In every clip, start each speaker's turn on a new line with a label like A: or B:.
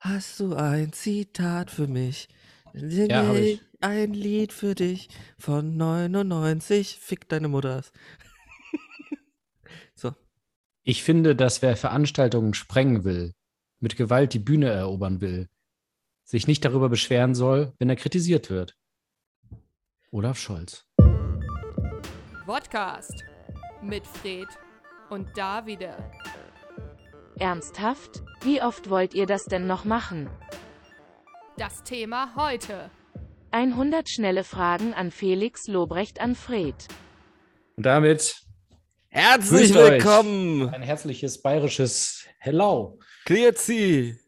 A: Hast du ein Zitat für mich? Dann
B: Ja,
A: singe
B: habe ich.
A: ich ein Lied für dich von 99. Fick deine Mutter. So.
B: Ich finde, dass wer Veranstaltungen sprengen will, mit Gewalt die Bühne erobern will, sich nicht darüber beschweren soll, wenn er kritisiert wird. Olaf Scholz.
C: Podcast mit Fred und Davide.
D: Ernsthaft? Wie oft wollt ihr das denn noch machen?
C: Das Thema heute.
D: 100 schnelle Fragen an Felix Lobrecht an Fred.
B: Und damit
A: Herzlich
B: Grüßt euch.
A: willkommen,
B: ein herzliches bayerisches Hello.
A: Klirzi.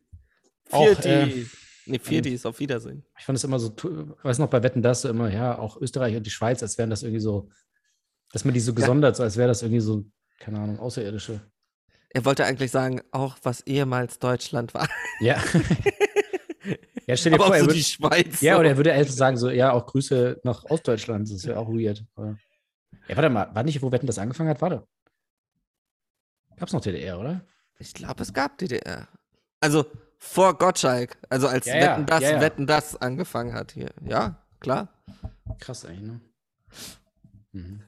B: Auch,
A: Vierti.
B: äh,
A: ne, Vierti ist auf Wiedersehen.
B: Ich fand es immer so, tu- weiß noch, bei Wetten, dass so immer, ja, auch Österreich und die Schweiz, als wären das irgendwie so, dass man die so gesondert, so als wäre das irgendwie so, keine Ahnung, Außerirdische.
A: Er wollte eigentlich sagen, auch was ehemals Deutschland war.
B: Ja. ja, stell dir
A: Aber
B: vor,
A: auch
B: er
A: so
B: würde,
A: die Schweiz.
B: Ja,
A: so.
B: oder er würde einfach sagen, so, ja, auch Grüße nach Ostdeutschland, das ist ja auch weird. aber- Ja, warte mal, war nicht, wo Wetten das angefangen hat? Warte. Gab's noch DDR, oder?
A: Ich glaube, es gab DDR. Also vor Gottschalk, also als
B: Ja, ja,
A: Wetten das,
B: ja, ja.
A: Wetten das angefangen hat hier. Ja, klar.
B: Krass eigentlich, ne? Mhm.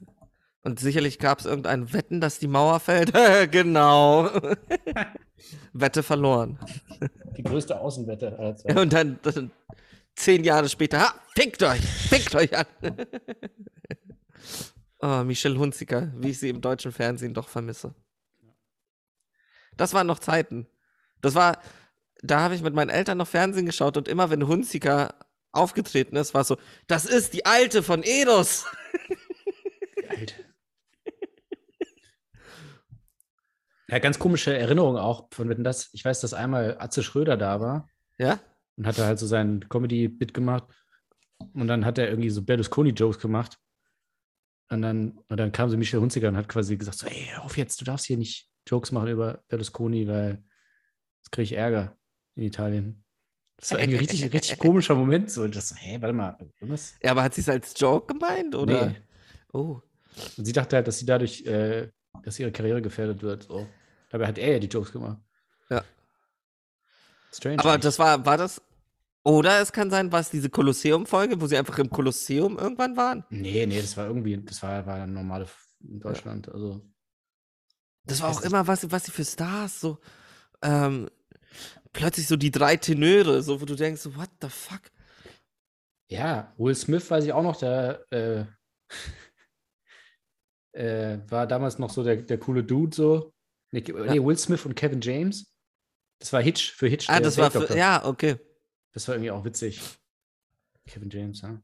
A: Und sicherlich gab es irgendein Wetten, dass die Mauer fällt. genau. Wette verloren.
B: Die größte Außenwette aller Zeiten.
A: Und dann, dann zehn Jahre später, ha, fickt euch, fickt euch an. oh, Michelle Hunziker, wie ich sie im deutschen Fernsehen doch vermisse. Das waren noch Zeiten. Das war, da habe ich mit meinen Eltern noch Fernsehen geschaut und immer wenn Hunziker aufgetreten ist, war es so, das ist die Alte von Edos.
B: Alt. Ja, ganz komische Erinnerung auch von Wetten das. Ich weiß, dass einmal Atze Schröder da war
A: Ja?
B: und hatte halt so seinen Comedy-Bit gemacht. Und dann hat er irgendwie so Berlusconi-Jokes gemacht. Und dann, und dann kam so Michel Hunziker und hat quasi gesagt: so, Ey, hör auf jetzt, du darfst hier nicht Jokes machen über Berlusconi, weil jetzt kriege ich Ärger in Italien. Das war irgendwie ein richtig, richtig komischer Moment. So, das, hey, warte mal, irgendwas?
A: Ja, aber hat sie es als Joke gemeint, oder?
B: Nee.
A: Oh.
B: Und sie dachte halt, dass sie dadurch, äh, dass ihre Karriere gefährdet wird. So. Dabei hat er ja die Jokes gemacht.
A: Ja.
B: Strange.
A: Aber
B: eigentlich.
A: das war, war das. Oder es kann sein, war es diese Kolosseum-Folge, wo sie einfach im Kolosseum irgendwann waren?
B: nee, nee, das war irgendwie, das war, war eine normale F- in Deutschland. Also,
A: Das war
B: Weiß
A: auch
B: nicht.
A: immer, was, was sie für Stars so. Ähm, plötzlich so die drei Tenöre, so wo du denkst, so, what the fuck?
B: ja, Will Smith weiß ich auch noch, der äh, äh, war damals noch so der, der coole Dude so. Nee, Ke- nee, Will Smith und Kevin James. Das war Hitch für Hitch.
A: Ah,
B: der
A: das war
B: Date-Doktor.
A: für, ja, okay.
B: Das war irgendwie auch witzig. Kevin James, ja.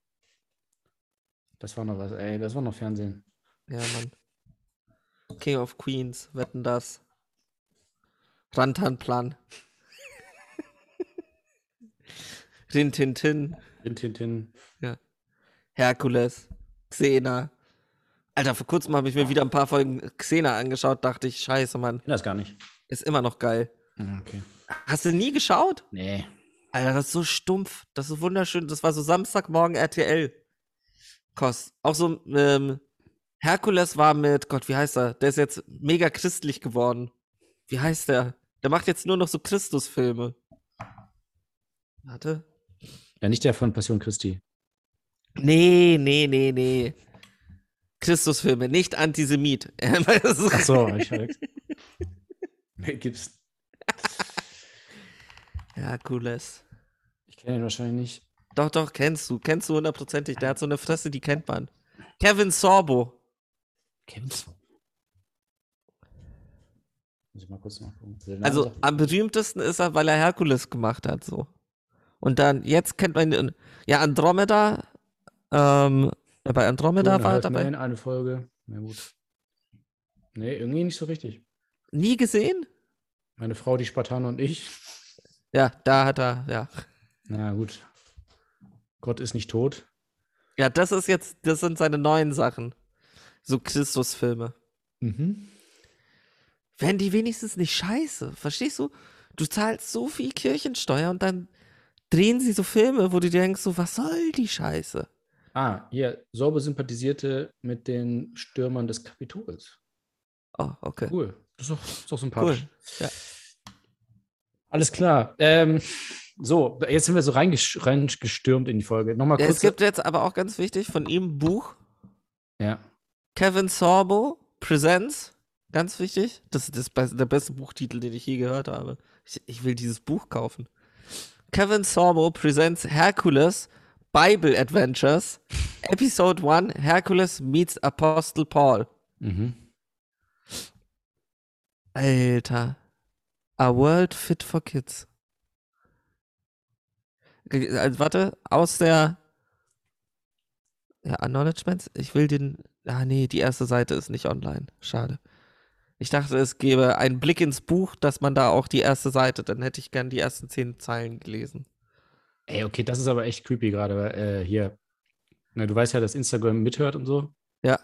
B: Das war noch was, ey, das war noch Fernsehen.
A: Ja, Mann. King of Queens, wetten das. Rantanplan. Rintintin,
B: Tin, tin, tin.
A: Herkules, Xena. Alter, vor kurzem habe ich mir wieder ein paar Folgen Xena angeschaut, dachte ich, scheiße, Mann,
B: Kenn das gar nicht.
A: ist immer noch geil.
B: Ah, Okay.
A: Hast du nie geschaut?
B: Nee.
A: Alter, das ist so stumpf. Das ist wunderschön. Das war so Samstagmorgen RTL. Kost. Auch so, ähm, Herkules war mit, Gott, wie heißt er? Der ist jetzt mega christlich geworden. Wie heißt der? Der macht jetzt nur noch so Christusfilme. Warte.
B: Ja, nicht der von Passion Christi.
A: Nee, nee, nee, nee. Christusfilme, nicht Antisemit.
B: Ach so, ich weiß. Nee, gibt's.
A: Herkules.
B: Ich kenne ihn wahrscheinlich nicht.
A: Doch, doch, kennst du. Kennst du hundertprozentig. Der hat so eine Fresse, die kennt man. Kevin Sorbo.
B: Kennst Muss ich mal kurz nachgucken. Der Name
A: Also
B: sagt-
A: am berühmtesten ist er, weil er Herkules gemacht hat, so. Und dann, jetzt kennt man ihn. Ja, Andromeda. Ähm, ja, bei Andromeda
B: Two and a
A: war er
B: Half
A: dabei.
B: Men, eine Folge. Na gut. Nee, irgendwie nicht so richtig.
A: Nie gesehen?
B: Meine Frau, die Spartaner und ich.
A: Ja, da hat er, ja.
B: Na gut. Gott ist nicht tot.
A: Ja, das ist jetzt, das sind seine neuen Sachen. So Christusfilme.
B: Mhm.
A: Wären die wenigstens nicht scheiße, verstehst du? Du zahlst so viel Kirchensteuer und dann drehen sie so Filme, wo du dir denkst, so, was soll die Scheiße?
B: Ah, hier. Sorbe sympathisierte mit den Stürmern des Kapitols.
A: Oh, okay.
B: Cool. Das ist doch, ist doch sympathisch.
A: Cool. Ja.
B: Alles klar. Ähm, so, jetzt sind wir so reingesch- reingestürmt in die Folge. Nochmal kurz.
A: Es gibt jetzt aber auch ganz wichtig von ihm ein Buch.
B: ja.
A: Kevin Sorbo Presents. Ganz wichtig. Das ist das be der beste Buchtitel, den ich je gehört habe. Ich, ich will dieses Buch kaufen. Kevin Sorbo Presents Hercules Bible Adventures. Episode 1 Hercules meets Apostle Paul.
B: Mhm.
A: Alter. A World Fit for Kids. Ge- Also, warte, aus der. Ja, Acknowledgements. Ich will den. Ah, nee, die erste Seite ist nicht online. Schade. Ich dachte, es gäbe einen Blick ins Buch, dass man da auch die erste Seite, dann hätte ich gern die ersten zehn Zeilen gelesen.
B: Ey, okay, das ist aber echt creepy gerade, weil äh, hier. Na, du weißt ja, dass Instagram mithört und so.
A: Ja.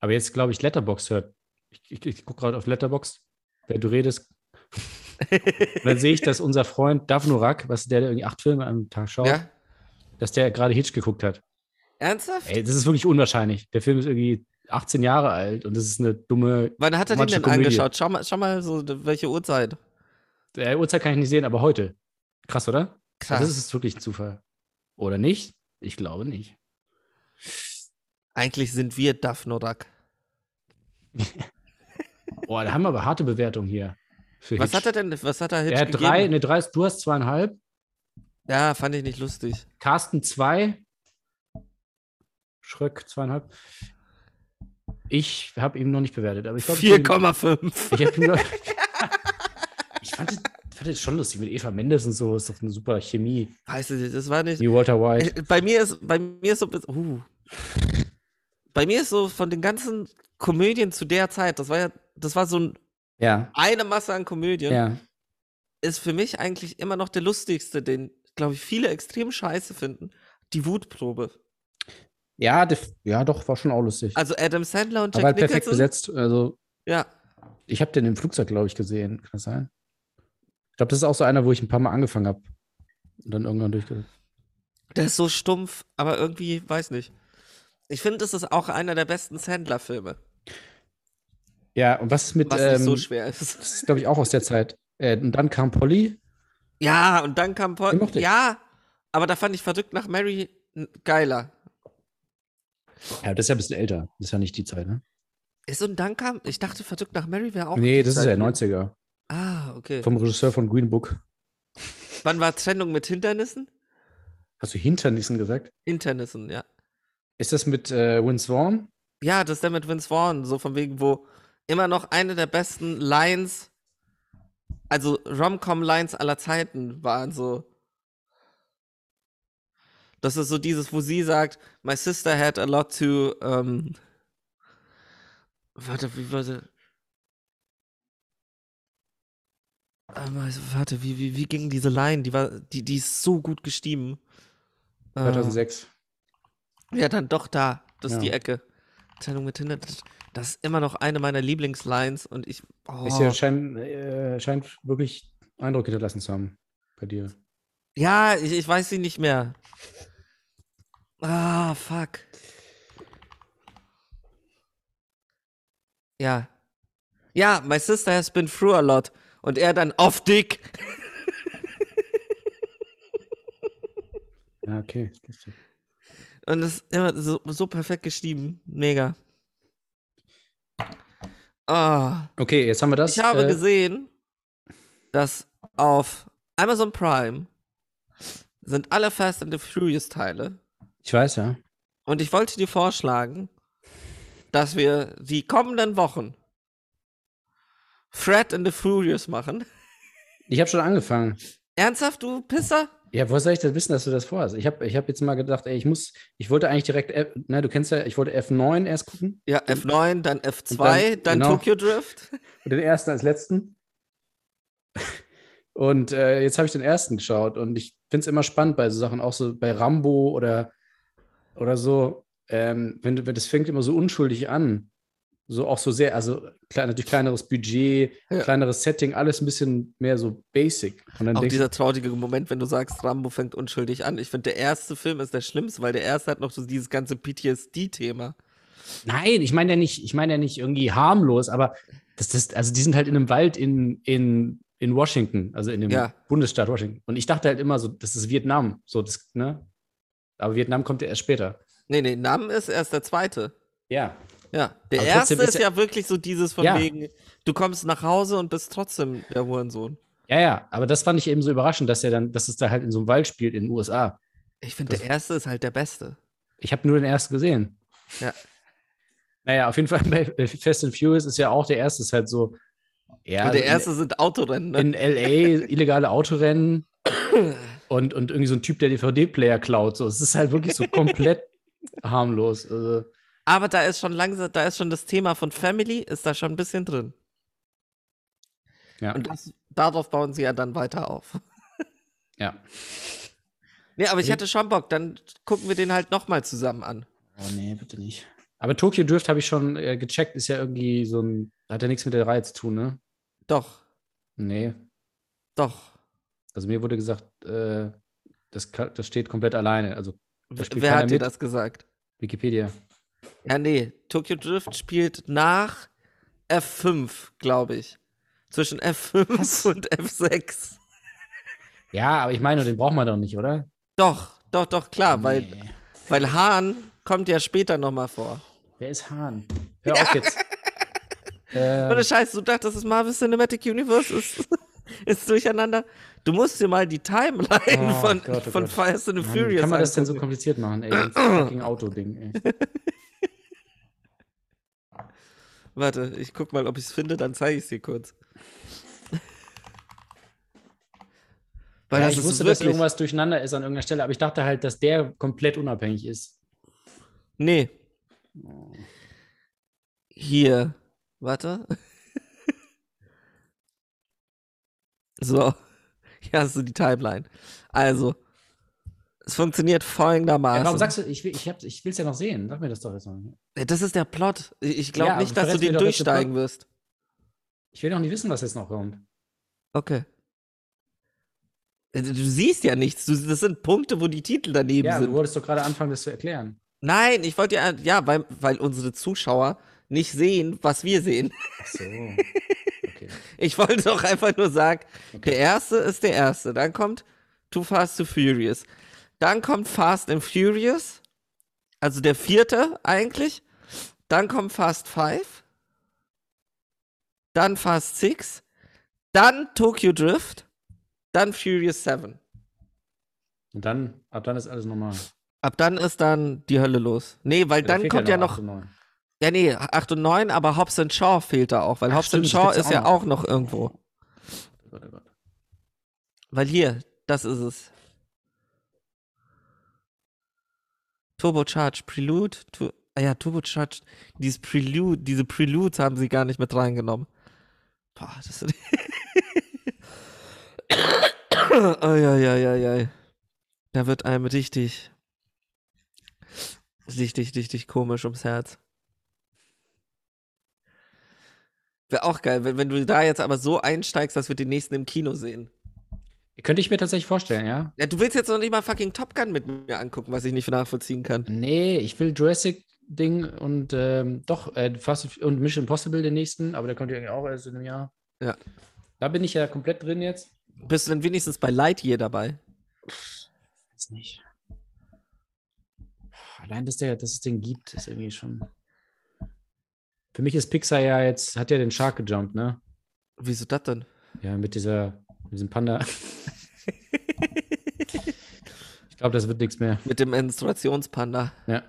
B: Aber jetzt glaube ich, Letterbox hört. Ich, ich, ich gucke gerade auf Letterbox, während du redest. Und dann sehe ich, dass unser Freund Davnurak, was der, der irgendwie acht Filme am Tag schaut,
A: ja?
B: dass der gerade Hitch geguckt hat.
A: Ernsthaft?
B: Ey, das ist wirklich unwahrscheinlich. Der Film ist irgendwie 18 Jahre alt und das ist eine dumme.
A: Wann hat er den
B: romantische
A: denn
B: Komödie.
A: angeschaut? Schau mal, schau mal so, welche Uhrzeit.
B: Äh, Uhrzeit kann ich nicht sehen, aber heute. Krass, oder?
A: Krass.
B: Also das ist wirklich ein Zufall. Oder nicht? Ich glaube nicht.
A: Eigentlich sind wir Daphnorak.
B: Boah, da haben wir aber harte Bewertungen hier. Für
A: Was hat
B: Hitch.
A: er denn, was hat er Hitch
B: Er hat
A: gegeben?
B: drei, ne, drei, ist- du hast zweieinhalb.
A: Ja, fand ich nicht lustig.
B: Carsten zwei. Schröck zweieinhalb. Ich habe ihm noch nicht bewertet, aber ich glaube.
A: 4,5.
B: Ich, hab ihm noch- ich fand, es, fand es schon lustig mit Eva Mendes und so. Ist doch eine super Chemie.
A: Weißt du, das war nicht.
B: Wie Walter White.
A: Äh, Bei mir ist, bei mir ist so. bis- Uh. Bei mir ist so von den ganzen Komödien zu der Zeit, das war ja, das war so ein,
B: Ja.
A: eine Masse an Komödien,
B: Ja.
A: ist für mich eigentlich immer noch der lustigste, den, glaube ich, viele extrem scheiße finden. Die Wutprobe.
B: Ja, def- ja, doch, war schon auch lustig.
A: Also Adam Sandler und Jack
B: aber halt perfekt
A: Nicholson.
B: besetzt. Also,
A: Ja.
B: ich habe den im Flugzeug, glaube ich, gesehen. Kann das sein? Ich glaube, das ist auch so einer, wo ich ein paar Mal angefangen habe. Und dann irgendwann durchge.
A: Der ist so stumpf, aber irgendwie, weiß nicht. Ich finde, das ist auch einer der besten Sandler-Filme,
B: Ja, und was ist mit.
A: was
B: ähm,
A: nicht so schwer ist.
B: Das ist, glaube ich, auch aus der Zeit. Äh, und dann kam Polly.
A: Ja, und dann kam Paul.
B: Den mochte ich.
A: Ja, aber da fand ich verrückt nach Mary n- geiler.
B: Ja, das ist ja ein bisschen älter. Das ist ja nicht die Zeit, ne?
A: Ist und dann kam, ich dachte, verrückt nach Mary wäre auch.
B: nee,
A: die
B: das ist
A: Zeit. ne?
B: ja 90er.
A: Ah, okay.
B: Vom Regisseur von Green Book.
A: Wann war Trennung mit Hindernissen?
B: Hast du Hinternissen gesagt?
A: Hindernissen, ja.
B: Ist das mit äh, Win Swan?
A: Ja, das ist der mit Vince Vaughn, so von wegen, wo immer noch eine der besten Lines, also Rom-Com-Lines aller Zeiten waren so. Das ist so dieses, wo sie sagt, my sister had a lot to, ähm, warte, wie, warte. Ähm, also, Warte, wie, wie, wie ging diese Line? Die war, die, die ist so gut gestiegen. Ähm,
B: 2006.
A: ja, dann doch da. Das
B: Ja.
A: ist die Ecke. Trennung mit Tinder. Das, das ist immer noch eine meiner Lieblingslines und ich. Oh.
B: Ist ja schein, äh, scheint wirklich Eindruck hinterlassen zu haben bei dir.
A: ja, ich, ich weiß sie nicht mehr. Ah, fuck. Ja. Ja, my sister has been through a lot. Und er dann auf dick.
B: Ja, okay.
A: Und das ist immer so, so perfekt geschrieben. Mega. Ah.
B: Okay, jetzt haben wir das.
A: ich habe
B: äh,
A: gesehen, dass auf Amazon Prime sind alle Fast and the Furious Teile.
B: Ich weiß, ja.
A: Und ich wollte dir vorschlagen, dass wir die kommenden Wochen Fred and the Furious machen.
B: Ich habe schon angefangen.
A: Ernsthaft, du Pisser?
B: Ja, woher soll ich das wissen, dass du das vorhast? Ich habe ich hab jetzt mal gedacht, ey, ich muss, ich wollte eigentlich direkt, F, na, du kennst ja, ich wollte F9 erst gucken.
A: Ja, F9, dann F2,
B: dann-
A: dann,
B: genau.
A: Tokyo Drift.
B: Und den ersten als letzten. Und äh, jetzt habe ich den ersten geschaut und ich finde es immer spannend bei so Sachen, auch so bei Rambo oder, oder so. Ähm, wenn, du- wenn das fängt immer so unschuldig an. So auch so sehr, also klein, natürlich kleineres Budget,
A: Ja.
B: kleineres Setting, alles ein bisschen mehr so basic. Und dann
A: Auch
B: denkst du,
A: dieser traurige Moment, wenn du sagst, Rambo fängt unschuldig an. Ich finde, der erste Film ist der schlimmste, weil der erste hat noch so dieses ganze PTSD-Thema.
B: nein, ich meine ja nicht, ich meine ja nicht irgendwie harmlos, aber das, das, also die sind halt in einem Wald in, in, in Washington, also in dem
A: Ja.
B: Bundesstaat Washington. Und ich dachte halt immer so, das ist Vietnam. So, das, ne? Aber Vietnam kommt ja erst später.
A: Nee, nee, Nam ist erst der zweite.
B: Ja.
A: Ja. Der
B: Aber
A: erste
B: trotzdem
A: ist,
B: ist
A: ja wirklich so dieses von
B: Ja.
A: wegen, du kommst nach Hause und bist trotzdem der Hurensohn.
B: Ja, ja, aber das fand ich eben so überraschend, dass er dann, dass es da halt in so einem Wald spielt in den USA.
A: Ich finde, der erste ist halt der beste.
B: Ich habe nur den ersten gesehen.
A: Ja.
B: Naja, auf jeden Fall bei äh, Fast and Furious ist ja auch der erste, ist halt so. Ja, also,
A: und der
B: in-
A: erste sind Autorennen, ne?
B: in LA illegale Autorennen und, und irgendwie so ein Typ, der DVD-Player klaut. So, es ist halt wirklich so komplett harmlos. Also,
A: Aber da ist schon langsam, da ist schon das Thema von Family, ist da schon ein bisschen drin.
B: ja.
A: Und das, darauf bauen sie ja dann weiter auf.
B: ja.
A: Nee, aber ich
B: Mhm.
A: hatte schon Bock, dann gucken wir den halt nochmal zusammen an.
B: Oh nee, bitte nicht. Aber Tokyo Drift habe ich schon äh, gecheckt, ist ja irgendwie so ein, hat ja nichts mit der Reihe zu tun, ne?
A: Doch,
B: Nee.
A: doch.
B: Also mir wurde gesagt, äh, das, ka- das steht komplett alleine. Also Da
A: W-
B: spielt
A: Wer
B: keiner
A: hat dir
B: mit.
A: das gesagt?
B: Wikipedia.
A: Ja, nee, Tokyo Drift spielt nach F5, glaube ich. Zwischen F5 und F6.
B: Ja, aber ich meine, den braucht man doch nicht, oder?
A: Doch, doch, doch, klar, weil,
B: Nee.
A: weil Hahn kommt ja später nochmal vor.
B: Wer ist Hahn? Hör auf jetzt. Ähm,
A: Ohne Scheiß, du dachtest, es Marvel Cinematic Universe ist, ist durcheinander. Du musst dir mal die Timeline
B: Oh
A: von,
B: Gott, oh
A: von
B: Gott.
A: Fast and
B: Mann,
A: Furious
B: wie kann man das denn so
A: angucken.
B: kompliziert machen, ey? Das fucking Auto-Ding, ey.
A: Warte, ich guck mal, ob ich es finde, dann zeige ich es dir kurz. Weil
B: ja,
A: das
B: ich
A: ist
B: wusste,
A: wirklich,
B: dass irgendwas durcheinander ist an irgendeiner Stelle, aber ich dachte halt, dass der komplett unabhängig ist.
A: Nee. Hier. Warte. so. Hier hast du die Timeline. Also. Es funktioniert folgendermaßen.
B: Ja, warum sagst du, ich will ich hab- ich will's ja noch sehen? Sag mir das doch jetzt noch.
A: Ja, Das ist der Plot. Ich ich glaube
B: Ja,
A: nicht, dass du
B: verrätst mir
A: den
B: doch jetzt den
A: durchsteigen wirst.
B: Ich will doch nicht wissen, was jetzt noch kommt.
A: Okay. Also, Du siehst ja nichts. Du, das sind Punkte, wo die Titel daneben
B: Ja, du
A: sind.
B: wolltest doch gerade anfangen, das zu erklären.
A: Nein, ich wollte ja, ja, weil, weil unsere Zuschauer nicht sehen, was wir sehen.
B: Ach so. Okay.
A: Ich wollte doch einfach nur sagen, der erste ist der erste. Dann kommt Too Fast, Too Furious. Dann kommt Fast and Furious. Also der vierte eigentlich. Dann kommt Fast Five. Dann Fast Six. Dann Tokyo Drift. Dann Furious Seven.
B: Und dann, ab dann ist alles normal.
A: Ab dann ist dann die Hölle los. Nee, weil dann
B: fehlt
A: kommt ja noch.
B: acht und neun.
A: Ja, nee, 8 und 9, aber Hobbs and Shaw fehlt da auch, weil
B: Ach,
A: Hobbs and
B: stimmt, das
A: Shaw
B: gibt's
A: ist
B: auch
A: ja
B: noch.
A: auch noch irgendwo.
B: Oh Gott, oh Gott.
A: Weil hier, das ist es. Turbocharged Prelude. Tu ah ja, Turbocharged. Dieses Prelude, diese Preludes haben sie gar nicht mit reingenommen. Boah, das sind. Eieieiei. Da wird einem richtig. Richtig, richtig komisch ums Herz. Wäre auch geil, wenn, wenn du da jetzt aber so einsteigst, dass wir den nächsten im Kino sehen.
B: Könnte ich mir tatsächlich vorstellen, ja?
A: Ja, du willst jetzt noch nicht mal fucking Top Gun mit mir angucken, was ich nicht nachvollziehen kann.
B: Nee, ich will Jurassic-Ding und ähm, doch, äh, Fast and- und Mission Impossible den nächsten, aber der kommt ja irgendwie auch erst in einem Jahr.
A: Ja.
B: Da bin ich ja komplett drin jetzt.
A: Bist du denn wenigstens bei Lightyear dabei?
B: Weiß nicht. Allein, dass, der, dass es den gibt, ist irgendwie schon. Für mich ist Pixar ja jetzt, hat ja den Shark gejumpt, ne?
A: Wieso das denn?
B: Ja, mit dieser, mit diesem Panda. ich glaube, das wird nichts mehr.
A: Mit dem Menstruationspanda.
B: Ja.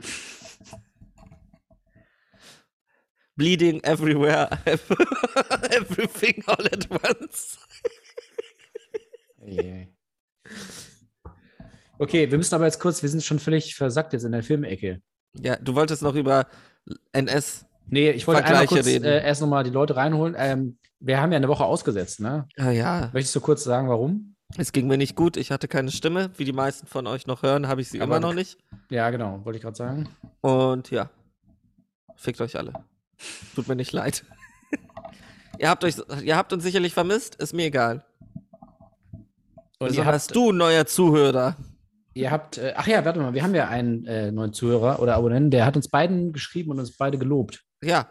A: Bleeding everywhere. Everything all at once.
B: Okay, wir müssen aber jetzt kurz, wir sind schon völlig versackt jetzt in der Filmecke.
A: Ja, du wolltest noch über NS.
B: Nee, ich wollte einmal
A: Vergleiche
B: kurz
A: reden.
B: äh, erst nochmal die Leute reinholen. Ähm, wir haben ja eine Woche ausgesetzt, ne?
A: Ah ja,
B: Möchtest du kurz sagen, warum?
A: es ging mir nicht gut. Ich hatte keine Stimme. Wie die meisten von euch noch hören, habe ich sie
B: Aber
A: immer noch
B: du-
A: nicht.
B: Ja, genau, wollte ich gerade sagen.
A: Und ja, fickt euch alle. Tut mir nicht leid. ihr, habt euch, ihr habt uns sicherlich vermisst, ist mir egal.
B: Und
A: Wieso
B: ihr
A: hast
B: Also habt,
A: du neuer Zuhörer?
B: ihr habt, äh, ach ja, warte mal, wir haben ja einen äh, neuen Zuhörer oder Abonnenten, der hat uns beiden geschrieben und uns beide gelobt.
A: Ja,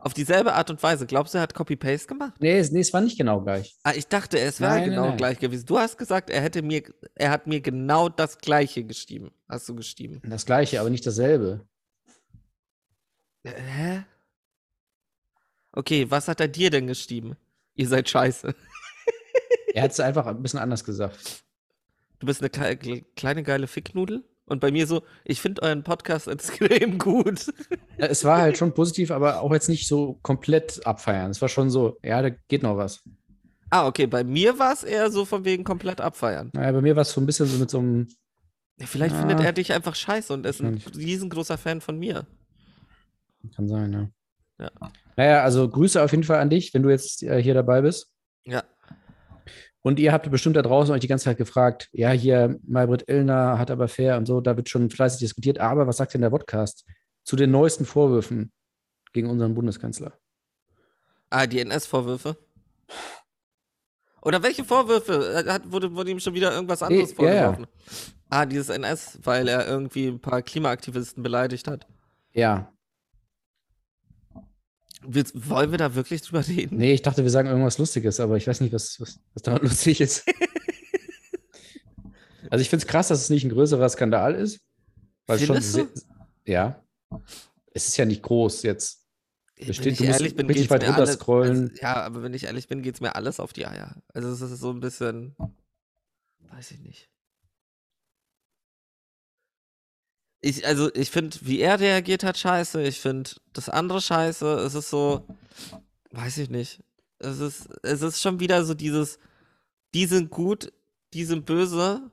A: Auf dieselbe Art und Weise. Glaubst du, er hat Copy-Paste gemacht?
B: Nee, es- nee, es war nicht genau gleich.
A: Ah, ich dachte, es wäre
B: Nein, nein,
A: genau
B: nein.
A: gleich gewesen. Du hast gesagt, er hätte mir, er hat mir genau das Gleiche geschrieben. Hast du geschrieben?
B: Das gleiche, aber nicht dasselbe.
A: Äh, Hä? Okay, was hat er dir denn geschrieben? Ihr seid scheiße.
B: Er hat es einfach ein bisschen anders gesagt.
A: Du bist eine kle kle- kleine geile Ficknudel. Und bei mir so, ich finde euren Podcast extrem gut.
B: Ja, Es war halt schon positiv, aber auch jetzt nicht so komplett abfeiern. Es war schon so, ja, da geht noch was.
A: Ah, okay, bei mir war es eher so von wegen komplett abfeiern.
B: Naja, bei mir war es so ein bisschen so mit so einem,
A: Ja, Vielleicht findet
B: Ah.
A: er dich einfach scheiße und ist ein
B: Wahrscheinlich.
A: riesengroßer Fan von mir.
B: kann sein, ja.
A: Ja.
B: Naja, also Grüße auf jeden Fall an dich, wenn du jetzt äh, hier dabei bist.
A: Ja.
B: Und ihr habt bestimmt da draußen euch die ganze Zeit gefragt, ja, hier, Maybrit Illner hat aber fair und so, da wird schon fleißig diskutiert. Aber was sagt denn der Podcast zu den neuesten Vorwürfen gegen unseren Bundeskanzler?
A: Ah, die NS-Vorwürfe. Oder welche Vorwürfe? Äh, Hat, wurde, wurde ihm schon wieder irgendwas anderes
B: Eh, ja,
A: vorgeworfen? Ah, dieses NS, weil er irgendwie ein paar Klimaaktivisten beleidigt hat.
B: Ja,
A: Willst, wollen wir da wirklich drüber reden?
B: nee, ich dachte, wir sagen irgendwas Lustiges, aber ich weiß nicht, was, was, was daran lustig ist. also ich finde es krass, dass es nicht ein größerer Skandal ist. Weil es schon
A: Findest du?
B: sehr- ja. Es ist ja nicht groß jetzt.
A: Äh, Wenn
B: steht,
A: ich
B: du musst
A: ehrlich bin,
B: richtig
A: geht's
B: weit
A: mir
B: runter
A: alles-
B: scrollen.
A: Also, ja, aber wenn ich ehrlich bin, geht's mir alles auf die Eier. Also es ist so ein bisschen, weiß ich nicht. Ich, also ich finde, wie er reagiert hat, scheiße. Ich finde das andere scheiße. Es ist so, weiß ich nicht. Es ist, es ist schon wieder so dieses, die sind gut, die sind böse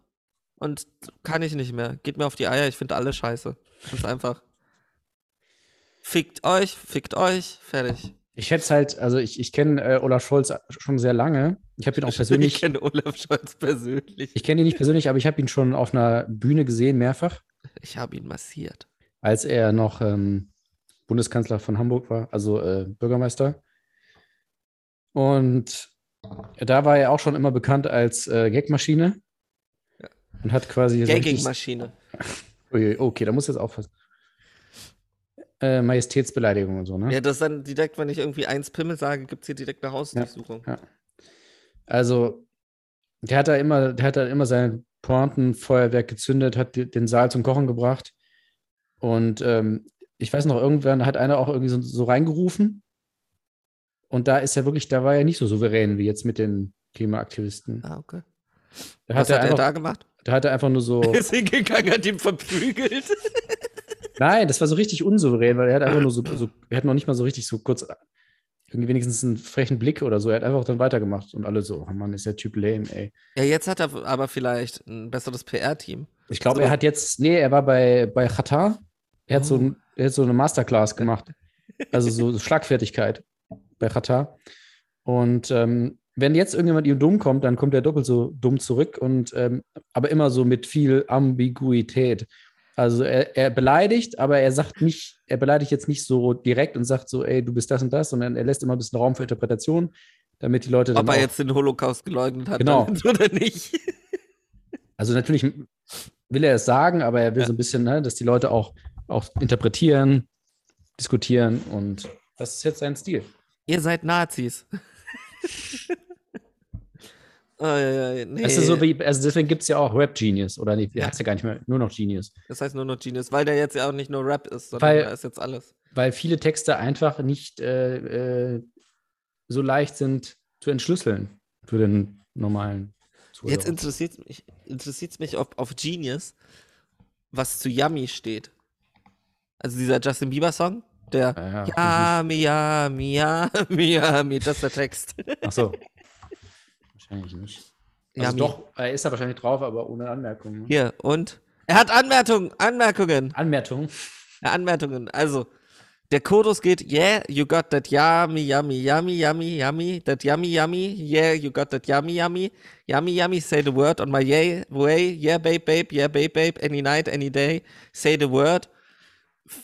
A: und kann ich nicht mehr. Geht mir auf die Eier. Ich finde alle scheiße. Ganz einfach. Fickt euch, fickt euch, fertig.
B: Ich hätte es halt, also ich, ich kenne äh, Olaf Scholz schon sehr lange. Ich habe ihn auch
A: Ich
B: persönlich,
A: kenne Olaf Scholz persönlich.
B: ich kenne ihn nicht persönlich, aber ich habe ihn schon auf einer Bühne gesehen, mehrfach,
A: Ich habe ihn massiert.
B: als er noch ähm, Bundeskanzler von Hamburg war, also äh, Bürgermeister. Und da war er auch schon immer bekannt als äh, Gagmaschine. Und hat quasi. so richtig-
A: Gagging-Maschine.
B: Uiui, okay, da muss jetzt aufpassen. Äh, Majestätsbeleidigung und so, ne?
A: Ja, das ist dann direkt, wenn ich irgendwie eins Pimmel sage, gibt es hier direkt eine Hausdurchsuchung.
B: Also, der hat da immer, der hat da immer sein Pointenfeuerwerk gezündet, hat die- den Saal zum Kochen gebracht. Und ähm, ich weiß noch, irgendwann hat einer auch irgendwie so, so reingerufen. Und da ist er wirklich, da war er nicht so souverän wie jetzt mit den Klimaaktivisten.
A: Ah, okay.
B: Da
A: Was
B: hat, er,
A: hat er
B: einfach, Oh.
A: da gemacht?
B: da hat er einfach nur so.
A: Ist hingegangen, hat ihn verprügelt.
B: Nein, das war so richtig unsouverän, weil er hat einfach nur so, so er hat noch nicht mal so richtig so kurz irgendwie wenigstens einen frechen Blick oder so. Er hat einfach dann weitergemacht und alle so, oh Mann, ist der Typ lame, ey.
A: Ja, jetzt hat er aber vielleicht ein besseres PR-Team.
B: Ich glaube,
A: So.
B: er hat jetzt, nee, er war bei, bei Qatar. Er hat, so,
A: Oh.
B: ein- er hat so eine Masterclass gemacht. Also so Schlagfertigkeit bei Qatar. Und ähm, wenn jetzt irgendjemand ihm dumm kommt, dann kommt er doppelt so dumm zurück und ähm, aber immer so mit viel Ambiguität. Also er, er beleidigt, aber er sagt nicht, er beleidigt jetzt nicht so direkt und sagt so, ey, du bist das und das, sondern er lässt immer ein bisschen Raum für Interpretation, damit die Leute dann
A: Ob er
B: auch-
A: jetzt den Holocaust geleugnet hat
B: Genau.
A: damit oder nicht.
B: Also natürlich will er es sagen, aber er will
A: Ja.
B: so ein bisschen, ne, dass die Leute auch, auch interpretieren, diskutieren und das ist jetzt sein Stil.
A: Ihr seid Nazis. oh, ja, ja, nee.
B: Es ist so wie, also deswegen gibt es ja auch Rap Genius oder nee,
A: Ja.
B: ja. heißt ja gar nicht mehr, nur noch Genius.
A: das heißt nur noch Genius, weil der jetzt ja auch nicht nur Rap ist, sondern
B: Weil-
A: da ist jetzt alles.
B: Weil viele Texte einfach nicht äh, äh, so leicht sind zu entschlüsseln für den normalen Zuhörer.
A: Jetzt interessiert mich, interessiert's mich, ob auf Genius was zu Yummy steht. Also dieser Justin Bieber Song, der
B: Ja, ja,
A: Yummy, Yummy, Yummy, Yummy, das ist der Text.
B: Ach so. wahrscheinlich nicht. Also
A: Yummy.
B: doch, er ist da wahrscheinlich drauf, aber ohne Anmerkungen. ne?
A: Hier, und er hat Anmerkungen, Anmerkungen,
B: Anmerkungen.
A: ja, Anmerkungen. Also, der Chorus geht, yeah, you got that yummy, yummy, yummy, yummy, yummy, that yummy, yummy, yeah, you got that yummy, yummy, yummy, yummy, say the word on my yay, way, yeah, babe, babe, yeah, babe, babe, any night, any day, say the word.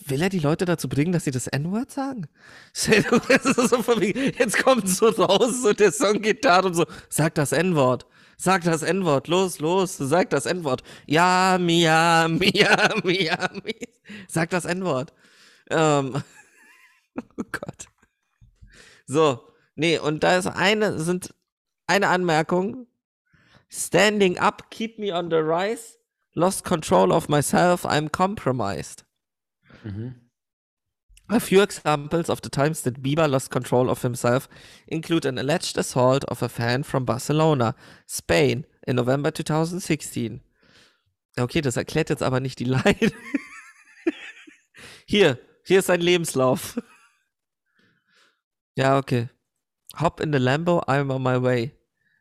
A: Will er die Leute dazu bringen, dass sie das N-Word sagen? Say the word, das ist so von wegen, Jetzt kommt so raus, so der Song geht darum so, sag das N-Wort. Sag das N-Wort, los, los, sag das N-Wort. Ja, mia, mia, mia, mia. Sag das N-Wort. Ähm, oh Gott. So, nee, und da ist eine, sind eine Anmerkung. Standing up, keep me on the rise, lost control of myself, I'm compromised.
B: Mhm.
A: A few examples of the times that Bieber lost control of himself include an alleged assault of a fan from Barcelona, Spain, in November 2016. Okay, das erklärt jetzt aber nicht die Leine. hier, hier ist sein Lebenslauf. Ja, okay. Hop in the Lambo, I'm on my way.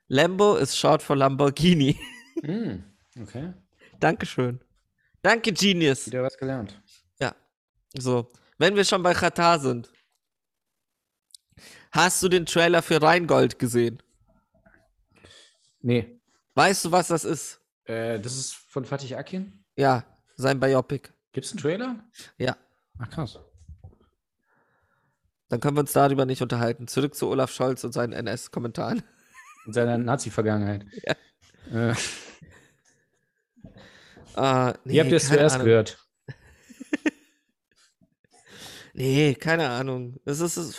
A: Lambo ist short for Lamborghini.
B: Mhm. Okay.
A: Dankeschön. Danke, Genius.
B: Wieder was gelernt.
A: So, wenn wir schon bei Katar sind. Hast du den Trailer für Rheingold gesehen?
B: Nee.
A: Weißt du, was das ist?
B: Äh, das ist von Fatih Akin.
A: Ja, sein Biopic.
B: Gibt es einen Trailer?
A: Ja,
B: Ach, krass.
A: dann können wir uns darüber nicht unterhalten. Zurück zu Olaf Scholz und seinen NS-Kommentaren.
B: In seiner Nazi-Vergangenheit. Äh,
A: Äh, nee,
B: ihr habt es
A: keine
B: zuerst
A: Ahnung.
B: gehört.
A: Nee, keine Ahnung. Es ist, es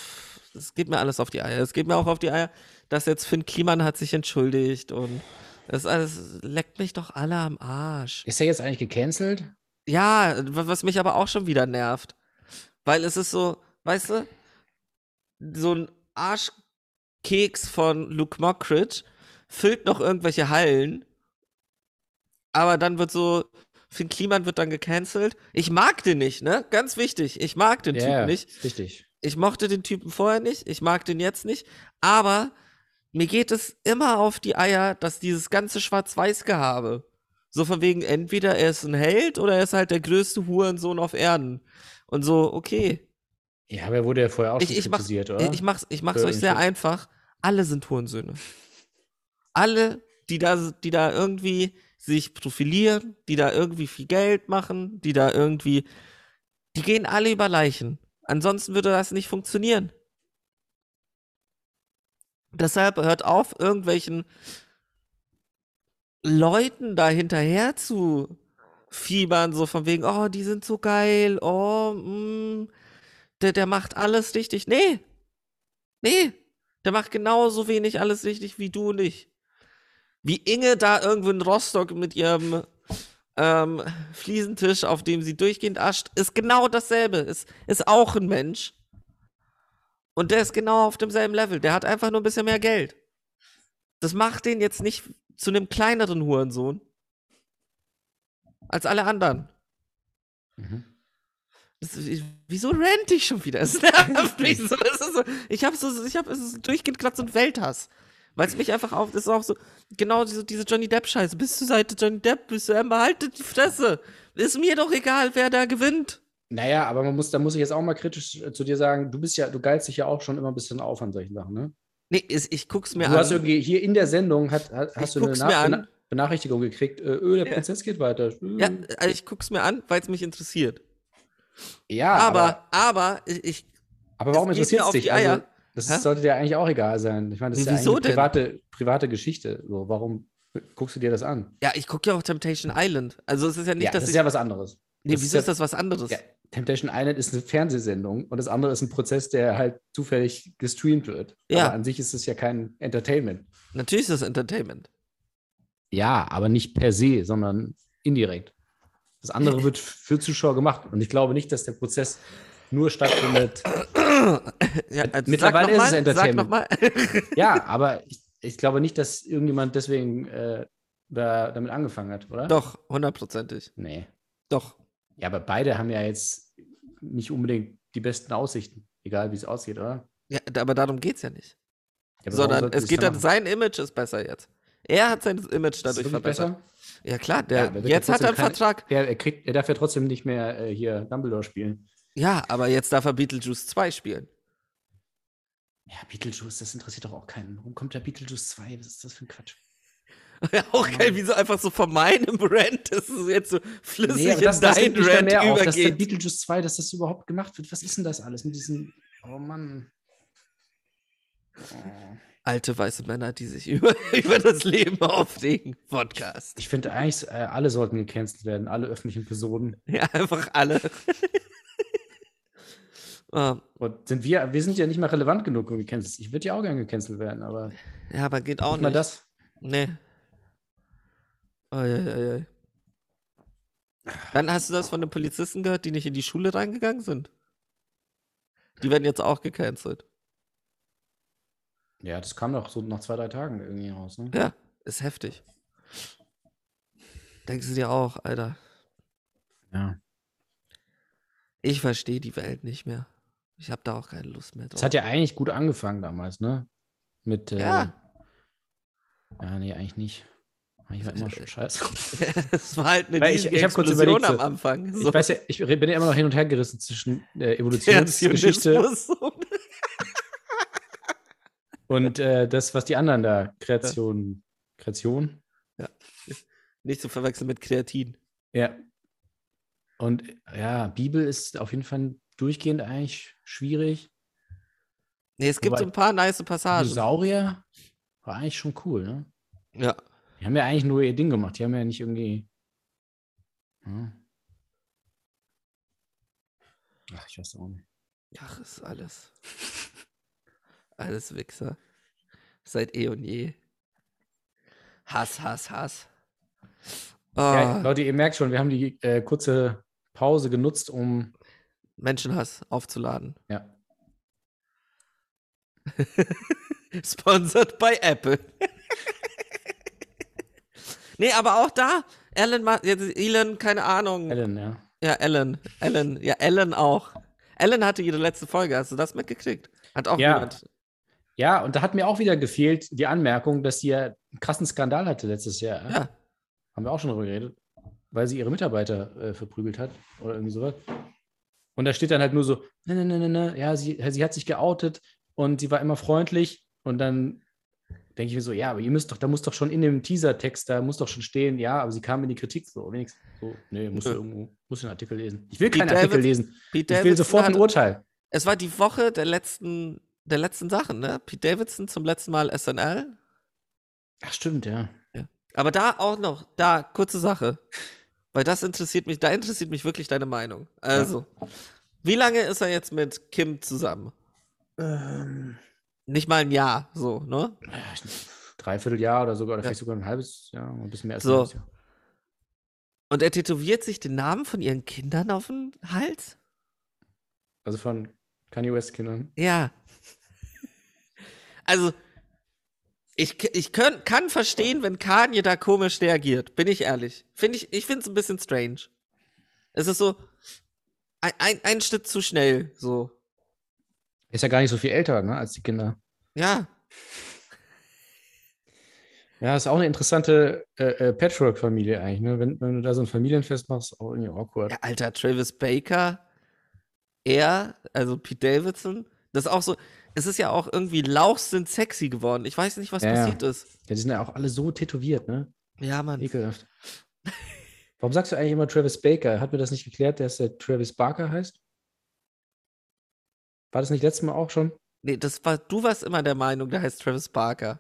A: es geht mir alles auf die Eier. Es geht mir auch auf die Eier, dass jetzt Finn Kliman hat sich entschuldigt und das alles leckt mich doch alle am Arsch.
B: Ist er jetzt eigentlich gecancelt?
A: Ja, wa- was mich aber auch schon wieder nervt. Weil es ist so, weißt du, so ein Arschkeks von Luke Mockridge füllt noch irgendwelche Hallen, aber dann wird so, Finn Kliman wird dann gecancelt. Ich mag den nicht, ne? Ganz wichtig, ich mag den Typen nicht.
B: Richtig.
A: Ich mochte den Typen vorher nicht, ich mag den jetzt nicht, aber mir geht es immer auf die Eier, dass dieses ganze Schwarz-Weiß-Gehabe. So von wegen, entweder er ist ein Held oder er ist halt der größte Hurensohn auf Erden. Und so, okay.
B: Ja, aber er wurde ja vorher auch
A: Ich-
B: schon
A: ich mach-
B: kritisiert,
A: Äh, Ich-
B: oder?
A: Ich mach's, ich mach's
B: Für
A: euch sehr
B: irgendwelche-
A: einfach. Alle sind Hurensöhne. Alle, die da, die da irgendwie sich profilieren, die da irgendwie viel Geld machen, die da irgendwie. Die gehen alle über Leichen. Ansonsten würde das nicht funktionieren. Deshalb hört auf, irgendwelchen Leuten da hinterher zu fiebern, so von wegen, oh, die sind so geil, oh, mm, der, der macht alles richtig. Nee, Nee, der macht genauso wenig alles richtig wie du nicht. Wie Inge da irgendwo in Rostock mit ihrem ähm, Fliesentisch, auf dem sie durchgehend ascht, ist genau dasselbe. Ist, ist auch ein Mensch. Und der ist genau auf demselben Level. Der hat einfach nur ein bisschen mehr Geld. Das macht den jetzt nicht zu einem kleineren Hurensohn als alle anderen.
B: Mhm.
A: Das, ich- wieso rant ich schon wieder? Es nervt mich so. Das ist so ich habe so, ich habe es ist durchgehend gerade so ein Welthass. Weil es mich einfach auf, das ist auch so, genau diese, diese Johnny Depp-Scheiße. Bist du Seite Johnny Depp, bist du Amber, haltet die Fresse. Ist mir doch egal, wer da gewinnt.
B: Naja, aber man muss, da muss ich jetzt auch mal kritisch äh, zu dir sagen, du bist ja, du geilst dich ja auch schon immer ein bisschen auf an solchen Sachen, ne?
A: Nee, ist, ich guck's mir
B: du
A: an.
B: hast irgendwie hier in der Sendung hat, hat, hast du eine
A: guck's
B: Nach
A: mir an.
B: Bena- Benachrichtigung gekriegt, äh, öh, der
A: Ja.
B: Prozess geht weiter.
A: ja,
B: Äh.
A: also ich guck's mir an, weil es mich interessiert.
B: ja Ah, aber,
A: Aber, aber, ich, ich
B: aber
A: es
B: warum
A: geht mir
B: interessiert es
A: auf die
B: dich? Also,
A: Eier.
B: das
A: Hä?
B: sollte dir eigentlich auch egal sein. Ich meine, das ist ja eigentlich
A: Wieso
B: eine
A: denn?
B: private, private Geschichte. So, warum guckst du dir das an?
A: ja, ich guck ja auch Temptation Island. Also es ist ja nicht,
B: ja,
A: dass
B: das
A: ich,
B: ist ja was anderes.
A: nee,
B: das ist
A: wieso
B: ja-
A: ist das was anderes?
B: Ja, Temptation Island ist eine Fernsehsendung und das andere ist ein Prozess, der halt zufällig gestreamt wird.
A: Ja.
B: Aber an sich ist es ja kein Entertainment.
A: Natürlich ist das Entertainment.
B: Ja, aber nicht per se, sondern indirekt. Das andere wird für Zuschauer gemacht und ich glaube nicht, dass der Prozess nur stattfindet.
A: Ja, also sag noch
B: Mittlerweile ist es
A: mal, Sag
B: Entertainment.
A: noch mal.
B: ja, aber ich, ich glaube nicht, dass irgendjemand deswegen äh, da, damit angefangen hat, oder?
A: Doch, hundertprozentig.
B: Nee.
A: Doch.
B: Ja, aber beide haben ja jetzt nicht unbedingt die besten Aussichten, egal wie es aussieht, oder?
A: Ja, d- aber darum geht's ja nicht.
B: Ja, aber warum
A: Sondern
B: sollten sie
A: es geht halt dann,
B: dann machen?
A: sein Image ist besser jetzt. Er hat sein Image
B: Ist es
A: dadurch
B: wirklich
A: verbessert. Ja klar,
B: Ja,
A: der,
B: aber wird
A: jetzt
B: ja
A: hat er einen
B: trotzdem keine-
A: Vertrag.
B: Ja, er, kriegt, er darf ja trotzdem nicht mehr äh, hier Dumbledore spielen.
A: Ja, aber jetzt darf er Beetlejuice 2 spielen.
B: Ja, Beetlejuice, das interessiert doch auch keinen. Warum kommt da Beetlejuice 2? Was ist das für ein Quatsch?
A: Ja, auch geil, wie so einfach so von meinem Brand, das ist jetzt so flüssig
B: Nee, aber das,
A: in dein
B: das regt mich da
A: Brand
B: mehr auf, dass der
A: übergeht.
B: Beetlejuice 2, dass das überhaupt gemacht wird. Was ist denn das alles mit diesem... Oh Mann.
A: Alte weiße Männer, die sich über, über das Leben aufregen. Podcast.
B: Ich finde eigentlich, äh, alle sollten gecancelt werden, alle öffentlichen Personen.
A: Ja, einfach alle. Äh,
B: Und sind wir, wir sind ja nicht mal relevant genug, um gecancelt. Ich würde ja auch gerne gecancelt werden, aber
A: ja, aber geht auch
B: nicht mal
A: nicht.
B: das.
A: Nee. Uiuiui. Dann hast du das von den Polizisten gehört, die nicht in die Schule reingegangen sind. Die werden jetzt auch gecancelt.
B: Ja, das kam doch so nach zwei, drei Tagen irgendwie raus. Ne?
A: Ja, ist heftig. Denkst du dir auch, Alter?
B: Ja.
A: Ich verstehe die Welt nicht mehr. Ich habe da auch keine Lust mehr drauf.
B: Es hat ja eigentlich gut angefangen damals, ne? Mit. Äh,
A: Ja.
B: Ja, nee, eigentlich nicht. Ich war immer schon scheiße.
A: es war halt eine
B: Weil ich-
A: riesige
B: ich hab kurz
A: Explosion
B: überlegt, so-
A: am Anfang.
B: Ich weiß ja, ich re- bin ja immer noch hin und her gerissen zwischen äh, Evolutionsgeschichte
A: Kreationismus und-
B: und äh, das, was die anderen da Kreation, Kreation,
A: Nicht zu verwechseln mit Kreatin.
B: ja. Und äh, ja, Bibel ist auf jeden Fall durchgehend eigentlich schwierig.
A: Nee, es gibt
B: Wobei-
A: Ah, so ein paar nice Passagen.
B: Dinosaurier war eigentlich schon cool, ne?
A: Ja.
B: Die haben ja eigentlich nur ihr Ding gemacht. Die haben ja nicht irgendwie. Ja. Ach, ich weiß auch nicht.
A: Ach, ist alles. Alles Wichser. Seit eh und je. Hass, Hass, Hass.
B: Ja,
A: Ah,
B: Leute, ihr merkt schon, wir haben die äh, kurze Pause genutzt, um.
A: Menschenhass aufzuladen.
B: Ja.
A: Sponsored by Apple. nee, aber auch da, Alan, Ma- jetzt Elon, keine Ahnung.
B: Ellen, ja.
A: Ja, Alan. Alan, ja, Alan auch. Alan hatte ihre letzte Folge, hast du das mitgekriegt? Hat auch
B: Ja.
A: jemand.
B: Ja, und da hat mir auch wieder gefehlt die Anmerkung, dass sie ja einen krassen Skandal hatte letztes Jahr.
A: Ja.
B: Haben wir auch schon darüber geredet, weil sie ihre Mitarbeiter äh, verprügelt hat oder irgendwie sowas. Und da steht dann halt nur so, ne, ne, ne, ne, ne, ja, sie, sie hat sich geoutet und sie war immer freundlich. Und dann denke ich mir so, ja, aber ihr müsst doch, da muss doch schon in dem Teaser-Text, da muss doch schon stehen, ja, aber sie kam in die Kritik so. Wenigstens so, nee, muss
A: Ja.
B: irgendwo, muss den Artikel lesen. Ich will
A: Die
B: keinen Artikel
A: Davids-
B: lesen.
A: Pete
B: Ich will sofort
A: hat-
B: ein Urteil.
A: Es war die Woche der letzten, der letzten Sachen, ne? Pete Davidson zum letzten Mal SNL.
B: Ach, stimmt, ja.
A: Aber da auch noch, da, kurze Sache. Weil das interessiert mich, da interessiert mich wirklich deine Meinung. Also, wie lange ist er jetzt mit Kim zusammen? Ähm, Nicht mal ein Jahr, so, ne?
B: ja, ich- dreiviertel Jahr oder sogar, oder
A: Ja.
B: vielleicht sogar ein halbes Jahr, ein bisschen mehr als
A: So.
B: ein halbes Jahr.
A: Und er tätowiert sich den Namen von ihren Kindern auf den Hals?
B: Also von Kanye West Kindern.
A: Ja. Also, ich, k- ich könnt, kann verstehen, wenn Kanye da komisch reagiert, bin ich ehrlich. Find ich ich finde es ein bisschen strange. Es ist so ein, ein, ein Schritt zu schnell, so.
B: Ist ja gar nicht so viel älter, ne, als die Kinder.
A: Ja,
B: Ja, ist auch eine interessante äh, äh, Patchwork-Familie eigentlich, ne? Wenn, wenn du da so ein Familienfest machst, auch irgendwie awkward.
A: ja alter Travis Baker, er, also Pete Davidson, das ist auch so, es ist ja auch irgendwie lauchsinn sexy geworden. Ich weiß nicht, was
B: Ja, ja.
A: passiert ist.
B: Ja, die sind ja auch alle so tätowiert, ne?
A: Ja, Mann.
B: Ekelhaft. Warum sagst du eigentlich immer Travis Baker? Hat mir das nicht geklärt, dass der Travis Barker heißt? War das nicht letztes Mal auch schon?
A: Nee, das war, du warst immer der Meinung, der heißt Travis Barker.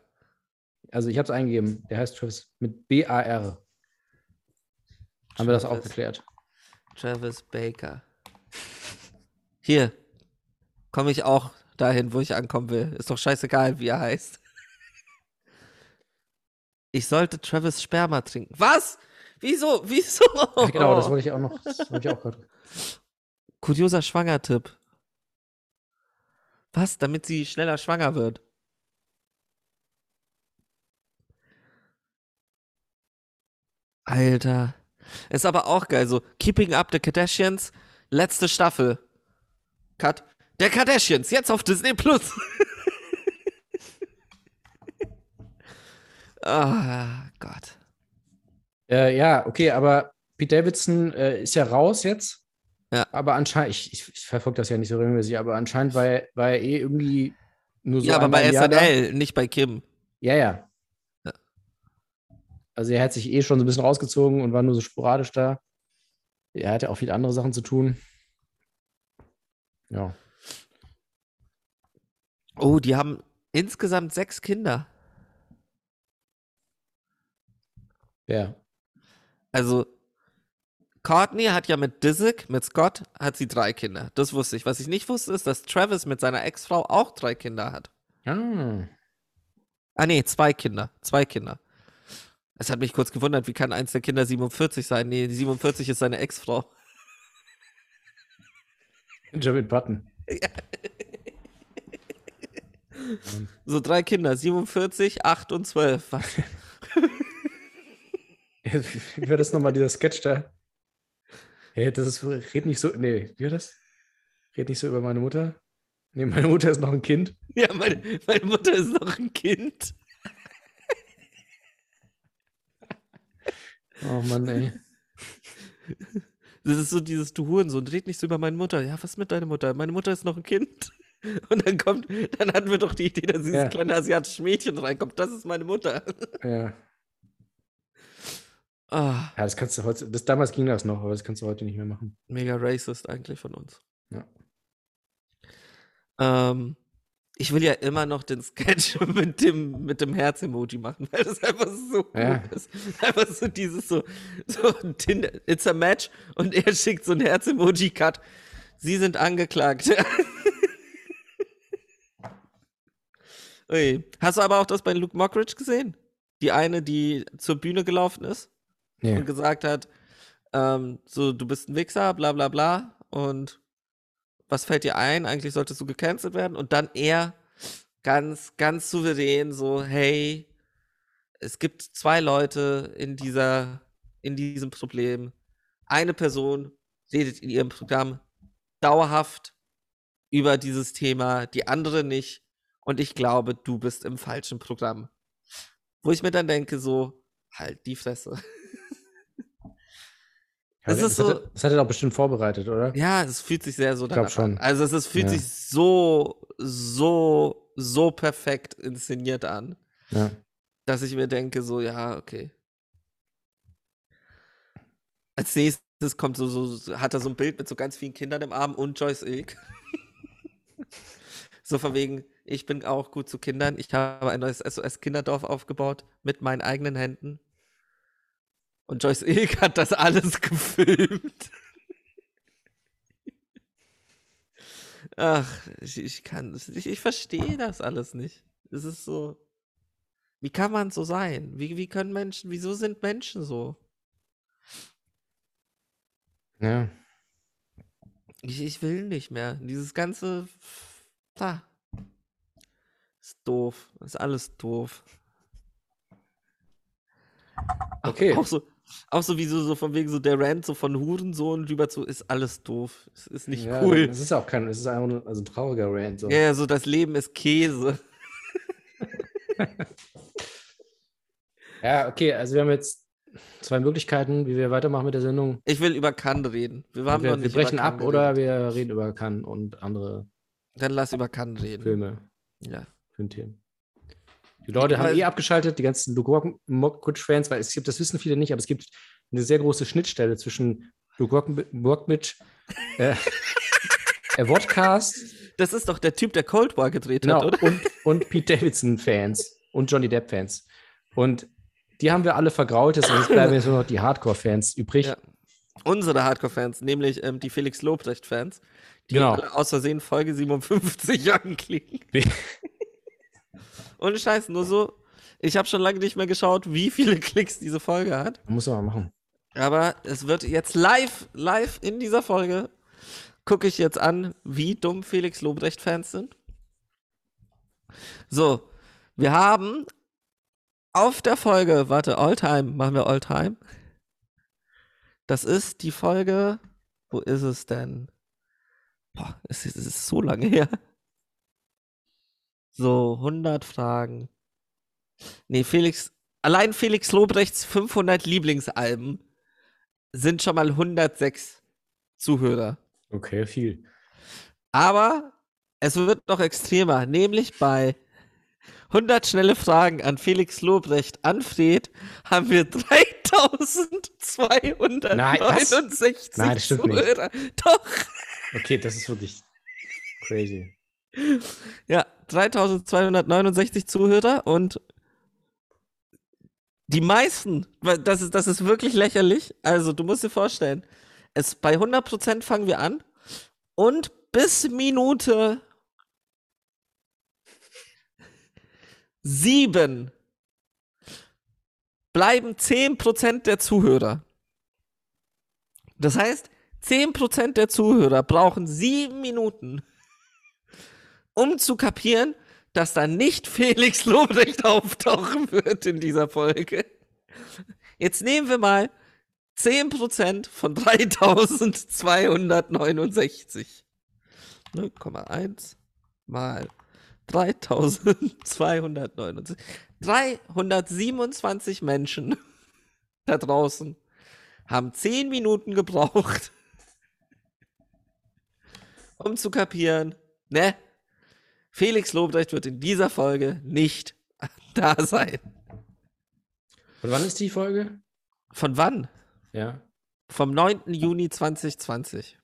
B: Also ich habe es eingegeben. Der heißt Travis mit B-A-R. Haben wir das auch
A: Travis.
B: geklärt?
A: Travis Baker. Hier komme ich auch dahin, wo ich ankommen will. Ist doch scheißegal, wie er heißt. Ich sollte Travis Sperma trinken. Was? Wieso? Wieso?
B: Ja, genau, das wollte ich auch noch. Das habe ich auch gerade.
A: Kurioser Schwangertipp. Was? Damit sie schneller schwanger wird. Alter. Ist aber auch geil. So, Keeping Up the Kardashians, letzte Staffel. Cut. Der Kardashians, jetzt auf Disney Plus. Ah, Gott.
B: Äh, ja, okay, aber Pete Davidson äh, ist ja raus jetzt.
A: Ja.
B: Aber anscheinend, ich, ich, ich verfolge das ja nicht so regelmäßig, aber anscheinend war er, war er eh irgendwie nur so.
A: ja, aber
B: einmal
A: bei
B: im Jahr da.
A: SNL, nicht bei Kim.
B: Ja, ja.
A: Ja.
B: Also er hat sich eh schon so ein bisschen rausgezogen und war nur so sporadisch da. Er hatte auch viele andere Sachen zu tun. Ja.
A: Oh, die haben insgesamt sechs Kinder.
B: Ja.
A: Also Courtney hat ja mit Disick, mit Scott, hat sie drei Kinder. Das wusste ich. Was ich nicht wusste, ist, dass Travis mit seiner Ex-Frau auch drei Kinder hat.
B: Ah.
A: Ah, nee, zwei Kinder. Zwei Kinder. Es hat mich kurz gewundert, wie kann eins der Kinder 47 sein? Nee, die 47 ist seine Ex-Frau.
B: Benjamin Button.
A: So drei Kinder, 47, 8 und 12. Was?
B: Wie war das nochmal, dieser Sketch da? Hey, das ist, red nicht so, nee, wie war das? Red nicht so über meine Mutter. Nee, meine Mutter ist noch ein Kind.
A: Ja, meine, meine Mutter ist noch ein Kind.
B: Oh Mann, ey.
A: Das ist so dieses Du Hurensohn, red nicht so über meine Mutter. Ja, was mit deiner Mutter? Meine Mutter ist noch ein Kind. Und dann kommt, dann hatten wir doch die Idee, dass dieses
B: Ja.
A: kleine asiatische Mädchen reinkommt. Das ist meine Mutter.
B: Ja.
A: Ah,
B: Ja, das kannst du heute, das, damals ging das noch, aber das kannst du heute nicht mehr machen.
A: mega racist eigentlich von uns.
B: Ja.
A: Ähm, ich will ja immer noch den Sketch mit dem, mit dem Herz-Emoji machen, weil das einfach so gut
B: Ja.
A: ist. Einfach so dieses so, so Tinder, it's a match und er schickt so ein Herz-Emoji-Cut. Sie sind angeklagt. Ui. Hast du aber auch das bei Luke Mockridge gesehen? Die eine, die zur Bühne gelaufen ist?
B: Nee.
A: und gesagt hat, ähm, so, du bist ein Wichser, bla bla bla. Und was fällt dir ein? Eigentlich solltest du gecancelt werden. Und dann er ganz, ganz souverän so, hey, es gibt zwei Leute in dieser, in diesem Problem. Eine Person redet in ihrem Programm dauerhaft über dieses Thema, die andere nicht. Und ich glaube, du bist im falschen Programm. Wo ich mir dann denke, so, halt die Fresse.
B: Ja,
A: das ist
B: hat
A: so-
B: er- das hat er doch bestimmt vorbereitet, oder?
A: Ja, es fühlt sich sehr so
B: Ich glaub
A: danach an.
B: schon.
A: Also es, ist- fühlt
B: Ja.
A: sich so, so, so perfekt inszeniert an,
B: Ja.
A: dass ich mir denke, so, ja, okay. Als nächstes kommt so, so, so hat er so ein Bild mit so ganz vielen Kindern im Arm und Joyce Ilk. so von wegen, ich bin auch gut zu Kindern. Ich habe ein neues SOS-Kinderdorf aufgebaut mit meinen eigenen Händen. Und Joyce Ilk hat das alles gefilmt. Ach, ich, ich kann, ich, ich verstehe das alles nicht. Es ist so, wie kann man so sein? Wie, wie können Menschen, wieso sind Menschen so?
B: Ja.
A: Ich, ich will nicht mehr. Dieses ganze, da, ist doof, ist alles doof.
B: Okay.
A: Auch so, auch so wie so, so von wegen so der Rant so von Hurensohn rüber zu, ist alles doof, es ist nicht
B: ja,
A: cool.
B: Das ist auch kein, das ist einfach nur, also ein trauriger Rant. So.
A: Ja, ja, so das Leben ist Käse.
B: Ja, okay, also wir haben jetzt zwei Möglichkeiten, wie wir weitermachen mit der Sendung.
A: Ich will über Cannes reden. Wir, haben noch
B: wir, wir
A: nicht
B: brechen
A: über Cannes
B: ab oder
A: geredet.
B: wir reden über Cannes und andere
A: Dann lass über Cannes reden.
B: Filme,
A: Ja.
B: Filmthemen. Die Leute haben
A: weil-
B: eh abgeschaltet, die ganzen Luke Mockridge-Fans, weil es gibt, das wissen viele nicht, aber es gibt eine sehr große Schnittstelle zwischen Luke Mockridge, äh, äh, Vodcast,
A: Das ist doch der Typ, der Cold War gedreht hat,
B: Genau,
A: oder?
B: und, und Pete Davidson-Fans und Johnny Depp-Fans. Und die haben wir alle vergrault, deswegen jetzt bleiben jetzt nur noch die Hardcore-Fans übrig.
A: Ja. Unsere Hardcore-Fans, nämlich ähm, die Felix Lobrecht-Fans, die
B: Genau.
A: alle aus Versehen Folge 57 anklicken.
B: Wie-
A: Ohne Scheiß, nur so. Ich habe schon lange nicht mehr geschaut, wie viele Klicks diese Folge hat.
B: Muss man mal machen.
A: Aber es wird jetzt live, live in dieser Folge, gucke ich jetzt an, wie dumm Felix Lobrecht-Fans sind. So, wir haben auf der Folge, warte, Alltime, machen wir Alltime. Das ist die Folge, wo ist es denn? Boah, es ist, es ist so lange her. So, 100 Fragen. Nee, Felix, allein Felix Lobrechts 500 Lieblingsalben sind schon mal 106 Zuhörer.
B: Okay, viel.
A: Aber es wird noch extremer, nämlich bei 100 schnelle Fragen an Felix Lobrecht an Fred haben wir 3269
B: Nein, was? Nein, das stimmt nicht.
A: Zuhörer. Doch,
B: Okay, das ist wirklich crazy.
A: ja, 3269 Zuhörer und Die meisten. Weil Das ist, das ist wirklich lächerlich. Also, du musst dir vorstellen, es, bei 100% fangen wir an und bis Minute sieben bleiben 10% der Zuhörer. Das heißt, 10% der Zuhörer brauchen sieben Minuten, um zu kapieren, dass da nicht Felix Lobrecht auftauchen wird in dieser Folge. Jetzt nehmen wir mal 10% von 3269. 0,1 mal 3269. 327 Menschen da draußen haben 10 Minuten gebraucht, um zu kapieren, ne? Felix Lobrecht wird in dieser Folge nicht da sein.
B: Und wann ist die Folge?
A: Von wann?
B: Ja.
A: Vom 9. Juni 2020.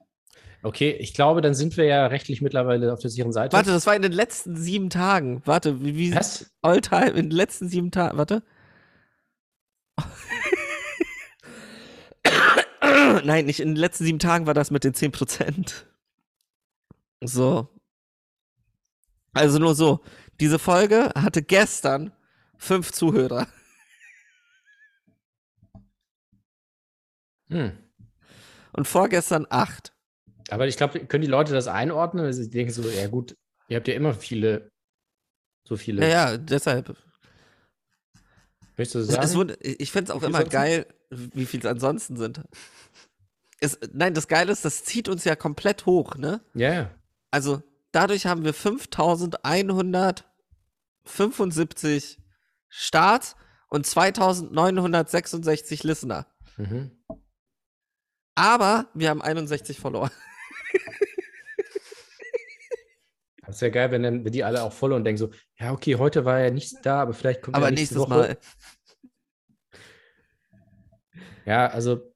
B: Okay, ich glaube, dann sind wir ja rechtlich mittlerweile auf der sicheren Seite.
A: Warte, das war in den letzten sieben Tagen. Warte, wie, wie
B: Was?
A: all time in den letzten sieben Tagen. Warte. Nein, nicht in den letzten sieben Tagen war das mit den 10%. So. Also nur so. Diese Folge hatte gestern fünf Zuhörer.
B: Hm.
A: und vorgestern acht.
B: Aber ich glaube, können die Leute das einordnen? Also sie denken so, ja gut, ihr habt ja immer viele, so viele.
A: Ja, ja, deshalb.
B: Möchtest du
A: Es,
B: sagen?
A: es wund- ich fände es auch
B: Wie viel
A: immer
B: sonst?
A: geil, wie viel es ansonsten sind. Es, nein, das Geile ist, das zieht uns ja komplett hoch, ne?
B: ja, ja.
A: Also dadurch haben wir 5175 Starts und 2966 Listener.
B: Mhm.
A: Aber wir haben 61 Follower.
B: Das wäre geil, wenn, dann, wenn die alle auch voll und denken so, ja okay, heute war ja nichts da, aber vielleicht kommt
A: Aber
B: ja nächste
A: nächstes
B: Woche.
A: Mal.
B: Ja, also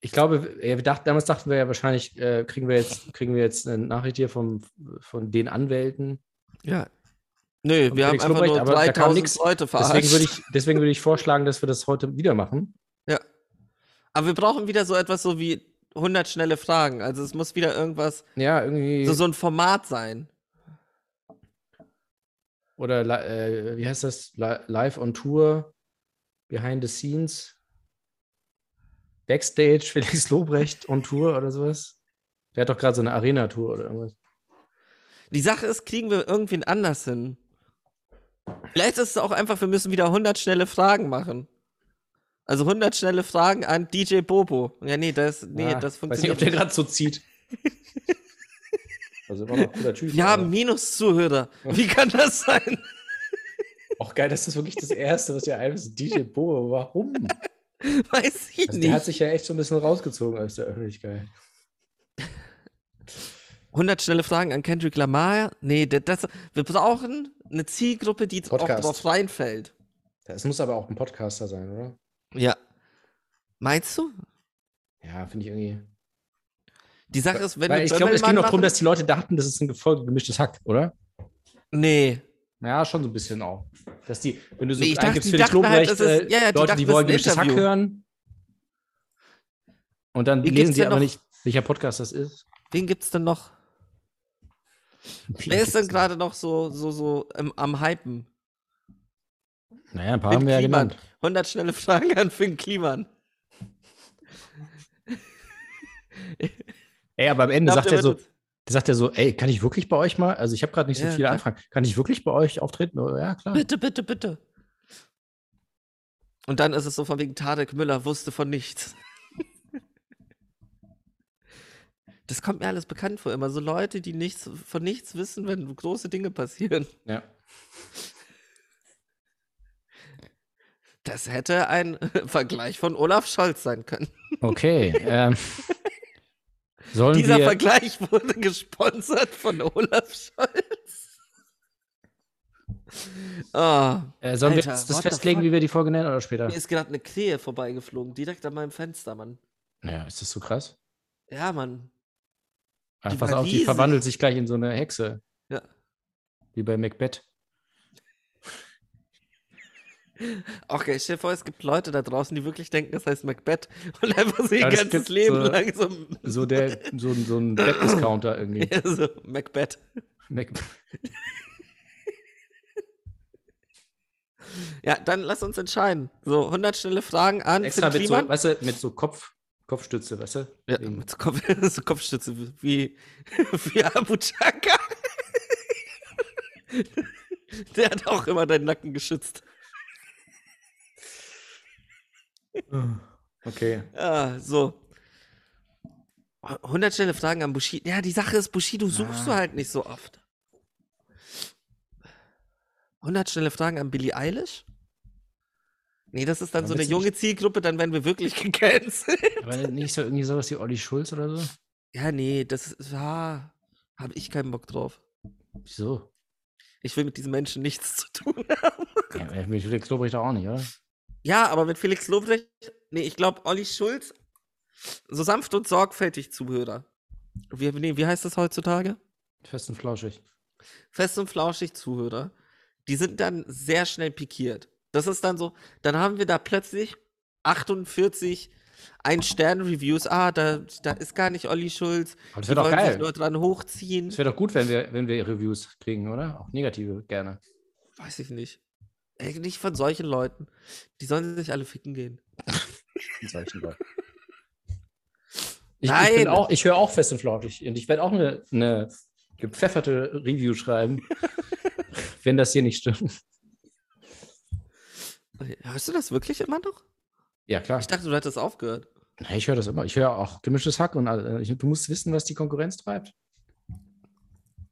B: ich glaube, ja, wir dachten, damals dachten wir ja wahrscheinlich, äh, kriegen, wir jetzt, kriegen wir jetzt eine Nachricht hier vom, von den Anwälten.
A: Ja. Nö,
B: Und
A: wir haben
B: Felix
A: einfach
B: Lobrecht,
A: nur
B: aber da kam
A: 3000
B: nix.
A: Leute verarscht.
B: Deswegen würde, ich, deswegen würde ich vorschlagen, dass wir das heute wieder machen.
A: Aber wir brauchen wieder so etwas so wie 100 schnelle Fragen. Also es muss wieder irgendwas,
B: Ja, irgendwie.
A: so, so ein Format sein.
B: Oder li- äh, wie heißt das? Li- Live on Tour, Behind the Scenes, Backstage, Felix Lobrecht on Tour oder sowas. Der hat doch gerade so eine Arena-Tour oder irgendwas.
A: Die Sache ist, kriegen wir irgendwen anders hin. Vielleicht ist es auch einfach, wir müssen wieder 100 schnelle Fragen machen. Also 100 schnelle Fragen an DJ Bobo. Ja, nee, das, nee,
B: Ah,
A: das
B: Weiß nicht, ob
A: funktioniert
B: der
A: nicht.
B: gerade so zieht. Also immer noch ein cooler Typ.
A: Wir haben
B: aber-
A: Minuszuhörer. Wie kann das sein?
B: Auch geil, das ist wirklich das Erste, was ihr einem ist. DJ Bobo, warum?
A: Weiß ich
B: Also der hat
A: nicht.
B: sich ja echt so ein bisschen rausgezogen aus der Öffentlichkeit.
A: 100 schnelle Fragen an Kendrick Lamar. Nee, das, das, wir brauchen eine Zielgruppe, die auch
B: Podcast.
A: drauf reinfällt.
B: Es muss aber auch ein Podcaster sein, oder?
A: Ja. Meinst du?
B: Ja, finde ich irgendwie.
A: Die Sache ist, wenn
B: Weil
A: wir
B: ich glaube, es ging
A: Böhmermann
B: auch darum,
A: machen-
B: dass die Leute dachten, das ist ein Gefolge gemischtes Hack, oder?
A: Nee.
B: Ja, schon so ein bisschen auch. Dass die, wenn du so
A: Nee, ich dachte,
B: eingibst,
A: die
B: Felix
A: dachten halt,
B: Lobrecht,
A: das ist-
B: äh,
A: ja, ja, die dachten,
B: Leute, die
A: das ist ein
B: wollen gemischtes Hack
A: Interview.
B: hören. Und dann
A: Wie
B: lesen
A: gibt's
B: sie
A: denn
B: aber
A: noch-
B: nicht, welcher Podcast das ist.
A: Wen gibt's denn noch? Wer ist denn gerade noch so, so, so im, am Hypen?
B: Naja, ein paar haben wir ja
A: Kliman.
B: genannt.
A: 100 schnelle Fragen an Finn Kliman.
B: Ey, aber am Ende
A: Glaubt
B: sagt
A: ihr,
B: er so,
A: wird-
B: Da sagt er so, ey, kann ich wirklich bei euch mal? Also ich habe gerade nicht so
A: Ja,
B: viele
A: klar.
B: Anfragen. Kann ich wirklich bei euch auftreten? Oh, Ja, klar.
A: Bitte, bitte, bitte. Und dann ist es so von wegen Tarek Müller wusste von nichts. Das kommt mir alles bekannt vor, immer so Leute, die nichts von nichts wissen, wenn große Dinge passieren.
B: Ja.
A: Das hätte ein Vergleich von Olaf Scholz sein können.
B: Okay. ähm, sollen
A: Dieser
B: wir,
A: Vergleich wurde gesponsert von Olaf Scholz. Ah,
B: äh, sollen wir
A: Alter,
B: jetzt
A: what
B: das
A: the
B: festlegen,
A: fuck?
B: wie wir die Folge nennen oder später?
A: mir ist gerade eine Krähe vorbeigeflogen, direkt an meinem Fenster, Mann.
B: Ja, ist das so krass?
A: Ja, Mann.
B: Ach,
A: Die
B: Ah, pass
A: war
B: auf, die
A: riesig.
B: verwandelt sich gleich in so eine Hexe.
A: Ja.
B: Wie bei Macbeth.
A: Okay, stell dir vor, es gibt Leute da draußen, die wirklich denken, das heißt Macbeth und einfach so ihr
B: Ja, das
A: ganzes
B: gibt's,
A: Leben
B: äh,
A: lang so,
B: So, der, so, ein- so ein Web-Discounter irgendwie.
A: ja, so Macbeth.
B: Mac-
A: Ja, dann lass uns entscheiden. So, 100 schnelle Fragen an
B: Extra
A: Finn
B: mit so,
A: Kliemann.
B: weißt du, mit so Kopf, Kopfstütze, weißt du?
A: Ja,
B: Wegen-
A: mit so, Kopf, so Kopfstütze wie, wie Abu Chaka. Der hat auch immer deinen Nacken geschützt.
B: Okay.
A: Ja, so. 100 schnelle Fragen an Bushido. Ja, die Sache ist, Bushido suchst du
B: Ah.
A: halt nicht so oft. 100 schnelle Fragen an Billie Eilish? Nee, das ist dann
B: Dann
A: so eine
B: wird's
A: junge Zielgruppe, dann werden wir wirklich gecancelt.
B: Aber nicht so irgendwie sowas wie Olli Schulz oder so?
A: Ja, nee, das ist, ah, habe ich keinen Bock drauf.
B: Wieso?
A: Ich will mit diesen Menschen nichts zu tun
B: Ja, aber mit Felix Lobrecht auch nicht, oder?
A: Ja, aber mit Felix Lobrecht, nee, ich glaube, Olli Schulz, so sanft und sorgfältig Zuhörer. Wie, nee, wie heißt das heutzutage?
B: Fest und flauschig.
A: Fest und flauschig Zuhörer. Die sind dann sehr schnell pikiert. Das ist dann so, dann haben wir da plötzlich 48 Ein-Stern-Reviews. Ah, da, da ist gar nicht Olli Schulz.
B: Aber das
A: Die
B: wäre doch
A: wollen
B: geil.
A: sich nur dran hochziehen.
B: Es wäre doch gut, wenn wir, wenn wir Reviews kriegen, oder? Auch negative, gerne.
A: Weiß ich nicht. Ey, Nicht von solchen Leuten. Die sollen sich alle ficken gehen.
B: In solchen Leuten. Ich, ich,
A: Nein!
B: bin auch- ich höre auch fest und flauschig. Und ich werde auch eine, eine gepfefferte Review schreiben, wenn das hier nicht stimmt.
A: Hörst du das wirklich immer noch?
B: Ja, klar.
A: Ich dachte, du hättest aufgehört.
B: Hey, ich höre das immer. Ich höre auch gemischtes Hack und all- äh, ich, du musst wissen, was die Konkurrenz treibt.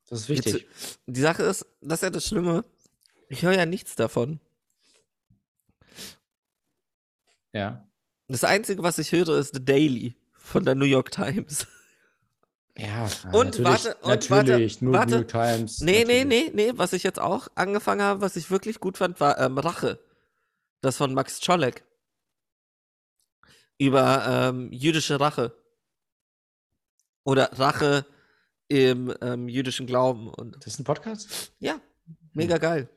B: Das ist wichtig.
A: Jetzt, die Sache ist, das ist ja das Schlimme. Ich höre ja nichts davon.
B: Ja.
A: Das Einzige, was ich höre, ist The Daily von der New York Times.
B: Ja.
A: Und
B: natürlich,
A: warte, und
B: natürlich,
A: warte,
B: nur
A: warte.
B: New York Times.
A: Nee, nee,
B: natürlich.
A: nee, nee. Was ich jetzt auch angefangen habe, was ich wirklich gut fand, war ähm, Rache. Das von Max Czolek. Über ähm, jüdische Rache. Oder Rache im ähm, jüdischen Glauben. Und
B: Das ist ein Podcast?
A: Ja, mega geil.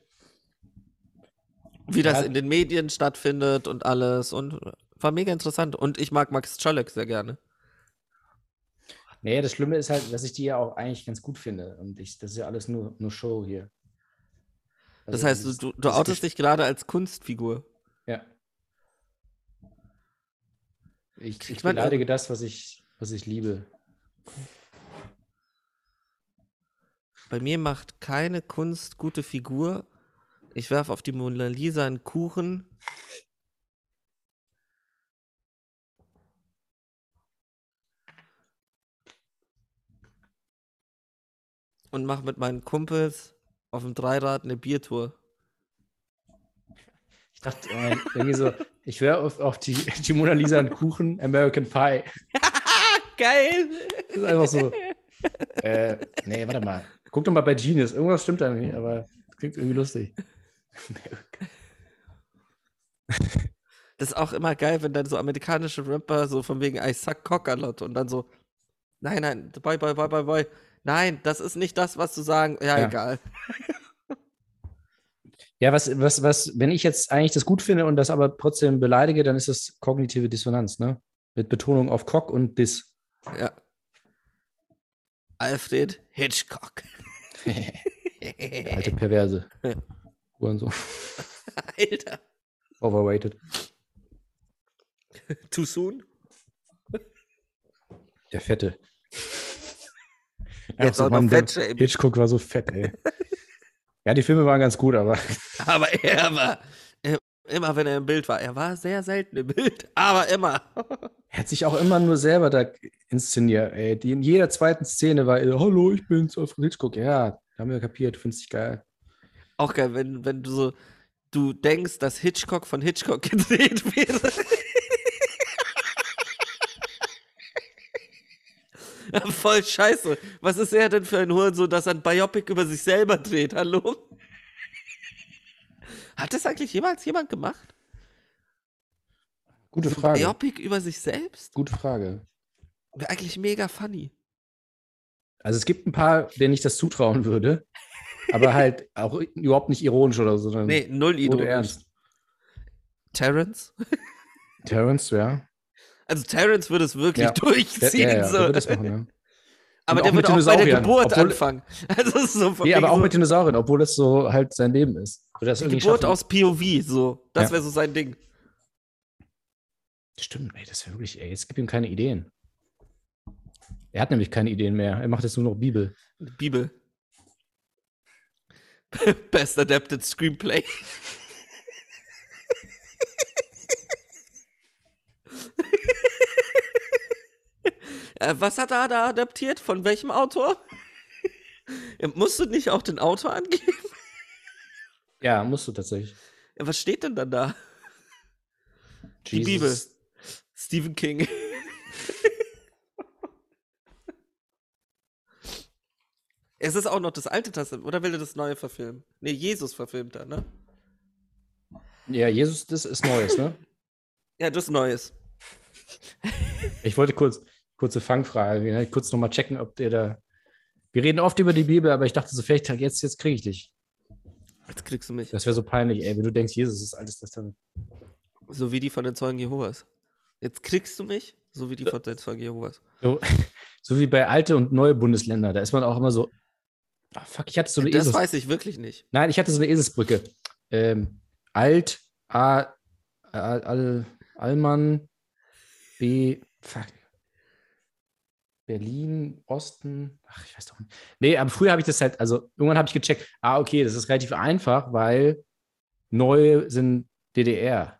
A: Wie das
B: Ja.
A: in den Medien stattfindet und alles. Und war mega interessant. Und ich mag Max Czolek sehr gerne.
B: Nee, das Schlimme ist halt, dass ich die ja auch eigentlich ganz gut finde. Und ich, das ist ja alles nur, nur Show hier.
A: Das
B: Also
A: heißt,
B: dieses-
A: du, du
B: dieses
A: outest dich gerade als Kunstfigur.
B: Gesch- Ja. Ich, ich
A: Kriegt man
B: beleidige das, was ich, was ich liebe.
A: Bei mir macht keine Kunst gute Figur. Ich werfe auf die Mona Lisa einen Kuchen. Und mache mit meinen Kumpels auf dem Dreirad eine Biertour.
B: Ich dachte äh, irgendwie so, ich höre auf, auf die, die Mona Lisa und Kuchen, American Pie.
A: Geil!
B: Das ist einfach so. Äh, nee, warte mal. Guck doch mal bei Genius. Irgendwas stimmt da nicht, aber das klingt irgendwie lustig.
A: Das ist auch immer geil, wenn dann so amerikanische Rapper so von wegen I suck cock a lot und dann so, nein, nein, boy, boy, boy, boy, boy. Nein, das ist nicht das, was zu sagen. Ja,
B: Ja.
A: egal.
B: Ja, was, was, was, wenn ich jetzt eigentlich das gut finde und das aber trotzdem beleidige, dann ist das kognitive Dissonanz, ne? Mit Betonung auf Cock und Dis.
A: Ja. Alfred Hitchcock.
B: Alte Perverse.
A: Ja.
B: Und so.
A: Alter.
B: Overrated.
A: Too soon?
B: Der Fette.
A: Der
B: Ach
A: ist
B: so,
A: auch noch
B: Mann, der-
A: fettshamed.
B: Hitchcock war so fett, ey. ja, die Filme waren ganz gut, aber
A: Aber er war, äh, immer wenn er im Bild war, er war sehr selten im Bild, aber immer.
B: Er hat sich auch immer nur selber da inszeniert. Ey. Die in jeder zweiten Szene war, er, hallo, ich bin's, Alfred Hitchcock. Ja, haben wir kapiert, du findest dich geil.
A: Auch geil, wenn, wenn du so, du denkst, dass Hitchcock von Hitchcock gedreht wäre. Ja, Voll scheiße. Was ist er denn für ein Hurensohn, dass er ein Biopic über sich selber dreht? Hallo? Hat das eigentlich jemals jemand gemacht?
B: Gute
A: Ein
B: Frage.
A: Biopic über sich selbst?
B: Gute Frage.
A: Wäre eigentlich mega funny.
B: Also es gibt ein paar, denen ich das zutrauen würde, aber halt auch überhaupt nicht ironisch oder so. sondern
A: Nee, null
B: ohne
A: Idol.
B: Ernst.
A: Terrence?
B: Terrence, ja.
A: Also Terrence würde es wirklich
B: Ja.
A: durchziehen.
B: Der, ja, ja,
A: so.
B: der wird das machen, ja.
A: aber
B: auch
A: der würde
B: mit
A: auch bei der
B: Dinosauriern,
A: Geburt
B: obwohl-
A: anfangen. Also es ist so von
B: Nee, aber
A: wegen
B: auch
A: so
B: mit Dinosauriern, obwohl das so halt sein Leben ist. Wird das irgendwie
A: Geburt
B: schaffen.
A: aus POV, so. Das
B: Ja.
A: wäre so sein Ding.
B: Stimmt, ey, das wäre wirklich, ey, es gibt ihm keine Ideen. Er hat nämlich keine Ideen mehr. Er macht jetzt nur noch Bibel.
A: Die Bibel. Best Adapted Screenplay. Äh, Was hat er da adaptiert? Von welchem Autor? Äh, Musst du nicht auch den Autor angeben?
B: Ja, musst du tatsächlich.
A: Äh, Was steht denn dann da? Die Stephen King. es ist auch noch das alte Testament, oder will er das neue verfilmen? Nee, Jesus verfilmt er, ne?
B: Bibel. Ja, Jesus, das ist Neues, ne?
A: Ja, das Neues.
B: Ich wollte kurz, kurze Fangfrage, ne? kurz nochmal checken, ob der da. Wir reden oft über die Bibel, aber ich dachte so, vielleicht, jetzt, jetzt kriege ich dich.
A: Jetzt kriegst du mich.
B: Das wäre so peinlich, ey, wenn du denkst, Jesus ist alles das dann.
A: So wie die von den Zeugen Jehovas. Jetzt kriegst du mich, so wie die von den Zeugen Jehovas.
B: So, so wie bei alte und neue Bundesländer, da ist man auch immer so. Ah, fuck, ich hatte so eine
A: das
B: Esels-
A: weiß ich wirklich nicht.
B: Nein, ich hatte so eine Eselsbrücke. Ähm, Alt, A, A Al, Allmann, B, fuck. Berlin, Osten, ach, ich weiß doch nicht. Nee, aber früher habe ich das halt, also irgendwann habe ich gecheckt, ah, okay, das ist relativ einfach, weil neu sind DDR.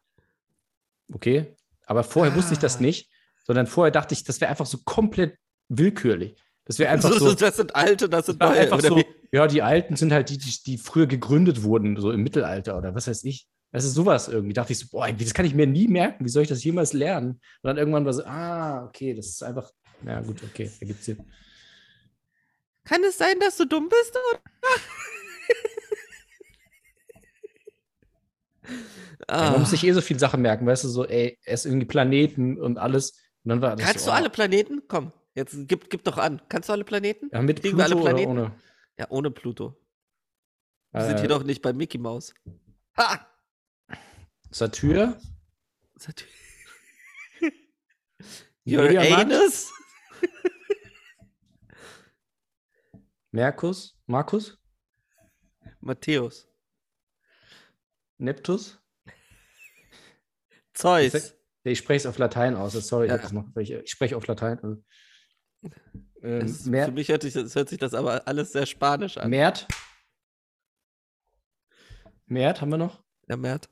B: Okay? Aber vorher wusste ich das
A: Ah.
B: nicht, sondern vorher dachte ich, das wäre einfach so komplett willkürlich. Das wäre einfach
A: so,
B: so.
A: das sind alte, das sind
B: War
A: neue.
B: einfach
A: Ah, oder
B: so,
A: wie?
B: ja, die Alten sind halt die, die, die früher gegründet wurden, so im Mittelalter oder was weiß ich. Das ist sowas irgendwie. Dachte ich so, boah, das kann ich mir nie merken. Wie soll ich das jemals lernen? Und dann irgendwann war so, ah, okay, das ist einfach, ja gut, okay, da gibt's Sinn.
A: Kann es sein, dass du dumm bist? oder?
B: Ja,
A: ah.
B: Man muss sich eh so viel Sachen merken, weißt du, so, ey, erst irgendwie Planeten und alles. Und dann war das
A: Kannst du
B: so, oh,
A: alle Planeten? Komm, jetzt gib, gib doch an. Kannst du alle Planeten?
B: ja, mit
A: Kriegen
B: Pluto
A: wir alle
B: oder
A: Planeten?
B: ohne?
A: Ja, ohne Pluto. Wir
B: Äh,
A: sind hier doch nicht bei Mickey Mouse. Ha!
B: Satyr?
A: Das hat- Your
B: Mediamarkt,
A: anus?
B: Merkus? Markus?
A: Matthäus.
B: Neptus?
A: Zeus.
B: Perfekt. Nee, Ich spreche es auf Latein aus. Sorry, ich,
A: Ja.
B: hab das noch, ich, ich spreche auf Latein. Also, ähm,
A: Das ist,
B: Mer-
A: für mich hört sich, das hört sich das aber alles sehr spanisch an.
B: Mert. Mert haben wir noch.
A: Ja, Mert.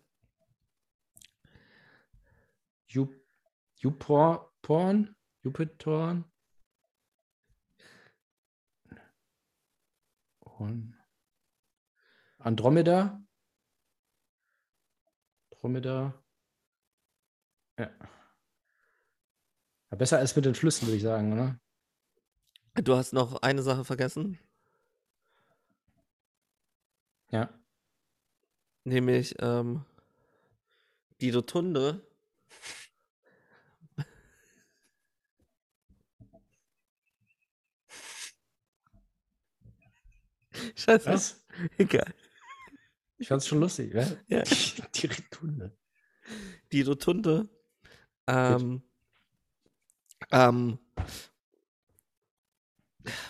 B: Ju- Juporn. Jupitoren. Und Andromeda. Andromeda. Ja. ja. Besser als mit den Flüssen, würde ich sagen, oder?
A: Du hast noch eine Sache vergessen,
B: Ja.
A: nämlich ähm, die Rotunde. Scheiße.
B: Was?
A: Egal.
B: Ich fand's schon lustig, ja?
A: Ja.
B: Die Retunde.
A: die Rotunde. Ähm, ähm,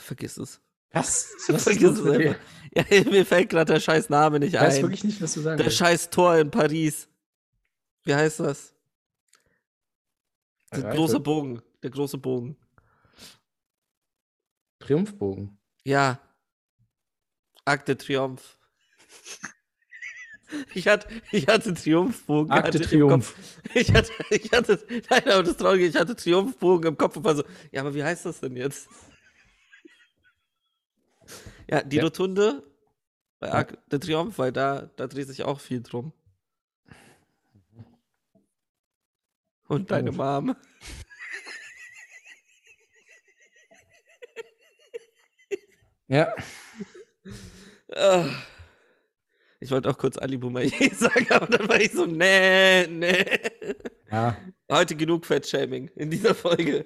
A: vergiss es.
B: Was?
A: Vergiss es einfach. Ja, mir fällt gerade der scheiz Name nicht
B: Ich weiß
A: ein.
B: wirklich nicht, was du sagen
A: Der
B: willst.
A: scheiß Tor in Paris. Wie heißt das? Der
B: Ja, ich
A: große
B: würd-
A: Bogen. Der große Bogen.
B: Triumphbogen.
A: Ja. Akte Triumph. Ich hatte, ich hatte Triumphbogen.
B: Akte
A: hatte ich im
B: Triumph.
A: Kopf. Ich hatte, ich hatte, nein, aber das Traurige, ich hatte Triumphbogen im Kopf und war so, ja, aber wie heißt das denn jetzt? Ja, die
B: Ja.
A: Rotunde bei
B: Ja.
A: Akte Triumph, weil da, da dreht sich auch viel drum. Und deine
B: Oh.
A: Mom.
B: Ja.
A: Ah. Ich wollte auch kurz Ali Boumaier sagen, aber dann war ich so, nee, nee.
B: ja.
A: Heute genug Fettshaming in dieser Folge.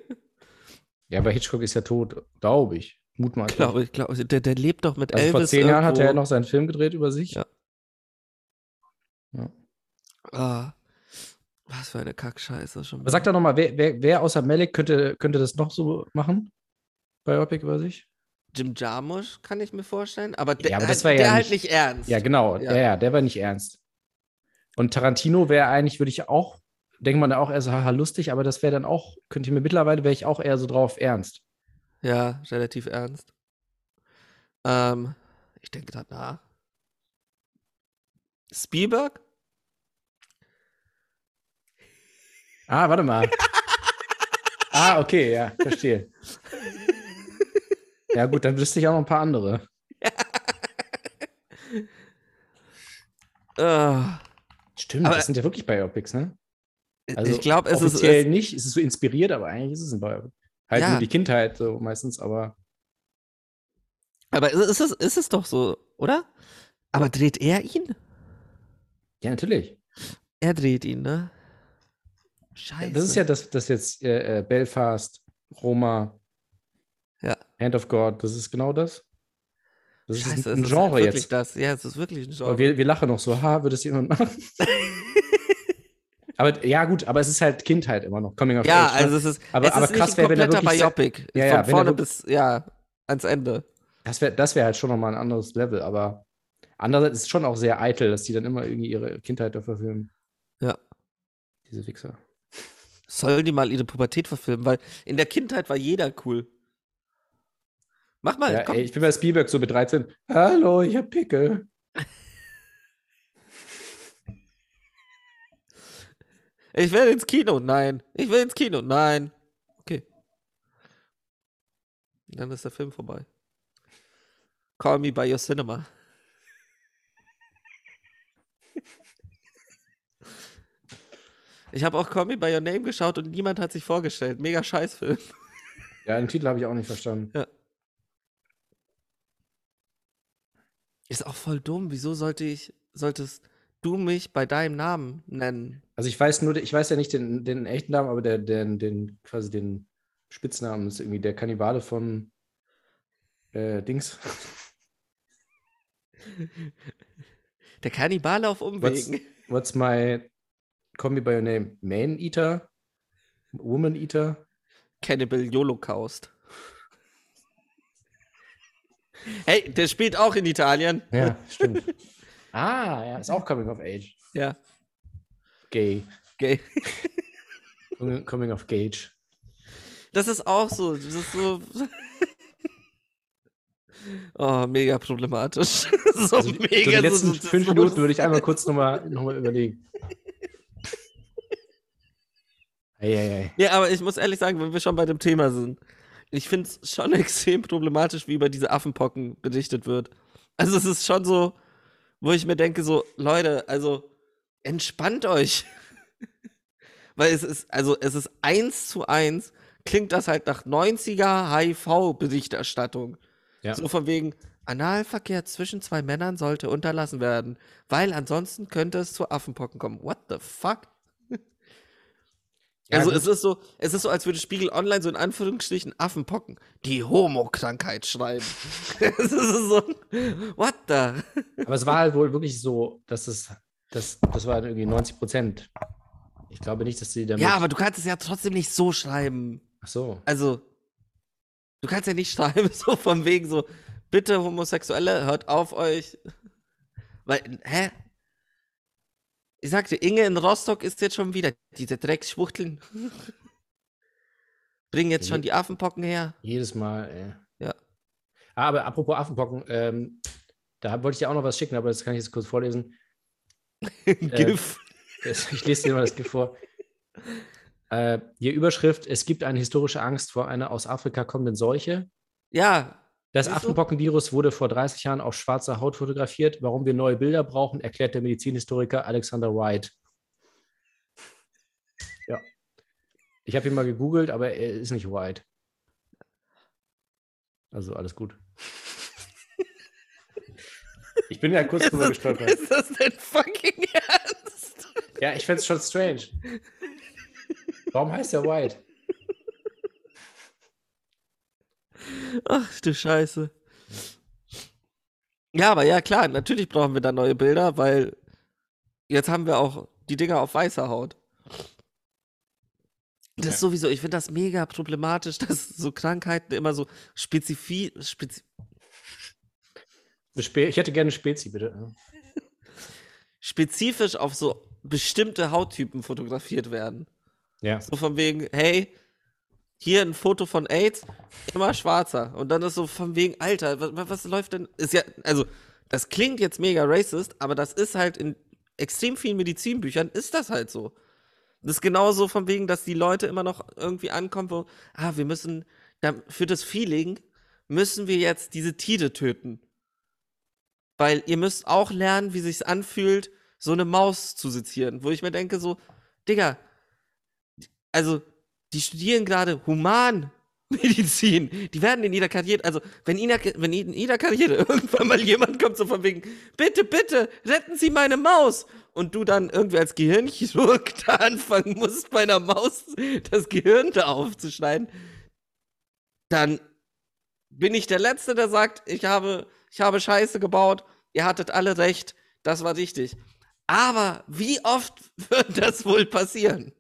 B: Ja, aber Hitchcock ist ja tot, glaube ich. Mutmaßlich.
A: Glaube ich, glaube ich. Der, der lebt doch mit
B: also
A: Elvis.
B: vor zehn Jahren hat er ja
A: irgendwo.
B: noch seinen Film gedreht über sich.
A: Ja.
B: Ja.
A: Ah. Was für eine Kackscheiße schon.
B: Aber sag doch nochmal, wer, wer, wer außer Malik könnte, könnte das noch so machen? Biopic über sich?
A: Jim Jarmusch kann ich mir vorstellen, aber der,
B: aber
A: halt-
B: das war ja
A: der halt
B: nicht-
A: nicht ernst.
B: Ja, genau.
A: Ja.
B: Ja, ja, der war nicht ernst. Und Tarantino wäre eigentlich, würde ich auch, denkt man auch, er ist haha lustig, aber das wäre dann auch, könnte ich mir mittlerweile, wäre ich auch eher so drauf ernst.
A: Ja, relativ ernst. Ähm, ich denke gerade nach. Spielberg?
B: Ah, warte mal. ah, okay, ja, verstehe. ja, gut, dann wüsste ich auch noch ein paar andere.
A: Äh,
B: Stimmt,
A: Aber-
B: das sind ja wirklich Biopics, ne?
A: ich glaube, es ist.
B: offiziell
A: Es,
B: nicht, es ist so inspiriert, aber eigentlich ist es ein Biopic. Halt
A: Ja.
B: nur die Kindheit so meistens, aber
A: aber ist, ist, es, ist es doch so, oder? Aber dreht er ihn?
B: ja, natürlich.
A: Er dreht ihn, ne? Scheiße.
B: Das ist ja das, das jetzt äh, äh, Belfast, Roma,
A: Ja.
B: Hand of God, das ist genau das. Das
A: Scheiße,
B: ist
A: es
B: ein, ein
A: ist
B: Genre
A: wirklich
B: jetzt.
A: Das. Ja, es ist wirklich ein Genre.
B: Aber wir, wir lachen noch so, ha, würde es jemand machen? aber ja, gut, aber es ist halt Kindheit immer noch, Coming of
A: ja,
B: Age. ne?
A: also es ist.
B: Aber-
A: es
B: aber
A: ist nicht
B: krass
A: ein
B: wär, wenn er
A: kompletter
B: wirklich sa-
A: Biopic.
B: Ja, ja,
A: Von
B: wenn er
A: vorne
B: wirk-
A: bis, ja, ans Ende.
B: Das wäre das wär halt schon nochmal ein anderes Level, aber andererseits ist es schon auch sehr eitel, dass die dann immer irgendwie ihre Kindheit da verfilmen.
A: Ja.
B: Diese Wichser.
A: Sollen die mal ihre Pubertät verfilmen? Weil in der Kindheit war jeder cool. Mach mal,
B: Ja,
A: komm.
B: ey, ich bin bei Spielberg so mit 13. Hallo, ich hab Pickel.
A: Ich will ins Kino. Nein. Ich will ins Kino. Nein. Okay. Dann ist der Film vorbei. Call me by your cinema. Ich habe auch Call me by your name geschaut und niemand hat sich vorgestellt. Mega Scheißfilm.
B: Ja, den Titel habe ich auch nicht verstanden.
A: Ist auch voll dumm. Wieso sollte ich, solltest du mich bei deinem Namen nennen?
B: Also ich weiß nur, ich weiß ja nicht den, den echten Namen, aber der, den, den, quasi den Spitznamen ist irgendwie der Kannibale von äh, Dings.
A: Der Kannibale auf
B: What's,
A: Umwegen.
B: what's my Kombi by your name? Man Eater? Woman Eater?
A: Cannibal Holocaust. Hey, der spielt auch in Italien.
B: Ja, stimmt. ah, ja, ist auch Coming of Age.
A: Ja.
B: Gay.
A: Okay.
B: Coming- Coming of Gage.
A: Das ist auch so. Das ist so. Oh, mega problematisch. so
B: Also die, so die
A: mega.
B: letzten
A: so,
B: fünf Minuten würde ich einmal kurz nochmal noch mal überlegen. Eieiei.
A: Ja, aber ich muss ehrlich sagen, wenn wir schon bei dem Thema sind, ich finde es schon extrem problematisch, wie über diese Affenpocken berichtet wird. Also es ist schon so, wo ich mir denke, so, Leute, also entspannt euch. Weil es ist, also es ist eins zu eins, klingt das halt nach 90er HIV-Berichterstattung.
B: Ja.
A: So von wegen, Analverkehr zwischen zwei Männern sollte unterlassen werden, weil ansonsten könnte es zu Affenpocken kommen. What the fuck?
B: Ja,
A: also
B: gut.
A: es ist so, es ist so, als würde Spiegel Online so in Anführungsstrichen Affenpocken die Homo-Krankheit schreiben. es ist so, what the?
B: Aber es war halt wohl wirklich so, dass es, das, das war irgendwie 90 Prozent. Ich glaube nicht, dass sie damit.
A: Ja, aber du kannst es ja trotzdem nicht so schreiben.
B: Ach so.
A: Also, du kannst ja nicht schreiben, so von wegen so, bitte Homosexuelle, hört auf euch. Weil, hä? Ich sagte, Inge in Rostock ist jetzt schon wieder diese Drecksschwuchteln. Bringen jetzt schon die Affenpocken her.
B: Jedes Mal, ey.
A: Ja.
B: Ah, Aber apropos Affenpocken, ähm, da wollte ich dir auch noch was schicken, aber das kann ich jetzt kurz vorlesen.
A: GIF.
B: Das- Ich lese dir mal das GIF vor. Äh, die Überschrift: Es gibt eine historische Angst vor einer aus Afrika kommenden Seuche.
A: Ja,
B: Das
A: Siehst du?
B: Affenpockenvirus wurde vor 30 Jahren auf schwarzer Haut fotografiert. Warum wir neue Bilder brauchen, erklärt der Medizinhistoriker Alexander White. Ja. Ich habe ihn mal gegoogelt, aber er ist nicht White. Also alles gut. Ich bin ja kurz drüber
A: Ist das,
B: gestolpert.
A: ist das denn fucking ernst?
B: Ja, ich fände es schon strange. Warum heißt er White?
A: Ach du Scheiße. Ja, aber ja, klar, natürlich brauchen wir da neue Bilder, weil jetzt haben wir auch die Dinger auf weißer Haut. Das
B: Ja.
A: sowieso, ich finde das mega problematisch, dass so Krankheiten immer so spezifi spezi
B: Eine Spe- Ich hätte gerne Spezi, bitte.
A: spezifisch auf so bestimmte Hauttypen fotografiert werden.
B: Ja.
A: So von wegen, hey, hier ein Foto von AIDS, immer schwarzer. Und dann ist so von wegen, Alter, was, was läuft denn? Ist ja, also, das klingt jetzt mega racist, aber das ist halt in extrem vielen Medizinbüchern ist das halt so. Das ist genauso von wegen, dass die Leute immer noch irgendwie ankommen, wo, ah, wir müssen, da, für das Feeling müssen wir jetzt diese Tide töten. Weil ihr müsst auch lernen, wie sich's anfühlt, so eine Maus zu sezieren. Wo ich mir denke, so, Digga, also die studieren gerade Humanmedizin. Die werden in jeder Karriere, also wenn, ihnen, wenn in jeder Karriere irgendwann mal jemand kommt, so von wegen, bitte, bitte, retten Sie meine Maus. Und du dann irgendwie als Gehirnchirurg da anfangen musst, bei einer Maus das Gehirn da aufzuschneiden, dann bin ich der Letzte, der sagt, ich habe, ich habe Scheiße gebaut, ihr hattet alle recht, das war richtig. Aber wie oft wird das wohl passieren?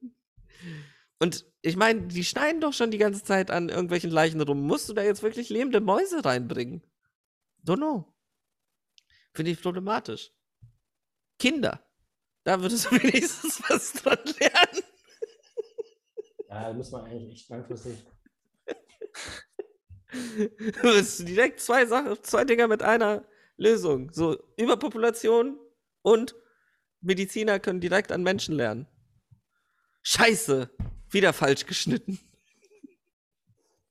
A: Und ich meine, die schneiden doch schon die ganze Zeit an irgendwelchen Leichen rum. Musst du da jetzt wirklich lebende Mäuse reinbringen? Don't know. Finde ich problematisch. Kinder. Da würdest du wenigstens was dran lernen.
B: Ja, da muss man eigentlich echt langfristig.
A: Du bist direkt zwei Sachen, zwei Dinger mit einer Lösung. So, Überpopulation und Mediziner können direkt an Menschen lernen. Scheiße. Wieder falsch geschnitten.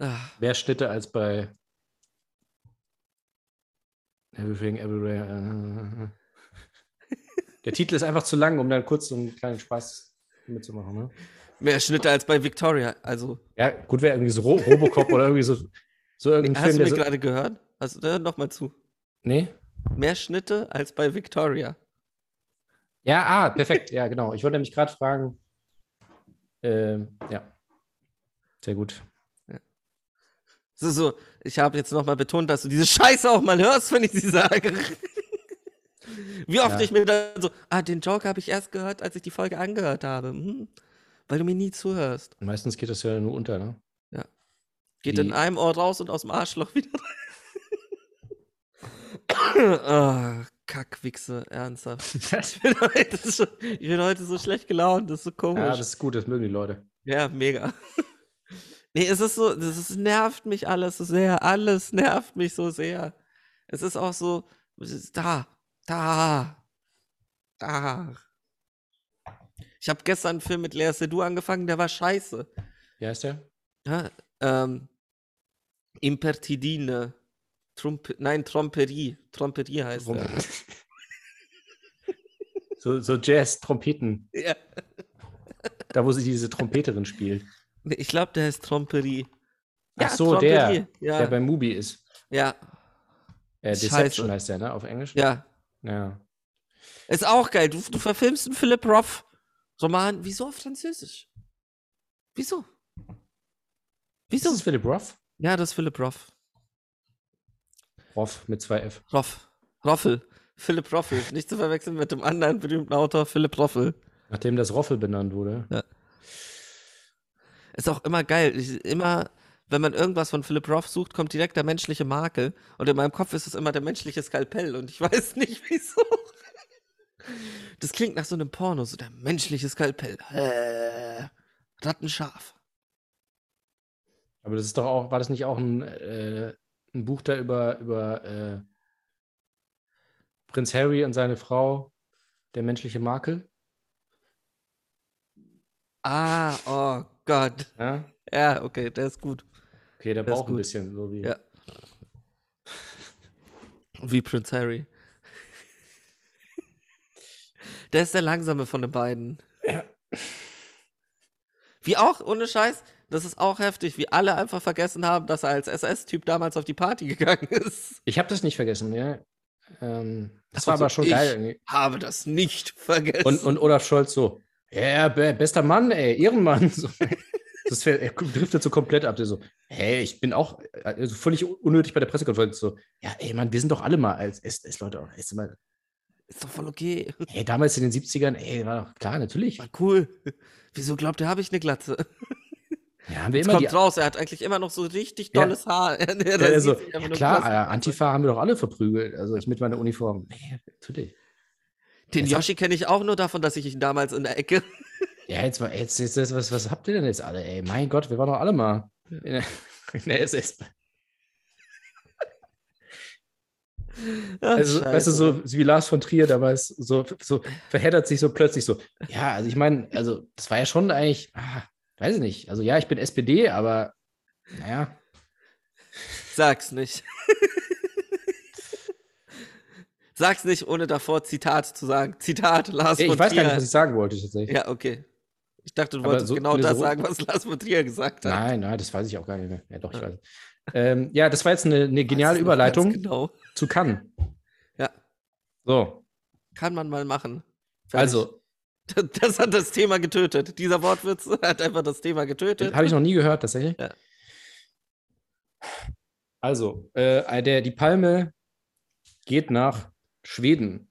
A: Ah.
B: Mehr Schnitte als bei Everything Everywhere. äh. Der Titel ist einfach zu lang, um dann kurz so einen kleinen Spaß mitzumachen. Ne?
A: Mehr Schnitte als bei Victoria. Also,
B: Ja, gut wäre irgendwie so Ro Robocop oder irgendwie so, so irgendein
A: hast
B: Film,
A: du
B: der
A: mir
B: so.
A: gerade gehört? Also, hör noch mal zu.
B: Nee?
A: Mehr Schnitte als bei Victoria.
B: Ja, ah, perfekt. Ja, genau. Ich wollte nämlich gerade fragen. Ähm, ja. Sehr gut.
A: So, so, ich habe jetzt noch mal betont, dass du diese Scheiße auch mal hörst, wenn ich sie sage. Wie oft
B: Ja.
A: ich mir dann so, ah, den Joke habe ich erst gehört, als ich die Folge angehört habe. Hm, weil du mir nie zuhörst.
B: Und meistens geht das ja nur unter, ne?
A: Geht
B: Wie-
A: in einem Ohr raus und aus dem Arschloch wieder rein. Ah, Kackwichse, ernsthaft. Ich bin, heute so, ich bin heute so schlecht gelaunt, das ist so komisch.
B: Ja, das ist gut, das mögen die Leute.
A: Ja, mega. Nee, es ist so, das ist, nervt mich alles so sehr. Alles nervt mich so sehr. Es ist auch so, es ist da, da, da. Ich habe gestern einen Film mit Lea Seydoux angefangen, der war scheiße.
B: Wie heißt der?
A: Ja, ähm, Impertidine. Trump Nein, Tromperie. Tromperie heißt
B: Rum-
A: er.
B: so so Jazz-Trompeten,
A: Ja.
B: da wo sie diese Trompeterin spielt.
A: Nee, ich glaube, der heißt Tromperie.
B: Ach so, der,
A: Tromperie, Ja,
B: der bei Mubi ist.
A: ja,
B: Äh,
A: Scheiße.
B: Deception heißt der, ne? Auf Englisch?
A: ja.
B: Ja.
A: Ist auch geil. Du, du verfilmst einen Philip Roth Roman. Wieso auf Französisch? Wieso?
B: Ist das
A: Wieso?
B: Philip Roth?
A: Ja, das ist Philip Roth.
B: Roth mit zwei F.
A: Roth. Roffel. Philip Roffel. Nicht zu verwechseln mit dem anderen berühmten Autor Philip Roffel.
B: Nachdem das Roffel benannt wurde.
A: Ist auch immer geil. Ich, immer, wenn man irgendwas von Philip Roth sucht, kommt direkt der menschliche Makel. Und in meinem Kopf ist es immer der menschliche Skalpell. Und ich weiß nicht wieso. Das klingt nach so einem Porno, so der menschliche Skalpell. Äh, Rattenscharf.
B: Aber das ist doch auch, war das nicht auch ein, äh, ein Buch da über, über äh, Prinz Harry und seine Frau, der menschliche Makel?
A: Ah, oh Gott.
B: Ja?
A: Ja, okay, der ist gut.
B: Okay, der
A: Das ist
B: braucht ein
A: gut.
B: bisschen, so wie.
A: Ja. Wie Prince Harry. Der ist der langsame von den beiden. Wie auch, ohne Scheiß, das ist auch heftig, wie alle einfach vergessen haben, dass er als SS-Typ damals auf die Party gegangen ist.
B: Ich habe das nicht vergessen, ja. Ähm, das
A: Ach,
B: war
A: also
B: aber schon
A: ich-
B: geil. Irgendwie.
A: Habe das nicht vergessen.
B: Und, und Olaf Scholz so, ja, be bester Mann, ey, Ehrenmann. So. Das fällt, er driftet so komplett ab. Der so, hey, ich bin auch also völlig unnötig bei der Pressekonferenz. So, ja, ey, Mann, wir sind doch alle mal als S-Leute. auch. Es ist immer-
A: Ist doch voll okay.
B: Ey, damals in den 70ern, ey, war doch klar, natürlich.
A: War cool. Wieso glaubt er, habe ich eine Glatze?
B: Ja, haben wir
A: Jetzt
B: immer die.
A: kommt raus, er hat eigentlich immer noch so richtig
B: Ja.
A: dolles Haar. Ja,
B: Ja, also, ja, klar, äh, Antifa haben wir doch alle verprügelt. Also ich mit meiner Uniform. Nee, natürlich.
A: Den
B: jetzt hab-
A: Yoshi kenne ich auch nur davon, dass ich ihn damals in der Ecke.
B: Ja, jetzt mal, jetzt, jetzt, jetzt was, was habt ihr denn jetzt alle? Ey, mein Gott, wir waren doch alle mal in der, in der SS.
A: Ach,
B: Also, weißt du,
A: Oh, scheiße.
B: so wie Lars von Trier damals, so, so verheddert sich so plötzlich so. Ja, also ich meine, also das war ja schon eigentlich, ah, weiß ich nicht. Also ja, ich bin SPD, aber naja,
A: Sag's nicht. Sag's nicht, ohne davor Zitat zu sagen. Zitat, Lars
B: ey,
A: von
B: ich weiß
A: Trier.
B: gar nicht, was ich sagen wollte tatsächlich.
A: Ja, okay. Ich dachte, du
B: Aber
A: wolltest
B: so-
A: genau
B: nee,
A: das
B: so-
A: sagen, was Lars von Trier gesagt hat.
B: Nein, nein, das weiß ich auch gar nicht mehr. Ja, doch, ich weiß. Ähm, ja, das war jetzt eine, eine geniale
A: Das ist noch ganz
B: Überleitung
A: Genau.
B: zu Cannes.
A: Ja.
B: So,
A: Kann man mal machen. Fertig.
B: also,
A: Das hat das Thema getötet. Dieser Wortwitz hat einfach das Thema getötet.
B: habe ich noch nie gehört tatsächlich.
A: Ja.
B: Also, äh, der, die Palme geht nach Schweden.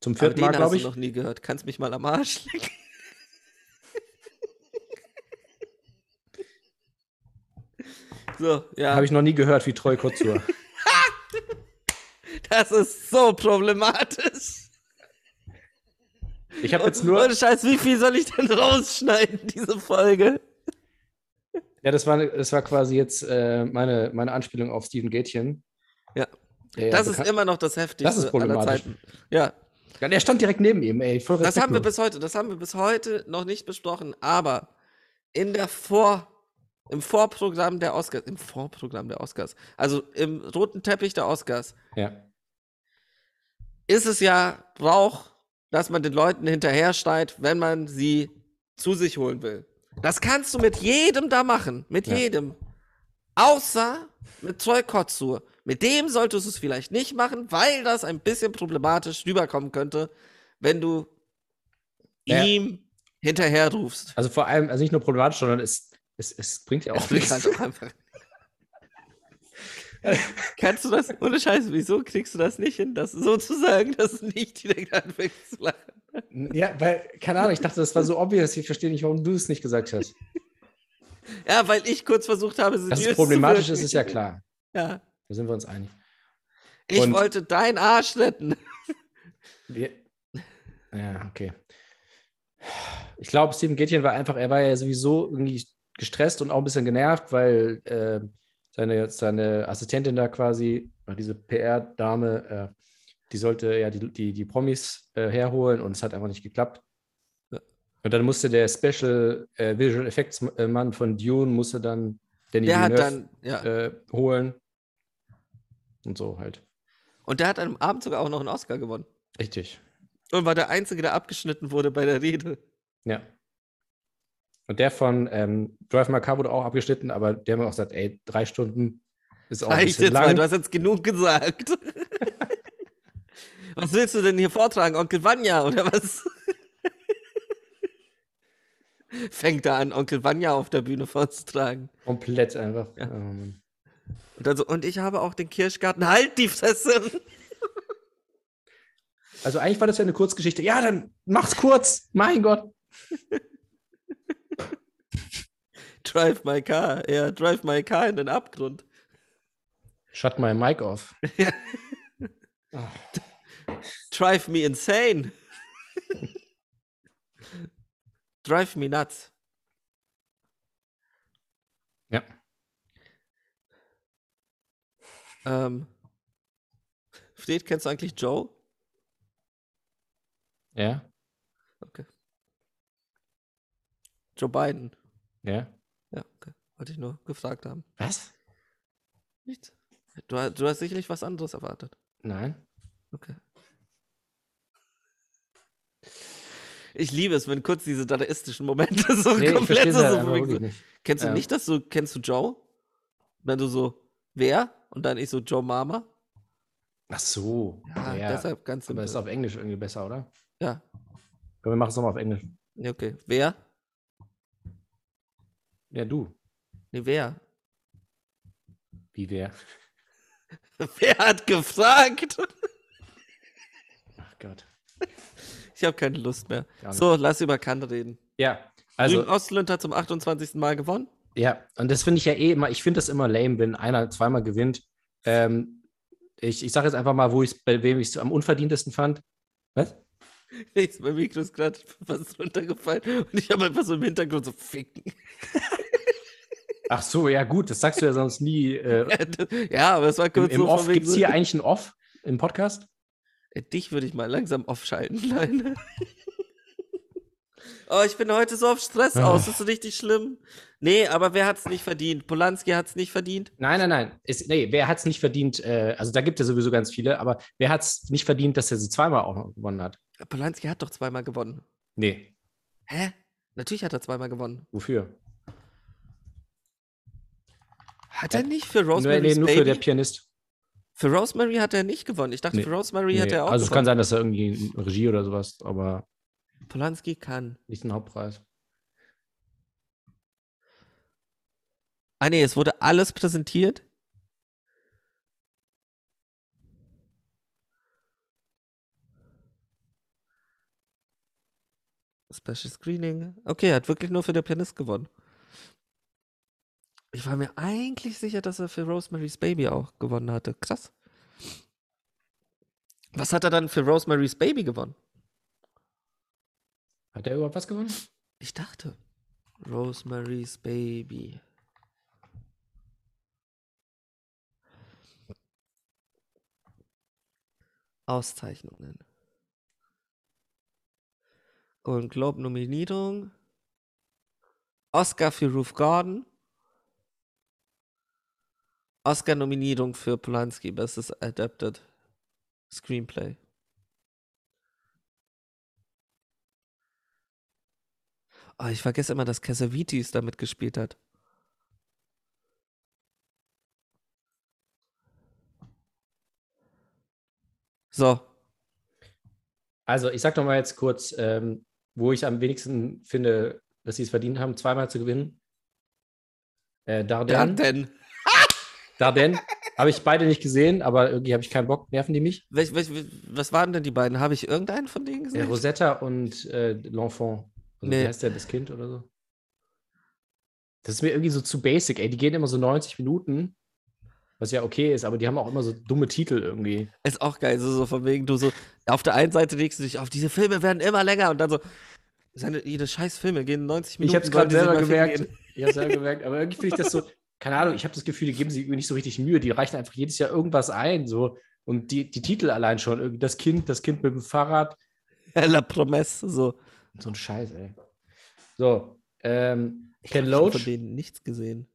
B: Zum
A: Aber
B: vierten
A: den
B: Mal,
A: hast
B: glaube
A: du
B: ich.
A: noch nie gehört. Kannst mich mal am Arsch lecken. so, ja.
B: Habe ich noch nie gehört, wie Troy Kotzur.
A: Das ist so problematisch.
B: Ich habe jetzt
A: Und
B: nur.
A: ohne Scheiß, wie viel soll ich denn rausschneiden, diese Folge?
B: Ja, das war, das war quasi jetzt äh, meine, meine Anspielung auf Steven Gätchen.
A: Ja.
B: Der
A: das ist
B: bekannt-
A: immer noch das Heftigste
B: Das ist
A: aller
B: problematisch.
A: Zeiten. Ja,
B: Ja, der stand direkt neben ihm, ey. Voll
A: das haben wir
B: respektlos.
A: bis heute, das haben wir bis heute noch nicht besprochen, aber in der Vor im Vorprogramm der Oscars, im Vorprogramm der Oscars, also im roten Teppich der Oscars,
B: Ja.
A: ist es ja Brauch, dass man den Leuten hinterhersteigt, wenn man sie zu sich holen will. Das kannst du mit jedem da machen, mit
B: Ja.
A: jedem. Außer mit Troy Kotzur. Mit dem solltest du es vielleicht nicht machen, weil das ein bisschen problematisch rüberkommen könnte, wenn du
B: Ja.
A: ihm hinterherrufst.
B: Also vor allem, also nicht nur problematisch, sondern es, es, es bringt ja auch
A: Das ist
B: nichts.
A: halt auch einfach. Kannst du das, ohne Scheiß, wieso kriegst du das nicht hin, das sozusagen, dass du nicht direkt anfängst zu lachen?
B: Ja, weil, keine Ahnung, ich dachte, das war so obvious, ich verstehe nicht, warum du es nicht gesagt hast.
A: Ja, weil ich kurz versucht habe,
B: Dass
A: seriös
B: es
A: zu
B: problematisch
A: wirken.
B: ist, ist ja klar.
A: Ja.
B: Da sind wir uns einig.
A: Ich
B: Und-
A: wollte deinen Arsch retten.
B: Wir, ja, okay. Ich glaube, Steven Gätchen war einfach, er war ja sowieso irgendwie gestresst und auch ein bisschen genervt, weil äh, seine, seine Assistentin da quasi, äh, diese PR-Dame, äh, die sollte ja die, die, die Promis äh, herholen und es hat einfach nicht geklappt. Und dann musste der Special äh, Visual Effects äh, Mann von Dune, musste dann Danny
A: Der hat
B: Villeneuve,
A: dann, ja.
B: äh, holen. Und so halt.
A: Und der hat am Abend sogar auch noch einen Oscar gewonnen.
B: Richtig.
A: Und war der Einzige, der abgeschnitten wurde bei der Rede.
B: Ja. Und der von ähm, Drive My Car wurde auch abgeschnitten, aber der hat auch gesagt, ey, drei Stunden Oh, ist auch ein
A: Reicht
B: bisschen
A: jetzt mal,
B: lang.
A: du hast jetzt genug gesagt. was willst du denn hier vortragen, Onkel Vanya oder was? Fängt da an, Onkel Vanya auf der Bühne vorzutragen.
B: Komplett einfach.
A: Ja.
B: Ähm,
A: Und dann so, und ich habe auch den Kirschgarten. Halt die Fresse!
B: also eigentlich war das ja eine Kurzgeschichte. Ja, dann mach's kurz. Mein Gott.
A: Drive my car. Ja, drive my car in den Abgrund.
B: Shut my mic off.
A: Ja.
B: Ah,
A: Drive me insane. Drive me nuts.
B: Ja.
A: Ähm. Fred, kennst du eigentlich Joe?
B: Ja,
A: Okay. Joe Biden.
B: ja.
A: Ja, okay. Wollte ich nur gefragt haben.
B: Was?
A: Nichts. Du, ha- du hast sicherlich was anderes erwartet.
B: Nein.
A: Okay. Ich liebe es, wenn kurz diese dadaistischen Momente so
B: Nee, ich
A: komplett
B: verstehe
A: so.
B: halt
A: so
B: einfach
A: verrückt
B: wirklich
A: sind.
B: nicht.
A: kennst du
B: Ja.
A: nicht, dass du, kennst du Joe? Wenn du so, wer? Und dann ich so, Joe Mama?
B: Ach so.
A: Ja, deshalb ganz
B: aber ist
A: simpel.
B: auf Englisch irgendwie besser, oder?
A: Ja,
B: Komm, wir machen es nochmal auf Englisch.
A: nee, okay. Wer?
B: Ja, du.
A: Nee, wer?
B: Wie wer?
A: Wer hat gefragt?
B: Gott.
A: Ich habe keine Lust mehr.
B: Gar nicht.
A: So, lass über Kant reden.
B: Ja,
A: Also,
B: also,
A: Ostlund hat zum 28. Mal gewonnen.
B: ja, und das finde ich ja eh immer, ich finde das immer lame, wenn einer zweimal gewinnt. Ähm, ich ich sage jetzt einfach mal, wo ich's, bei wem ich es am unverdientesten fand. Was?
A: Nichts, mein Mikro ist gerade fast runtergefallen und ich habe einfach so im Hintergrund so ficken.
B: Ach so, ja gut, das sagst du ja sonst nie. Äh,
A: ja, aber es war
B: im
A: kurz
B: im
A: so
B: Off
A: von wegen
B: gibt es
A: so, äh,
B: hier eigentlich ein Off im Podcast?
A: Dich würde ich mal langsam offschalten, Leine. oh, ich bin heute so auf Stress
B: Ah.
A: aus, das ist richtig schlimm. Nee, aber wer hat's nicht verdient? Polanski hat's nicht verdient.
B: Nein, nein, nein. Ist, nee, wer hat es nicht verdient? Äh, also da gibt es ja sowieso ganz viele, aber wer hat es nicht verdient, dass er sie zweimal auch noch gewonnen hat?
A: Polanski hat doch zweimal gewonnen.
B: Nee,
A: Hä? Natürlich hat er zweimal gewonnen.
B: wofür?
A: Hat er nicht für
B: Nur, nee,
A: Rosemary's
B: nur für der
A: Baby?
B: Pianist.
A: Für Rosemary hat er nicht gewonnen. Ich dachte,
B: Nee,
A: für Rosemary hat
B: Nee,
A: er auch
B: also es kann
A: gewonnen.
B: sein, dass er irgendwie in Regie oder sowas, aber
A: Polanski kann.
B: nicht den Hauptpreis.
A: Ah nee, es wurde alles präsentiert. Special Screening. Okay, er hat wirklich nur für der Pianist gewonnen. Ich war mir eigentlich sicher, dass er für Rosemary's Baby auch gewonnen hatte. Krass. Was hat er dann für Rosemary's Baby gewonnen?
B: Hat er überhaupt was gewonnen?
A: Ich dachte. Rosemary's Baby. Auszeichnungen. Golden Globe Nominierung. Oscar für Ruth Gordon. Oscar Nominierung für Polanski Bestes Adapted Screenplay. Oh, ich vergesse immer, dass Cassavetes damit gespielt hat. So,
B: Also ich sag noch mal jetzt kurz, ähm, wo ich am wenigsten finde, dass sie es verdient haben, zweimal zu gewinnen. Äh,
A: wer
B: Darden,
A: hat denn?
B: Darden, habe ich beide nicht gesehen, aber irgendwie habe ich keinen Bock, nerven die mich.
A: Welch, welch, was waren denn die beiden? Habe ich irgendeinen von denen
B: Äh,
A: gesehen?
B: Rosetta und äh, L'Enfant. Also,
A: Nee.
B: Wie heißt der, das Kind oder so? Das ist mir irgendwie so zu basic, ey. Die gehen immer so 90 Minuten, was ja okay ist, aber die haben auch immer so dumme Titel irgendwie.
A: Ist auch geil, so, so von wegen, du so, auf der einen Seite legst du dich auf, diese Filme werden immer länger und dann so, seine, jede scheiß Filme gehen 90 Minuten.
B: ich habe es
A: sollen
B: gerade
A: die sich
B: selber
A: mal finden
B: gemerkt.
A: gehen.
B: Ich habe selber gemerkt, aber irgendwie finde ich das so, keine Ahnung, ich habe das Gefühl, die geben sich irgendwie nicht so richtig Mühe. Die reichen einfach jedes Jahr irgendwas ein, so. Und die, die Titel allein schon, irgendwie das Kind, das Kind mit dem Fahrrad,
A: La Promesse, so.
B: so ein Scheiß, ey. So, ähm, Ken
A: Ich habe
B: Loach.
A: von denen nichts gesehen.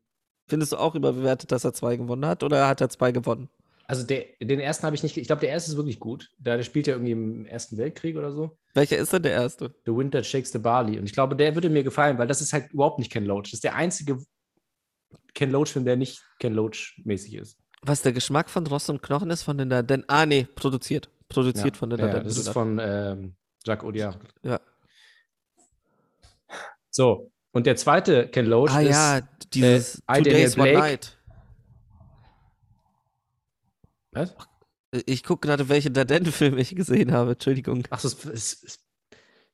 A: Findest du auch überbewertet, dass er zwei gewonnen hat oder hat er zwei gewonnen?
B: Also der, den ersten habe ich nicht. ge- Ich glaube, der erste ist wirklich gut. Da der spielt ja irgendwie im Ersten Weltkrieg oder so.
A: Welcher ist denn der erste?
B: The Winter Shakes the Barley. Und ich glaube, der würde mir gefallen, weil das ist halt überhaupt nicht Ken Loach. Das ist der einzige Ken Loach-Film, der nicht Ken Loach-mäßig ist.
A: Was der Geschmack von Ross und Knochen ist von den da denn ah nee, produziert, produziert von den
B: ja,
A: da
B: ja, Das ist von ähm, Jacques Audiard.
A: Ja.
B: So. Und der zweite Ken Loach
A: Ah
B: ist.
A: ja,
B: äh,
A: dieses
B: I,
A: Two
B: Daniel
A: Days One
B: Blake.
A: Night.
B: Was?
A: Äh, Ich gucke gerade, welchen Darden-Film ich gesehen habe. Entschuldigung.
B: Ach so, es, es, es,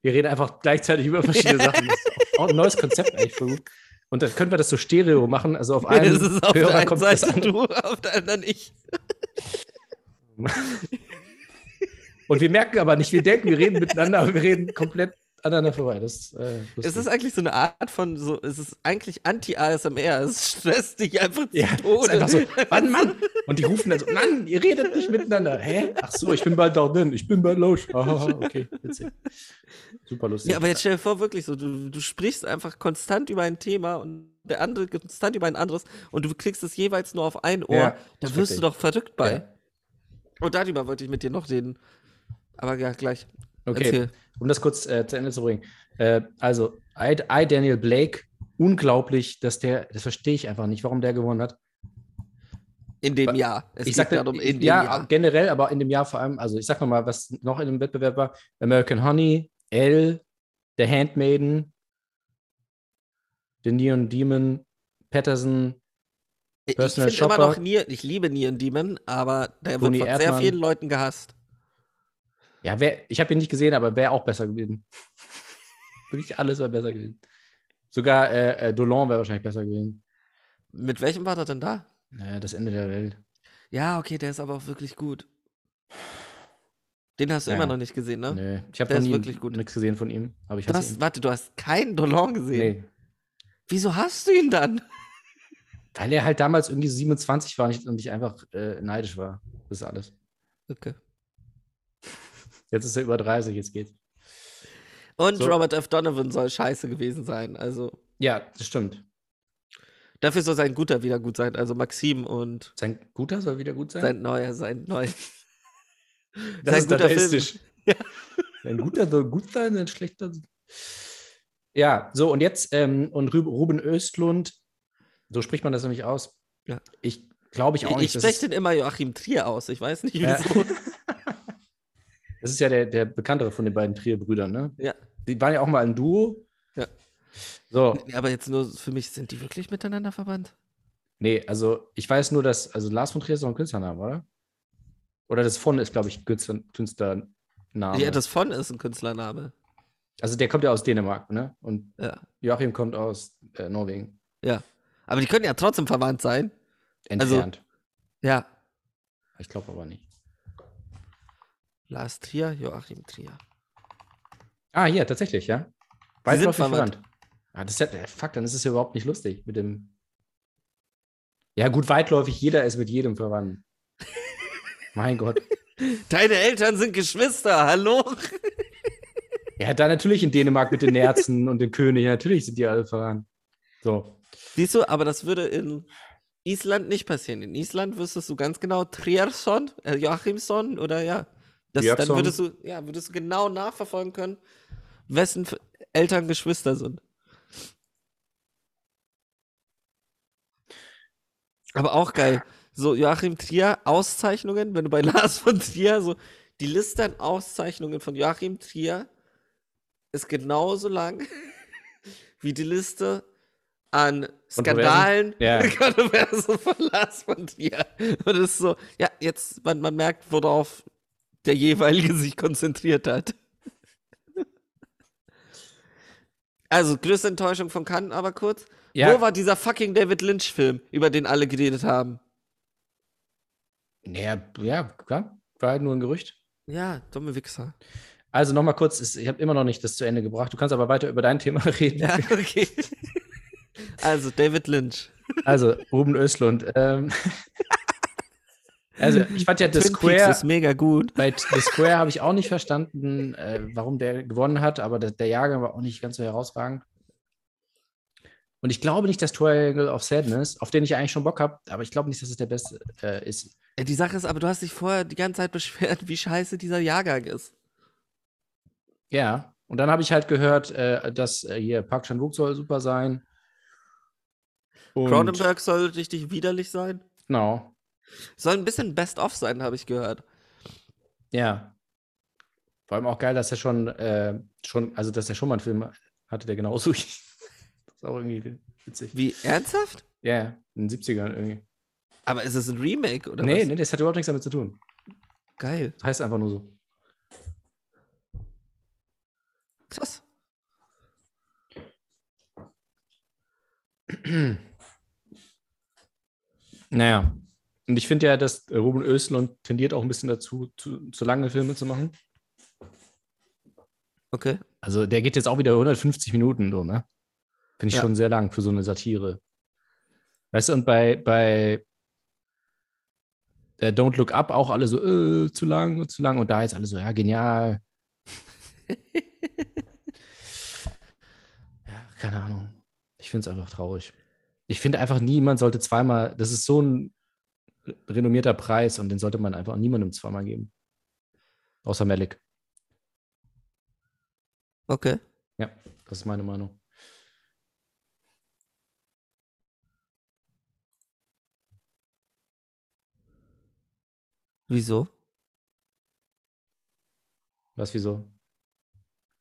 B: wir reden einfach gleichzeitig über verschiedene Sachen. Das ist auch ein neues Konzept eigentlich. voll gut. Und dann können wir das so Stereo machen. Also auf einem
A: Es ist auf
B: Hörer
A: der einen
B: kommt das
A: Seite du, auf der anderen ich.
B: Und wir merken aber nicht, wir denken, wir reden miteinander, aber wir reden komplett aneinander vorbei. Das ist, äh, lustig.
A: Es ist eigentlich so eine Art von so, es ist eigentlich Anti-ASMR. Es stresst dich einfach zu
B: ja, es ist
A: Tode.
B: einfach so, Mann, Mann. Und die rufen dann so, Mann, ihr redet nicht miteinander. Hä? Ach so, ich bin bald da drin, ich bin bald los. Aha, ah, okay, witzig. Super lustig.
A: Ja, aber jetzt stell dir vor, wirklich so, du, du sprichst einfach konstant über ein Thema und der andere konstant über ein anderes und du kriegst es jeweils nur auf ein Ohr.
B: Ja,
A: oh, da
B: ist
A: wirst du
B: richtig.
A: doch verrückt bei.
B: Ja.
A: Und darüber wollte ich mit dir noch reden. Aber ja, gleich.
B: Okay,
A: Erzähl.
B: um das kurz äh, zu Ende zu bringen. Äh, also, I, I, Daniel Blake, unglaublich, dass der, das verstehe ich einfach nicht, warum der gewonnen hat.
A: In dem Jahr. Es
B: ich sag
A: geht um
B: dann,
A: darum, in dem
B: ja,
A: Jahr.
B: generell, aber in dem Jahr vor allem, also ich sag noch mal, was noch in dem Wettbewerb war: American Honey, Elle, The Handmaiden, The Neon Demon, Patterson.
A: Ich
B: Personal
A: finde immer noch
B: Shopper.
A: Nier, ich liebe Neon Demon, aber der
B: Toni
A: wird von sehr
B: Erdmann.
A: vielen Leuten gehasst.
B: Ja, wär, ich habe ihn nicht gesehen, aber wäre auch besser gewesen. Wirklich alles wäre besser gewesen. Sogar äh, äh, Dolan wäre wahrscheinlich besser gewesen.
A: Mit welchem war der denn da?
B: Äh, das Ende der Welt.
A: Ja, okay, der ist aber auch wirklich gut. Den hast du
B: Ja.
A: immer noch nicht gesehen, ne?
B: Nö, ich habe
A: Der
B: noch
A: ist
B: nie
A: wirklich gut.
B: nichts gesehen von ihm. Aber ich
A: Du
B: hasse
A: hast,
B: ihn.
A: warte, du hast keinen Dolan gesehen.
B: Nee.
A: Wieso hast du ihn dann?
B: Weil er halt damals irgendwie so 27 war und ich, und ich einfach äh, neidisch war. Das ist alles.
A: Okay.
B: Jetzt ist er über 30, jetzt geht's.
A: Und
B: So.
A: Robert F. Donovan soll scheiße gewesen sein. Also,
B: Ja, das stimmt.
A: dafür soll sein guter wieder gut sein. Also Maxim und
B: Sein guter soll wieder gut sein.
A: sein neuer, sein neu.
B: das
A: sein
B: ist
A: guter Film.
B: dadaistisch.
A: Ja.
B: Ein guter soll gut sein, ein schlechter. Ja, so und jetzt ähm, und Rü- Ruben Östlund, so spricht man das nämlich aus.
A: Ja.
B: Ich glaube ich
A: Ich,
B: auch nicht.
A: ich
B: das
A: spreche
B: ist,
A: den immer Joachim Trier aus. Ich weiß nicht
B: Ja.
A: wieso.
B: das ist ja der, der bekanntere von den beiden Trier-Brüdern, ne?
A: Ja.
B: Die waren ja auch mal ein Duo.
A: Ja.
B: So,
A: Nee, Aber jetzt nur für mich, sind die wirklich miteinander verwandt?
B: nee, also ich weiß nur, dass, also Lars von Trier ist doch ein Künstlername, oder? Oder das von ist, glaube ich, Künstler- Künstlername.
A: Ja, das von ist ein Künstlername.
B: also der kommt ja aus Dänemark, ne? Und
A: Ja.
B: Joachim kommt aus äh, Norwegen.
A: Aber die können ja trotzdem verwandt sein. Also-
B: Entfernt.
A: Ja.
B: ich glaube aber nicht.
A: Lars Trier, Joachim Trier.
B: Ah, hier, tatsächlich, ja.
A: sind
B: Weitläufig
A: verwandt.
B: verwandt. Ah, das ist ja, äh, fuck, dann ist es ja überhaupt nicht lustig mit dem. Ja, gut, weitläufig, jeder ist mit jedem verwandt. mein Gott.
A: Deine Eltern sind Geschwister, hallo?
B: Ja, da natürlich in Dänemark mit den Nerzen und den König, natürlich sind die alle verwandt. So.
A: Siehst du, aber das würde in Island nicht passieren. In Island wüsstest du ganz genau Trierson, äh, Joachimson oder ja. Das, dann
B: Björkson.
A: würdest du, ja, würdest du genau nachverfolgen können, wessen F- Eltern Geschwister sind. Aber auch geil. So, Joachim Trier, Auszeichnungen, wenn du bei Lars von Trier so, die Liste an Auszeichnungen von Joachim Trier ist genauso lang wie die Liste an Skandalen,
B: Kontroversen? Ja.
A: Kontroversen von Lars von Trier. Und es ist so, ja, jetzt, man, man merkt, worauf der jeweilige sich konzentriert hat. Also, größte Enttäuschung von Cannes, aber kurz.
B: Ja,
A: Wo war dieser fucking David Lynch-Film, über den alle geredet haben?
B: naja, ja, klar. War halt nur ein Gerücht.
A: Ja, dumme Wichser.
B: Also nochmal kurz, es- ich habe immer noch nicht das zu Ende gebracht. Du kannst aber weiter über dein Thema reden.
A: Ja, okay. also, David Lynch.
B: Also, Ruben Östlund. Ähm, also, ich fand ja The
A: Twin Peaks
B: Square,
A: ist mega gut.
B: bei The Square habe ich auch nicht verstanden, äh, warum der gewonnen hat, aber der, der Jahrgang war auch nicht ganz so herausragend. Und ich glaube nicht, dass Triangle of Sadness, auf den ich eigentlich schon Bock habe, aber ich glaube nicht, dass es der beste äh, ist.
A: Ja, Die Sache ist aber, du hast dich vorher die ganze Zeit beschwert, wie scheiße dieser Jahrgang ist.
B: Ja. Und dann habe ich halt gehört, äh, dass äh, hier Park Chan-wook soll super sein. Und-
A: Cronenberg soll richtig widerlich sein.
B: Genau.
A: Soll ein bisschen best-of sein, habe ich gehört.
B: Ja. Vor allem auch geil, dass er schon, äh, schon, also dass er schon mal einen Film hatte, der genauso hieß. Das ist auch irgendwie witzig.
A: Wie, ernsthaft?
B: Ja, ja, in den 70ern irgendwie.
A: Aber ist es ein Remake oder
B: nee,
A: was?
B: nee, das hat überhaupt nichts damit zu tun.
A: Geil.
B: Das heißt einfach nur so.
A: Krass.
B: Naja. Und ich finde ja, dass äh, Ruben Östlund tendiert auch ein bisschen dazu, zu, zu lange Filme zu machen.
A: Okay.
B: Also der geht jetzt auch wieder 150 Minuten, so, ne? Finde ich
A: Ja.
B: schon sehr lang für so eine Satire. Weißt du, und bei, bei äh, Don't Look Up auch alle so, äh, zu lang, und zu lang. Und da jetzt alle so, ja, genial. ja, keine Ahnung. Ich finde es einfach traurig. Ich finde einfach, niemand sollte zweimal, das ist so ein renommierter Preis und den sollte man einfach niemandem zweimal geben. Außer Malik.
A: Okay.
B: Ja, das ist meine Meinung.
A: Wieso?
B: Was, wieso?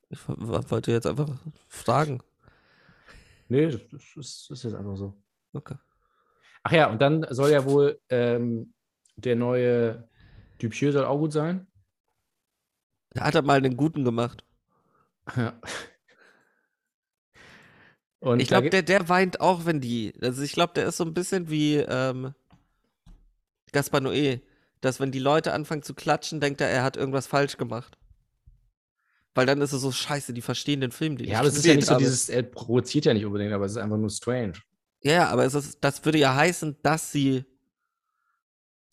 A: Ich w- w- wollte jetzt einfach fragen.
B: Nee, das ist, das ist jetzt einfach so.
A: Okay.
B: Ach ja, und dann soll ja wohl ähm, der neue Dupieux soll auch gut sein.
A: Da hat er mal einen guten gemacht.
B: Ja. Und
A: ich
B: da
A: glaube,
B: ge-
A: der, der weint auch, wenn die. Also ich glaube, der ist so ein bisschen wie ähm, Gaspar Noé, dass wenn die Leute anfangen zu klatschen, denkt er, er hat irgendwas falsch gemacht. Weil dann ist es so scheiße, die verstehen den Film, den
B: ja,
A: ich
B: aber es ist ja
A: gesehen
B: nicht so
A: habe.
B: dieses, er provoziert ja nicht unbedingt, aber es ist einfach nur strange.
A: Ja, ja, aber es ist, das würde ja heißen, dass sie.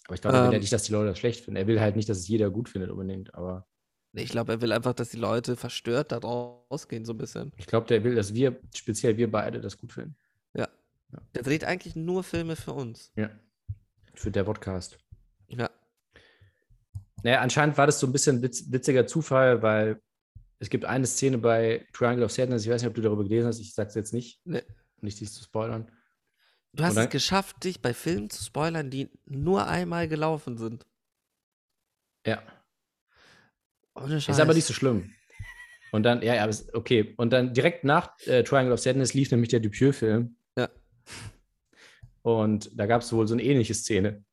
B: Aber ich glaube, er will ja
A: Ähm.
B: nicht, dass die Leute das schlecht finden. Er will halt nicht, dass es jeder gut findet unbedingt, aber
A: Nee, Ich glaube, er will einfach, dass die Leute verstört da rausgehen, so ein bisschen.
B: ich glaube, der will, dass wir, speziell wir beide, das gut finden.
A: Der dreht eigentlich nur Filme für uns.
B: Ja. Für der Podcast.
A: Ja.
B: Naja, anscheinend war das so ein bisschen witz, witziger Zufall, weil es gibt eine Szene bei Triangle of Sadness, ich weiß nicht, ob du darüber gelesen hast, ich sag's jetzt nicht,
A: Nee.
B: um nicht dies zu spoilern.
A: Du hast
B: Und dann-
A: es geschafft, dich bei Filmen zu spoilern, die nur einmal gelaufen sind.
B: Ja.
A: Ohne Scheiß.
B: Ist aber nicht so schlimm. Und dann, ja, ja, aber ist okay. Und dann direkt nach äh, Triangle of Sadness lief nämlich der Dupieux-Film.
A: Ja.
B: Und da gab es wohl so eine ähnliche Szene.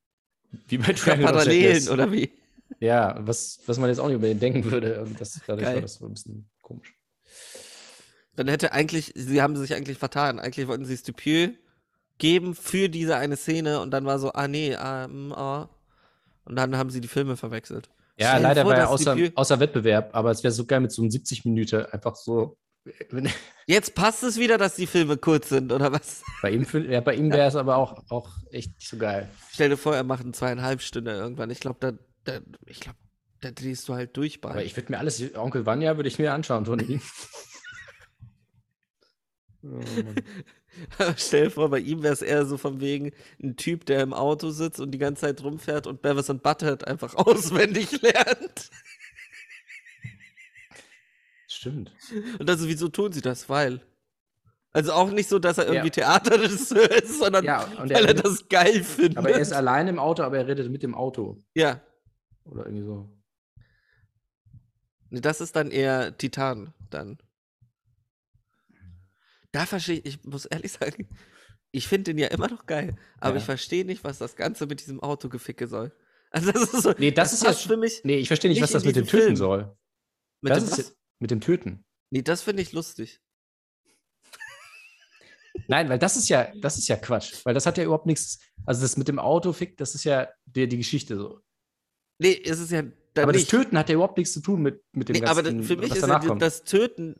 B: Wie bei
A: Ja,
B: Triangle of
A: Parallelen,
B: Sadness.
A: oder wie?
B: Ja, was, was man jetzt auch nicht über den denken würde. Und Das, dadurch
A: Geil.
B: war das so ein bisschen komisch.
A: Dann hätte eigentlich, sie haben sich eigentlich vertan. Eigentlich wollten sie es Dupieux geben für diese eine Szene und dann war so, ah nee, ah, mm, ah. Und dann haben sie die Filme verwechselt.
B: Ja,
A: Stell dir
B: leider
A: vor,
B: war er
A: dass
B: außer,
A: Dupieux-
B: außer Wettbewerb, aber es wäre so geil mit so einem 70 Minuten einfach so. Wenn,
A: Jetzt passt es wieder, dass die Filme kurz sind, oder was?
B: bei ihm, fühl- ja, bei ihm wäre es aber auch, auch echt nicht so geil.
A: Stell dir vor, er macht einen zweieinhalb Stunden irgendwann. Ich glaube, da, da, ich glaube, da drehst du halt durch bei.
B: Aber ich würde mir alles, Onkel Vanya würde ich mir anschauen von ihm. Oh Mann.
A: Stell dir vor, bei ihm wäre es eher so von wegen ein Typ, der im Auto sitzt und die ganze Zeit rumfährt und Beavis und Butthead einfach auswendig lernt.
B: Stimmt.
A: Und also, wieso tun sie das? Weil. Also auch nicht so, dass er
B: Ja.
A: irgendwie Theaterregisseur ist, sondern
B: Ja, und
A: weil er
B: er,
A: das geil findet.
B: aber er ist allein im Auto, aber er redet mit dem Auto.
A: ja,
B: Oder irgendwie so.
A: Nee, das ist dann eher Titan dann. Da verstehe ich, ich muss ehrlich sagen, ich finde den ja immer noch geil, aber
B: Ja.
A: ich verstehe nicht, was das Ganze mit diesem Autogeficke soll. Also das ist so,
B: Nee, das, ist
A: passt
B: jetzt.
A: für mich
B: Nee, ich verstehe nicht,
A: nicht
B: was das
A: in
B: mit dem
A: diesem
B: Töten
A: Film.
B: soll.
A: mit
B: das
A: dem
B: ist
A: was?
B: jetzt- mit dem Töten.
A: Nee, das finde ich lustig.
B: Nein, weil das ist ja, das ist ja Quatsch. Weil das hat ja überhaupt nichts. Also das mit dem Auto fick, das ist ja die, die Geschichte so.
A: Nee, es ist ja dann
B: aber
A: nicht.
B: das Töten hat ja überhaupt nichts zu tun mit, mit dem
A: nee, aber
B: ganzen,
A: da- für mich
B: was
A: ist ja
B: danach
A: die-
B: kommt.
A: das Töten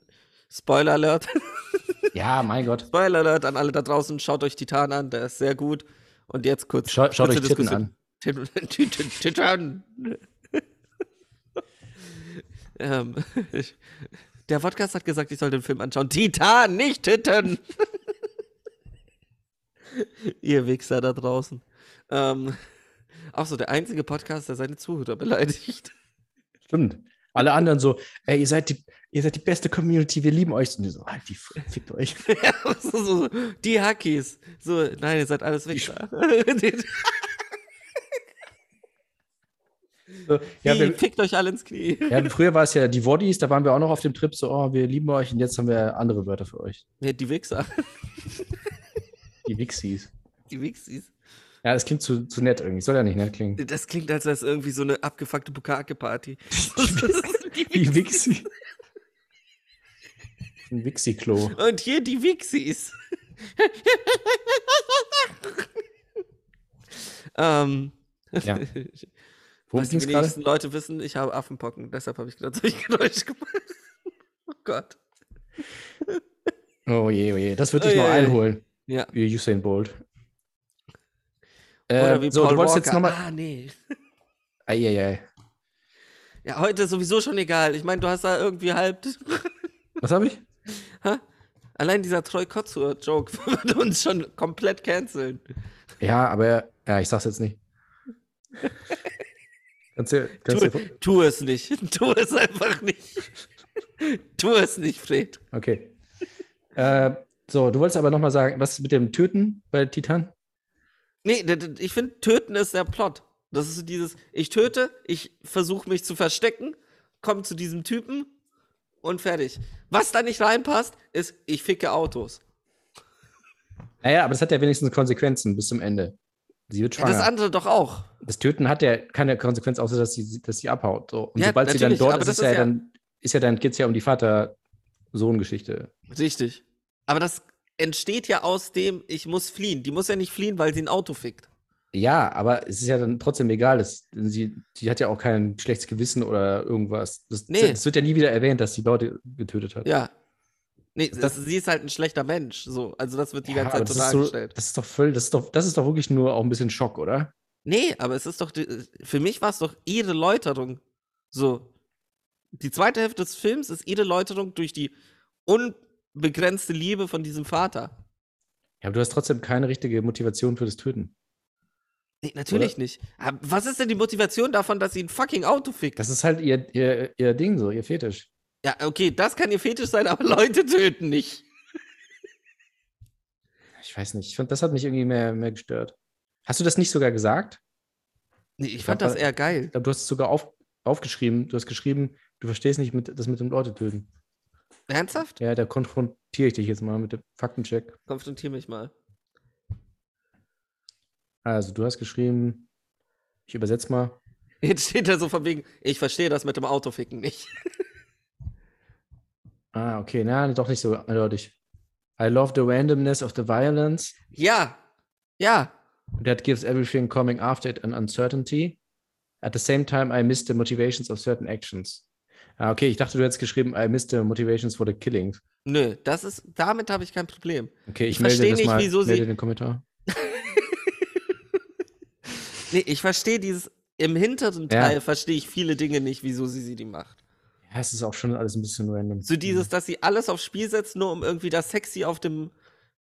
A: Spoiler Alert.
B: ja, mein Gott.
A: Spoiler Alert an alle da draußen, schaut euch Titan an, der ist sehr gut. Und jetzt kurz.
B: Schaut, schaut euch
A: kurze
B: Titten
A: Diskussion.
B: an.
A: Titan. Titan. Titan. ähm, ich, der Podcast hat gesagt, ich soll den Film anschauen. Titan, nicht Titan! Ihr Wichser da draußen. Ähm, auch so der einzige Podcast, der seine Zuhörer beleidigt.
B: Stimmt. Alle anderen so, ey, ihr seid die, ihr seid die beste Community, wir lieben euch. Und die so, halt die F- fickt euch.
A: Ja, so, so, so, die Hackies. So, nein, ihr seid alles Wichser. Die,
B: So, ja, wir,
A: fickt euch alle ins Knie.
B: ja, früher war es ja die Woddies, da waren wir auch noch auf dem Trip so, oh, wir lieben euch und jetzt haben wir andere Wörter für euch.
A: Ja, die Wichser.
B: Die Wixies.
A: Die Wichsies.
B: Ja, das klingt zu, zu nett irgendwie. Soll ja nicht nett klingen.
A: Das klingt, als wäre es irgendwie so eine abgefuckte Bukake-Party.
B: Die Wixi. Ein Wixi-Klo.
A: Und hier die Wixies. ähm,
B: Ja. Worum
A: was die
B: ging's gerade?
A: wenigsten Leute wissen, ich habe Affenpocken. Deshalb habe ich gerade solche Geräusche gemacht. Oh Gott.
B: Oh je, oh je. Das wird
A: Oh
B: dich
A: je,
B: noch
A: oh je.
B: einholen,
A: Ja.
B: wie Usain Bolt.
A: Oder
B: Äh,
A: wie
B: so,
A: Paul
B: du wolltest jetzt
A: Walker.
B: nochmal.
A: Ah, nee.
B: Eieiei.
A: Ja, heute ist sowieso schon egal. Ich meine, du hast da irgendwie halb.
B: Was habe ich?
A: Allein dieser Troy Kotzur-Joke wird uns schon komplett canceln.
B: Ja, aber ja, ich sag's jetzt nicht. kannst du, kannst
A: Tu,
B: du,
A: tu es nicht. Tu es einfach nicht. tu es nicht, Fred.
B: okay. Äh, so, du wolltest aber nochmal sagen, was mit dem Töten bei Titan?
A: Nee, d- d- ich finde, töten ist der Plot. Das ist so dieses, ich töte, ich versuche mich zu verstecken, komme zu diesem Typen und fertig. Was da nicht reinpasst, ist, ich ficke Autos.
B: Naja, aber das hat Ah, ja wenigstens Konsequenzen bis zum Ende. Sie wird
A: Ja,
B: schwanger.
A: das
B: das,
A: andere doch auch.
B: Töten hat ja keine Konsequenz, außer dass sie, dass sie abhaut. So. Und
A: Ja,
B: sobald sie dann
A: natürlich,
B: dort
A: aber
B: ist,
A: das
B: ist
A: ist
B: ja,
A: ja-
B: dann, ist ja dann geht es ja um die Vater-Sohn-Geschichte.
A: Richtig. Aber das entsteht ja aus dem, ich muss fliehen. Die muss ja nicht fliehen, weil sie ein Auto fickt.
B: Ja, aber es ist ja dann trotzdem egal. Dass sie, die hat ja auch kein schlechtes Gewissen oder irgendwas. Das,
A: Nee.
B: es wird ja nie wieder erwähnt, dass die Leute getötet hat.
A: Ja. Nee, das, sie ist halt ein schlechter Mensch. So. Also das wird die
B: Ja,
A: ganze
B: aber
A: Zeit so
B: das, ist so,
A: dargestellt.
B: das ist doch voll, das ist doch, das ist doch wirklich nur auch ein bisschen Schock, oder?
A: Nee, aber es ist doch, die- für mich war es doch ihre Läuterung. So. Die zweite Hälfte des Films ist ihre Läuterung durch die unbegrenzte Liebe von diesem Vater.
B: Ja, aber du hast trotzdem keine richtige Motivation für das Töten.
A: Nee, natürlich nicht. Aber was ist denn die Motivation davon, dass sie ein fucking Auto fickt?
B: Das ist halt ihr, ihr, ihr Ding so, ihr Fetisch.
A: ja, okay, das kann ihr Fetisch sein, aber Leute töten nicht.
B: Ich weiß nicht. Ich fand, das hat mich irgendwie mehr, mehr gestört. Hast du das nicht sogar gesagt?
A: Nee, ich fand
B: glaub,
A: das eher geil.
B: Ich glaube, du hast es sogar auf, aufgeschrieben. Du hast geschrieben, du verstehst nicht mit, das mit dem Leute töten.
A: Ernsthaft?
B: Ja, da konfrontiere ich dich jetzt mal mit dem Faktencheck.
A: Konfrontier mich mal.
B: Also, du hast geschrieben, ich übersetze mal.
A: Jetzt steht er so von wegen, ich verstehe das mit dem Autoficken nicht.
B: Ah, okay, na, doch nicht so eindeutig. I love the randomness of the violence
A: Ja, ja,
B: that gives everything coming after it an uncertainty. At the same time, I miss the motivations of certain actions. Ah, okay, ich dachte, du hättest geschrieben, I miss the motivations for the killings.
A: nö, das ist, damit habe ich kein Problem.
B: Okay, ich,
A: Ich
B: melde
A: verstehe
B: das
A: nicht,
B: mal.
A: wieso sie-
B: melde den Kommentar.
A: Nee, ich verstehe dieses, im hinteren
B: Ja.
A: Teil verstehe ich viele Dinge nicht, wieso sie sie die macht.
B: Ja, es ist auch schon alles ein bisschen random.
A: So dieses, dass sie alles aufs Spiel setzt, nur um irgendwie das sexy auf dem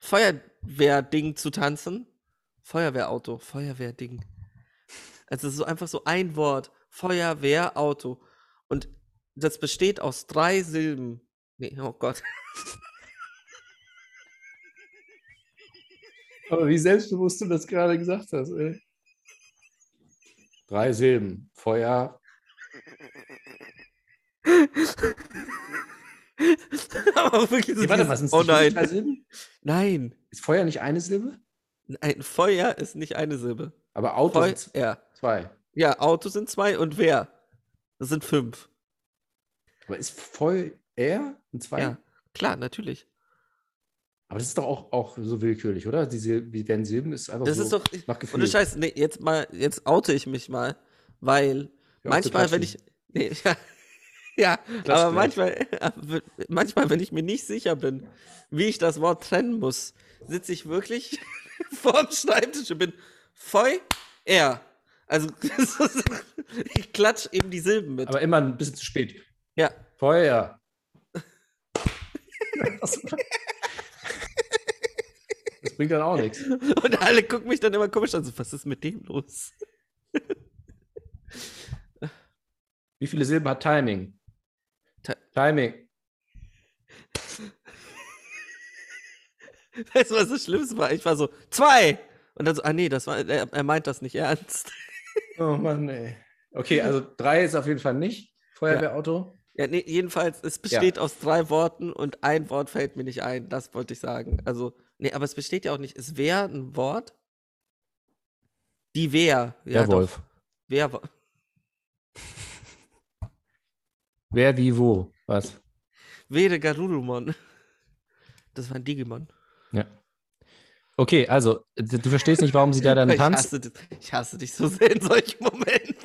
A: Feuerwehrding zu tanzen. Feuerwehrauto, Feuerwehrding. Also es ist so einfach so ein Wort, Feuerwehrauto. Und das besteht aus drei Silben. Nee, oh Gott.
B: Aber wie selbstbewusst du das gerade gesagt hast, ey. Drei Silben. Feuer.
A: Aber wirklich so
B: Nee, warte
A: dieses-
B: mal, sind es
A: oh
B: nicht wirklich drei
A: nein.
B: Silben?
A: Nein.
B: Ist Feuer nicht eine Silbe?
A: Nein, Feuer ist nicht eine Silbe.
B: Aber Auto
A: Feu
B: sind
A: ja.
B: zwei.
A: ja, Auto sind zwei und wer? Das sind fünf.
B: Aber ist Feuer ein zwei?
A: Ja, klar, natürlich.
B: Aber das ist doch auch, auch so willkürlich, oder? Diese, wie werden Silben ist einfach
A: Das
B: so
A: ist doch.
B: nach
A: Und
B: Gefühl.
A: du Scheiß, nee, jetzt mal, jetzt oute ich mich mal, weil
B: Ja, auch zu
A: manchmal, wenn ich.
B: klatschen.
A: Nee, ja, ja aber
B: Klatschen,
A: manchmal, manchmal, wenn ich mir nicht sicher bin, wie ich das Wort trennen muss, sitze ich wirklich vorm Schreibtisch und bin voll er. Also ich klatsch eben die Silben mit.
B: Aber immer ein bisschen zu spät.
A: ja.
B: Feuer. das bringt dann auch nichts.
A: Und alle gucken mich dann immer komisch an, so, was ist mit dem los?
B: Wie viele Silben hat Timing?
A: Ti-
B: Timing.
A: Weißt du, was das Schlimmste war? Ich war so, zwei! Und dann so, ah nee, das war, er, er meint das nicht ernst.
B: Oh Mann, ey. Okay, also drei ist auf jeden Fall nicht. Feuerwehrauto.
A: Ja, nee, jedenfalls, es besteht aus drei Worten und ein Wort fällt mir nicht ein. Das wollte ich sagen. Also, nee, aber es besteht ja auch nicht. Es wäre ein Wort. Die Wehr. Ja, doch. Wehrwo-
B: Wer, wie, wo? Was?
A: Wehre Garurumon. Das war ein Digimon.
B: Okay, also, d- du verstehst nicht, warum sie da dann
A: ich,
B: tanzt.
A: hasse, dich- ich hasse dich so sehr in solchen Momenten.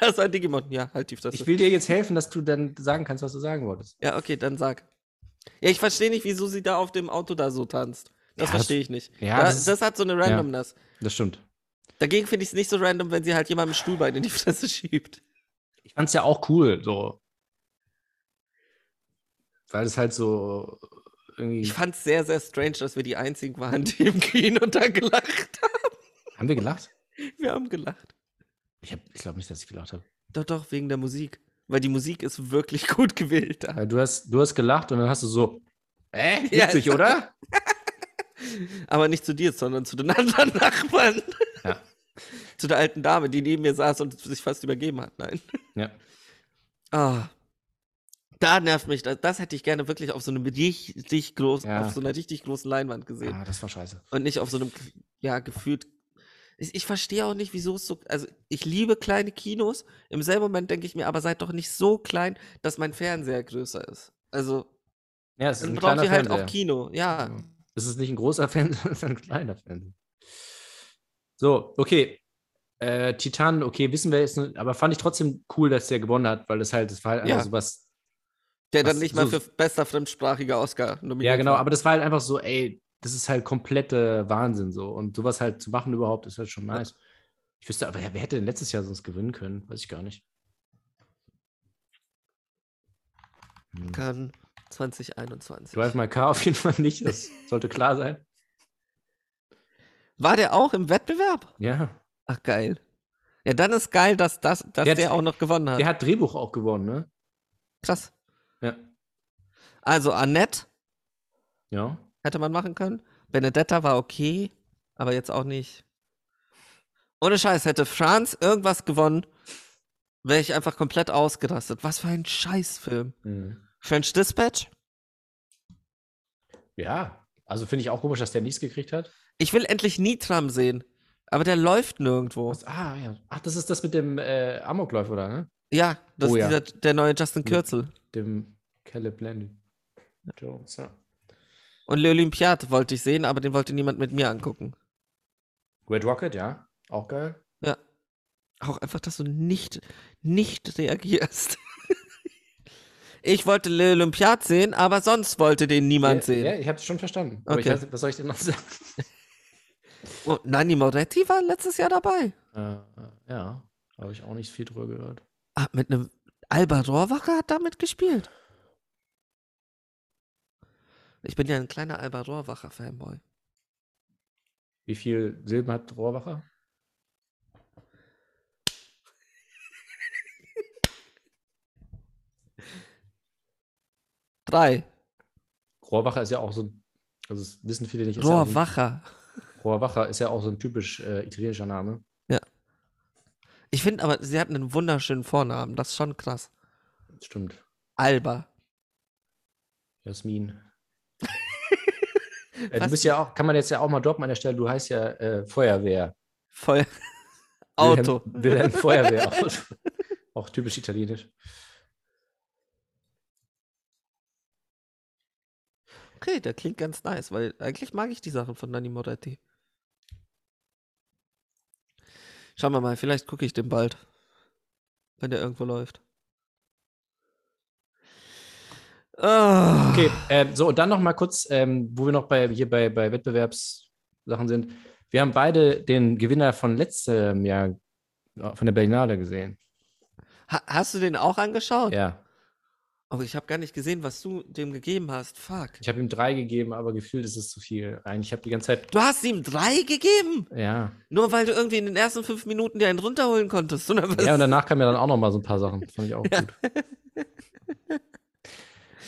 A: Das war ein Digimon. Ja, halt die Fresse.
B: Ich will dir jetzt helfen, dass du dann sagen kannst, was du sagen wolltest.
A: Ja, okay, dann sag. Ja, ich verstehe nicht, wieso sie da auf dem Auto da so tanzt. Das
B: Ja, das-
A: verstehe ich nicht.
B: ja,
A: da,
B: das
A: das,
B: ist-
A: hat so eine Randomness.
B: Das stimmt.
A: Dagegen finde ich es nicht so random, wenn sie halt jemandem ein Stuhlbein in die Fresse schiebt.
B: Ich fand's ja auch cool, so. Weil es halt so irgendwie.
A: Ich fand es sehr, sehr strange, dass wir die einzigen waren, die im Kino da gelacht haben.
B: haben wir gelacht?
A: Wir haben gelacht.
B: Ich, hab- ich glaube nicht, dass ich gelacht habe.
A: Doch, doch, wegen der Musik. Weil die Musik ist wirklich gut gewählt. da.
B: Ja, Äh, du, hast, du hast gelacht und dann hast du so. Äh,
A: Ja,
B: witzig,
A: ja.
B: oder?
A: Aber nicht zu dir, sondern zu den anderen Nachbarn.
B: Ja.
A: zu der alten Dame, die neben mir saß und sich fast übergeben hat. Nein.
B: Ja.
A: Ah. Da nervt mich, das, das hätte ich gerne wirklich auf so einem richtig großen,
B: Ja.
A: auf so einer richtig großen Leinwand gesehen.
B: Ah, das war scheiße.
A: Und nicht auf so einem, ja, gefühlt. Ich, ich verstehe auch nicht, wieso es so. Also, ich liebe kleine Kinos. Im selben Moment denke ich mir, aber seid doch nicht so klein, dass mein Fernseher größer ist. Also,
B: Ja, es ist
A: dann
B: ein
A: braucht
B: kleiner
A: ihr halt
B: Fernseher.
A: auch Kino. Ja.
B: Ja. Also, Es ist nicht ein großer Fernseher, sondern ein kleiner Fernseher. So, okay. Äh, Titan, okay, wissen wir jetzt, nicht, aber fand ich trotzdem cool, dass der gewonnen hat, weil das halt, das war halt
A: Ja.
B: einfach so was.
A: Der dann
B: Was-
A: nicht mal
B: so-
A: für bester fremdsprachiger Oscar nominiert
B: Ja, genau,
A: war.
B: aber das war halt einfach so, ey, das ist halt komplette Wahnsinn so. Und sowas halt zu machen überhaupt, ist halt schon nice. Ich wüsste, aber wer hätte denn letztes Jahr sonst gewinnen können? Weiß ich gar nicht. Hm.
A: kann 2021.
B: Drive My Car auf jeden Fall nicht, das sollte klar sein.
A: War der auch im Wettbewerb?
B: Ja.
A: Ach, geil. Ja, dann ist geil, dass, das, dass
B: Der
A: der,
B: hat-
A: auch noch gewonnen hat.
B: Der hat Drehbuch auch gewonnen, ne?
A: Krass.
B: Ja.
A: Also, Annette
B: Ja.
A: hätte man machen können. Benedetta war okay, aber jetzt auch nicht. Ohne Scheiß, hätte Franz irgendwas gewonnen, wäre ich einfach komplett ausgerastet. Was für ein Scheißfilm.
B: Mhm.
A: French Dispatch?
B: Ja, also finde ich auch komisch, dass der nichts gekriegt hat.
A: Ich will endlich Nitram sehen, aber der läuft nirgendwo.
B: Was, ah, ja. Ach, das ist das mit dem äh, Amokläufer, oder? Ne?
A: Ja, das
B: Oh
A: ist Dieser,
B: ja.
A: der neue Justin
B: Mhm.
A: Kürzel.
B: Dem Caleb Landon. Jones, ja.
A: Und Le Olympiade wollte ich sehen, aber den wollte niemand mit mir angucken.
B: Red Rocket, ja. Auch geil.
A: Auch einfach, dass du nicht, nicht reagierst. ich wollte Le Olympiade sehen, aber sonst wollte den niemand
B: ja,
A: sehen.
B: ja, ich habe es schon verstanden. Aber ich
A: Okay.
B: weiß, nicht, was soll ich denn noch sagen?
A: Oh, Nanni Moretti war letztes Jahr dabei.
B: Äh, äh, ja, habe ich auch nicht viel drüber gehört.
A: Ah, mit einem Alba Rohrwacher hat damit gespielt. Ich bin ja ein kleiner Alba Rohrwacher Fanboy.
B: Wie viel Silben hat Rohrwacher?
A: Drei.
B: Rohrwacher ist ja auch so ein, also das wissen viele nicht. Ist Ja
A: Rohrwacher.
B: auch so ein, Rohrwacher ist ja auch so ein typisch äh, italienischer Name.
A: Ich finde aber, sie hat einen wunderschönen Vornamen. Das ist schon krass.
B: Stimmt.
A: Alba.
B: Jasmin. äh, du
A: Was?
B: bist ja auch, kann man jetzt ja auch mal droppen an der Stelle, du heißt ja äh, Feuerwehr.
A: Voll. Auto.
B: Wilhelm, Wilhelm Feuerwehr. Auto. auch typisch italienisch.
A: Okay, der klingt ganz nice, weil eigentlich mag ich die Sachen von Nanni Moretti. Schauen wir mal, vielleicht gucke ich den bald. Wenn der irgendwo läuft. Ah.
B: Okay, ähm, so und dann noch mal kurz, ähm, wo wir noch bei, hier bei, bei Wettbewerbssachen sind. Wir haben beide den Gewinner von letztem Jahr äh, von der Berlinale gesehen.
A: Ha hast du den auch angeschaut?
B: Ja,
A: Oh, ich habe gar nicht gesehen, was du dem gegeben hast. Fuck.
B: ich habe ihm drei gegeben, aber gefühlt ist es zu viel. Eigentlich habe ich die ganze Zeit,
A: Du hast ihm drei gegeben,
B: ja.
A: nur weil du irgendwie in den ersten fünf Minuten dir einen runterholen konntest. Oder was?
B: Ja, und danach kamen ja dann auch noch mal so ein paar Sachen. Das fand ich auch gut.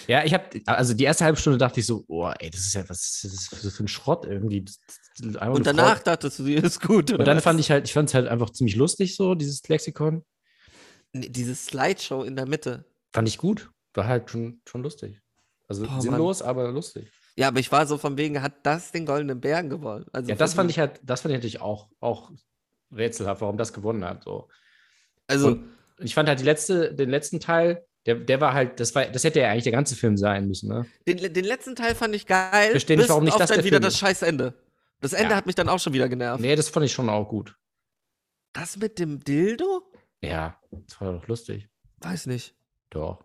B: Ja, ich habe, also die erste halbe Stunde dachte ich so, oh, ey, das ist ja, was ist das für ein Schrott irgendwie. Das- das- einmal
A: und
B: gefreut-
A: danach dachtest du dir, ist gut.
B: Und dann fand ich halt, ich fand es halt einfach ziemlich lustig so, dieses Lexikon.
A: ich. Diese Slideshow in der Mitte.
B: Fand ich gut. War halt schon, schon lustig. Also
A: Oh, Mann.
B: sinnlos, aber lustig.
A: Ja, aber ich war so von wegen, hat das den goldenen Bären gewonnen? Also
B: Ja, das
A: von
B: fand
A: wegen-
B: ich halt, das fand ich natürlich auch, auch rätselhaft, warum das gewonnen hat. So.
A: Also,
B: Und ich fand halt die letzte, den letzten Teil, der, der war halt, das war, das hätte ja eigentlich der ganze Film sein müssen, ne?
A: den, den letzten Teil fand ich geil.
B: Versteh nicht,
A: bis
B: warum nicht
A: auf
B: das
A: dann
B: der
A: wieder
B: Film
A: das
B: ist.
A: scheiß Ende. Das Ende
B: Ja.
A: hat mich dann auch schon wieder genervt.
B: Nee, das fand ich schon auch gut.
A: Das mit dem Dildo?
B: Ja, das war doch lustig.
A: Weiß nicht.
B: Doch.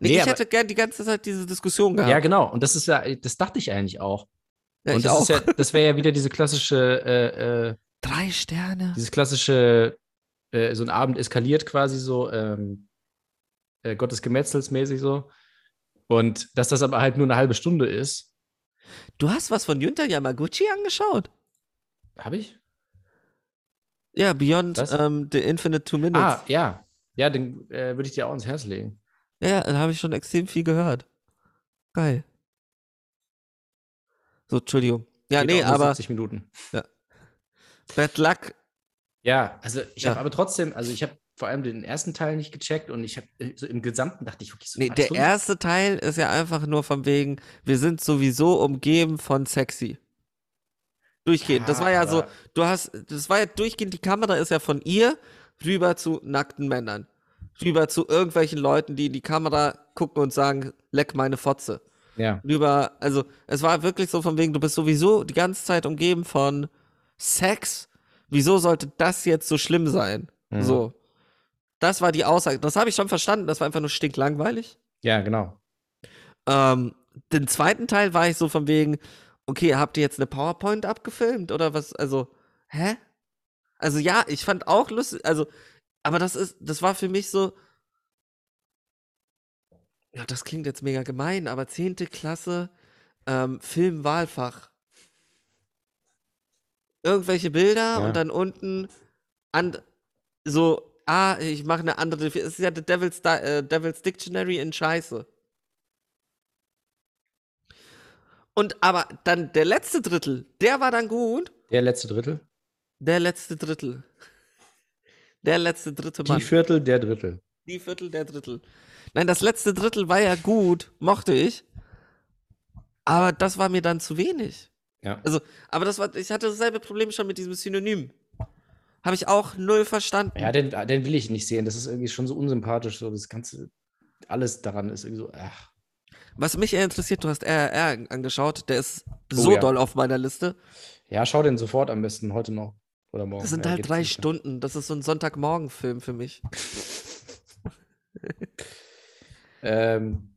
A: Nee,
B: Nee,
A: ich
B: aber-
A: hätte gern die ganze Zeit diese Diskussion
B: Ja.
A: gehabt.
B: genau. Und das ist ja, das dachte ich eigentlich auch.
A: Ja,
B: Und
A: ich
B: das
A: auch.
B: ist ja, das wäre ja wieder diese klassische, äh, äh,
A: Drei Sterne.
B: dieses klassische, äh, so ein Abend eskaliert quasi so, ähm, äh, Gottes Gemetzels mäßig so. Und dass das aber halt nur eine halbe Stunde ist,
A: Du hast was von Junta Yamaguchi angeschaut?
B: habe ich?
A: Ja, Beyond
B: Was?
A: ähm, The Infinite Two Minutes.
B: Ah, ja. Ja, den äh, würde ich dir auch ins Herz legen.
A: Ja, ja, da habe ich schon extrem viel gehört. Geil. So, Entschuldigung. Ja,
B: Geht
A: nee,
B: auch nur
A: aber
B: 70 Minuten.
A: Bad Luck
B: Ja, also ich
A: Ja.
B: habe aber trotzdem, also ich habe vor allem den ersten Teil nicht gecheckt und ich habe so im Gesamten dachte ich wirklich so.
A: Nee,
B: war das
A: der
B: so-
A: erste Teil ist ja einfach nur von wegen, wir sind sowieso umgeben von sexy. Durchgehend. Das war ja so,
B: aber-
A: du hast, das war ja durchgehend, die Kamera ist ja von ihr rüber zu nackten Männern. Rüber zu irgendwelchen Leuten, die in die Kamera gucken und sagen, leck meine Fotze.
B: Ja.
A: Rüber, also es war wirklich so von wegen, du bist sowieso die ganze Zeit umgeben von Sex. Wieso sollte das jetzt so schlimm sein?
B: Mhm.
A: So. Das war die Aussage. Das habe ich schon verstanden. Das war einfach nur stinklangweilig.
B: Ja, genau.
A: Ähm, den zweiten Teil war ich so von wegen, okay, habt ihr jetzt eine PowerPoint abgefilmt oder was? Also, hä? Also ja, ich fand auch lustig, also, aber das ist, das war für mich so. Ja, das klingt jetzt mega gemein, aber 10. Klasse, ähm, Filmwahlfach. Irgendwelche Bilder
B: Ja.
A: und dann unten an, so, ah, ich mache eine andere. Es ist ja The Devil's, Di äh, Devil's Dictionary in Scheiße. Und aber dann der letzte Drittel, der war dann gut.
B: Der letzte Drittel.
A: Der letzte Drittel. Der letzte dritte Mann.
B: Die Viertel, der Drittel.
A: Die Viertel der Drittel. Nein, das letzte Drittel war ja gut, mochte ich. Aber das war mir dann zu wenig.
B: Ja.
A: Also, aber das war, ich hatte dasselbe Problem schon mit diesem Synonym. Habe ich auch null verstanden.
B: Ja, den, den will ich nicht sehen. Das ist irgendwie schon so unsympathisch. So das Ganze, alles daran ist irgendwie so, ach.
A: Was mich eher interessiert, du hast RRR angeschaut, der ist
B: Oh,
A: so
B: ja.
A: doll auf meiner Liste.
B: Ja, schau den sofort am besten heute noch oder morgen.
A: Das sind
B: Oh, Ja,
A: halt
B: gibt's
A: drei
B: nicht mehr.
A: Stunden. Das ist so ein Sonntagmorgenfilm für mich.
B: Ähm,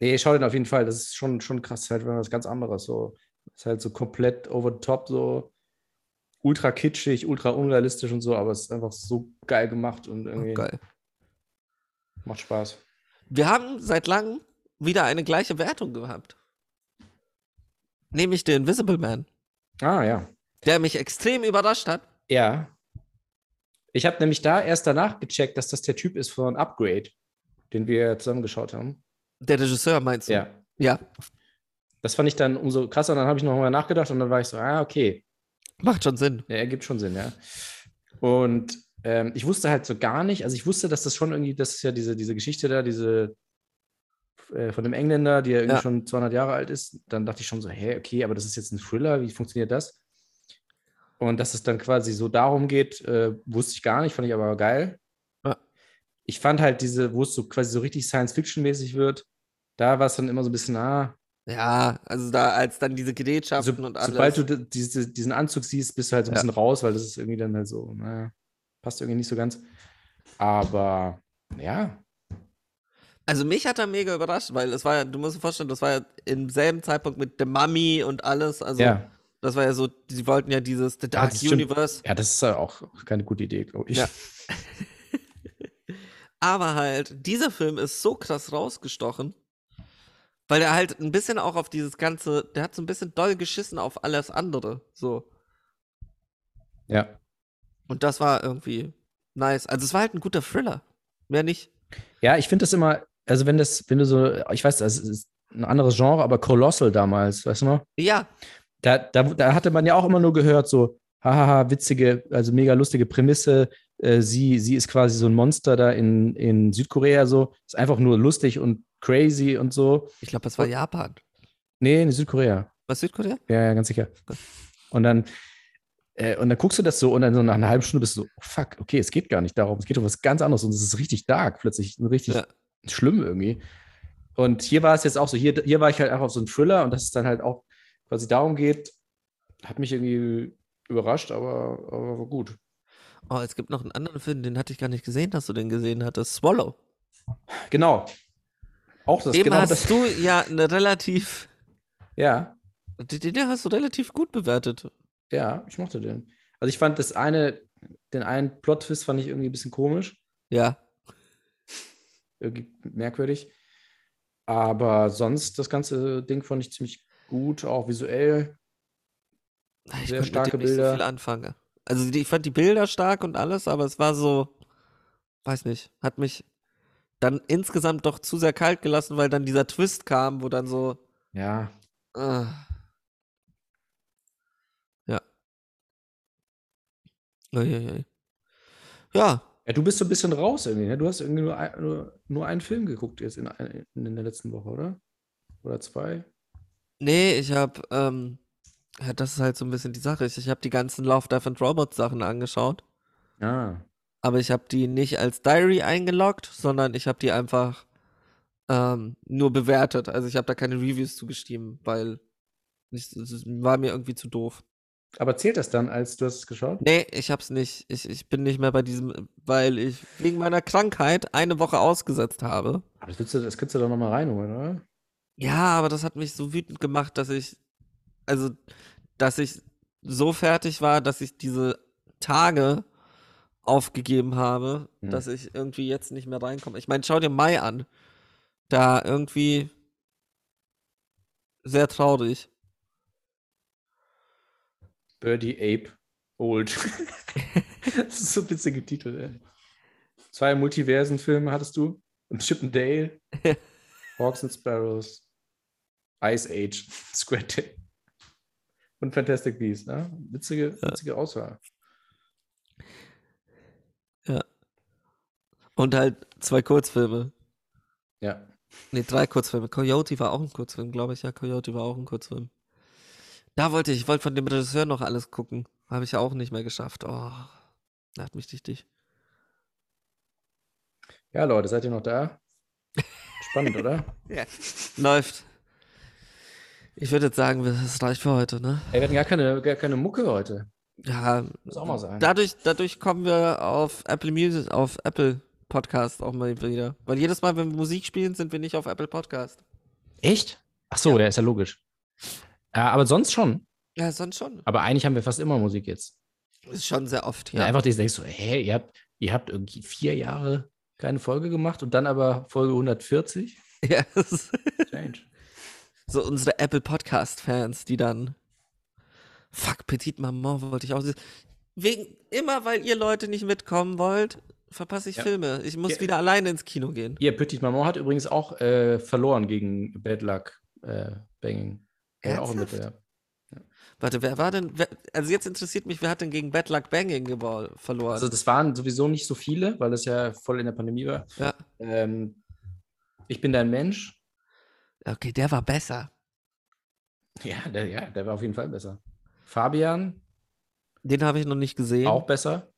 B: nee, schau den auf jeden Fall. Das ist schon, schon krass. Ist halt wenn man was ganz anderes. So, ist halt so komplett over the top, so ultra kitschig, ultra unrealistisch und so, aber es ist einfach so geil gemacht und irgendwie
A: Geil.
B: macht Spaß.
A: Wir haben seit langem wieder eine gleiche Wertung gehabt. Nämlich den Invisible Man,
B: Ah, ja.
A: der mich extrem überrascht hat.
B: Ja. Ich habe nämlich da erst danach gecheckt, dass das der Typ ist von Upgrade, den wir zusammengeschaut haben.
A: Der Regisseur meinst du?
B: Ja.
A: Ja.
B: Das fand ich dann umso krasser. Und dann habe ich nochmal nachgedacht und dann war ich so, ah, okay.
A: Macht schon Sinn.
B: Ja, ergibt schon Sinn, ja. Und ähm, ich wusste halt so gar nicht, also ich wusste, dass das schon irgendwie, das ist ja diese, diese Geschichte da, diese äh, von dem Engländer, der irgendwie
A: Ja.
B: schon 200 Jahre alt ist. Dann dachte ich schon so, hä, okay, aber das ist jetzt ein Thriller, wie funktioniert das? Und dass es dann quasi so darum geht, äh, wusste ich gar nicht, fand ich aber geil.
A: Ja.
B: Ich fand halt diese, wo es so quasi so richtig Science-Fiction-mäßig wird, da war es dann immer so ein bisschen, ah,
A: Ja, also da, als dann diese Gerätschaften
B: so,
A: und alles.
B: Sobald du di- diese, diesen Anzug siehst, bist du halt so ein
A: Ja.
B: bisschen raus, weil das ist irgendwie dann halt so, naja, passt irgendwie nicht so ganz. Aber ja,
A: also mich hat er mega überrascht, weil es war ja, du musst dir vorstellen, das war ja im selben Zeitpunkt mit The Mummy und alles. Also
B: ja.
A: das war ja so, die wollten ja dieses The
B: Ja,
A: Dark
B: das stimmt.
A: Universe.
B: ja, das ist ja auch keine gute Idee, glaube ich.
A: Ja. Aber halt, dieser Film ist so krass rausgestochen, weil er halt ein bisschen auch auf dieses ganze, der hat so ein bisschen doll geschissen auf alles andere. So.
B: ja.
A: Und das war irgendwie nice. Also es war halt ein guter Thriller. Mehr nicht.
B: Ja, ich finde das immer, also wenn das, wenn du so, ich weiß, das ist ein anderes Genre, aber Colossal damals, weißt du noch?
A: Ja,
B: Da, da, da hatte man ja auch immer nur gehört, so, hahaha, witzige, also mega lustige Prämisse. Äh, sie, sie ist quasi so ein Monster da in, in Südkorea, so. Ist einfach nur lustig und crazy und so.
A: ich glaube, das war Japan.
B: Nee, in Südkorea.
A: Was Südkorea?
B: Ja, ja, ganz sicher. Und dann, äh, und dann guckst du das so und dann so nach einer halben Stunde bist du so, oh, fuck, okay, es geht gar nicht darum, es geht um was ganz anderes und es ist richtig dark plötzlich, und richtig
A: Ja.
B: schlimm irgendwie. Und hier war es jetzt auch so, hier, hier war ich halt einfach auf so einen Thriller und dass es dann halt auch quasi darum geht, hat mich irgendwie überrascht, aber, aber war gut.
A: Oh, es gibt noch einen anderen Film, den hatte ich gar nicht gesehen, dass du den gesehen hattest. Swallow.
B: Genau. Auch das,
A: Dem
B: genau
A: hast
B: das.
A: du ja eine relativ,
B: Ja.
A: den, den hast du relativ gut bewertet.
B: Ja, ich mochte den. Also ich fand das eine, den einen Plot-Twist fand ich irgendwie ein bisschen komisch,
A: Ja.
B: irgendwie merkwürdig. Aber sonst das ganze Ding fand ich ziemlich gut, auch visuell.
A: Ich
B: Sehr
A: konnte
B: starke
A: mit dem nicht so
B: Bilder.
A: viel anfangen. Also die, ich fand die Bilder stark und alles, aber es war so, weiß nicht, hat mich dann insgesamt doch zu sehr kalt gelassen, weil dann dieser Twist kam, wo dann so,
B: Ja,
A: äh, ja. Uiuiui. Ja,
B: ja du bist so ein bisschen raus irgendwie. Ne? Du hast irgendwie nur, ein, nur, nur einen Film geguckt jetzt in, ein- in der letzten Woche, oder? Oder zwei?
A: nee, ich habe ähm, Ja, das ist halt so ein bisschen die Sache. Ich, ich habe die ganzen Love, Death and Robots Sachen angeschaut,
B: Ah.
A: aber ich habe die nicht als Diary eingeloggt, sondern ich habe die einfach ähm, nur bewertet. Also ich habe da keine Reviews zugestimmt, weil ich, es ist- war mir irgendwie zu doof.
B: Aber zählt das dann, als du hast es geschaut?
A: Nee, ich hab's nicht. Ich, ich bin nicht mehr bei diesem, weil ich wegen meiner Krankheit eine Woche ausgesetzt habe.
B: Aber das, willst du, das kannst du doch nochmal reinholen, oder?
A: Ja, aber das hat mich so wütend gemacht, dass ich, also, dass ich so fertig war, dass ich diese Tage aufgegeben habe,
B: Hm.
A: dass ich irgendwie jetzt nicht mehr reinkomme. Ich meine, schau dir Mai an. Da irgendwie sehr traurig.
B: Birdie Ape Old. das ist so witzig getitelt, ey. Zwei Multiversen-Filme hattest du. Und Chip and Dale, Hawks and Sparrows, Ice Age, Squid Day und Fantastic Beasts. Ne? Witzige, witzige Auswahl.
A: Und halt zwei Kurzfilme.
B: Ja.
A: Nee, drei Kurzfilme. Coyote war auch ein Kurzfilm, glaube ich. Ja, Coyote war auch ein Kurzfilm. Da wollte ich, ich wollte von dem Regisseur noch alles gucken. Habe ich ja auch nicht mehr geschafft. Oh, da hat mich richtig.
B: ja, Leute, seid ihr noch da? Spannend, oder?
A: Läuft. Ich würde jetzt sagen, wir- das reicht für heute, ne?
B: Ey, wir hatten gar keine, gar keine Mucke heute.
A: Ja,
B: Muss auch mal sein.
A: dadurch, dadurch kommen wir auf Apple Music, auf Apple Podcast auch mal wieder. Weil jedes Mal, wenn wir Musik spielen, sind wir nicht auf Apple Podcast.
B: Echt? Ach so, ja. ist ja logisch. Äh, aber sonst schon.
A: Ja, sonst schon.
B: Aber eigentlich haben wir fast immer Musik jetzt.
A: Ist schon sehr oft,
B: Ja.
A: ja.
B: Einfach, dass du denkst so, hey, ihr habt, ihr habt irgendwie vier Jahre keine Folge gemacht und dann aber Folge 140.
A: ja es ist-
B: Change.
A: So unsere Apple Podcast-Fans, die dann. Fuck, Petit Maman wollte ich auch. se- Wegen, immer weil ihr Leute nicht mitkommen wollt, verpasse ich
B: Ja.
A: Filme. Ich muss
B: Ja.
A: wieder alleine ins Kino gehen.
B: Ihr Petit Maman hat übrigens auch äh, verloren gegen Bad Luck äh, Banging. War ja auch im
A: Ernsthaft?
B: Wettbewerb.
A: Warte, wer war denn. Wer, also jetzt interessiert mich, wer hat denn gegen Bad Luck Banging geball, verloren?
B: Also das waren sowieso nicht so viele, weil das ja voll in der Pandemie war.
A: Ja.
B: Ähm, ich bin dein Mensch.
A: okay, der war besser.
B: Ja der, ja, der war auf jeden Fall besser. Fabian,
A: Den habe ich noch nicht gesehen.
B: auch besser.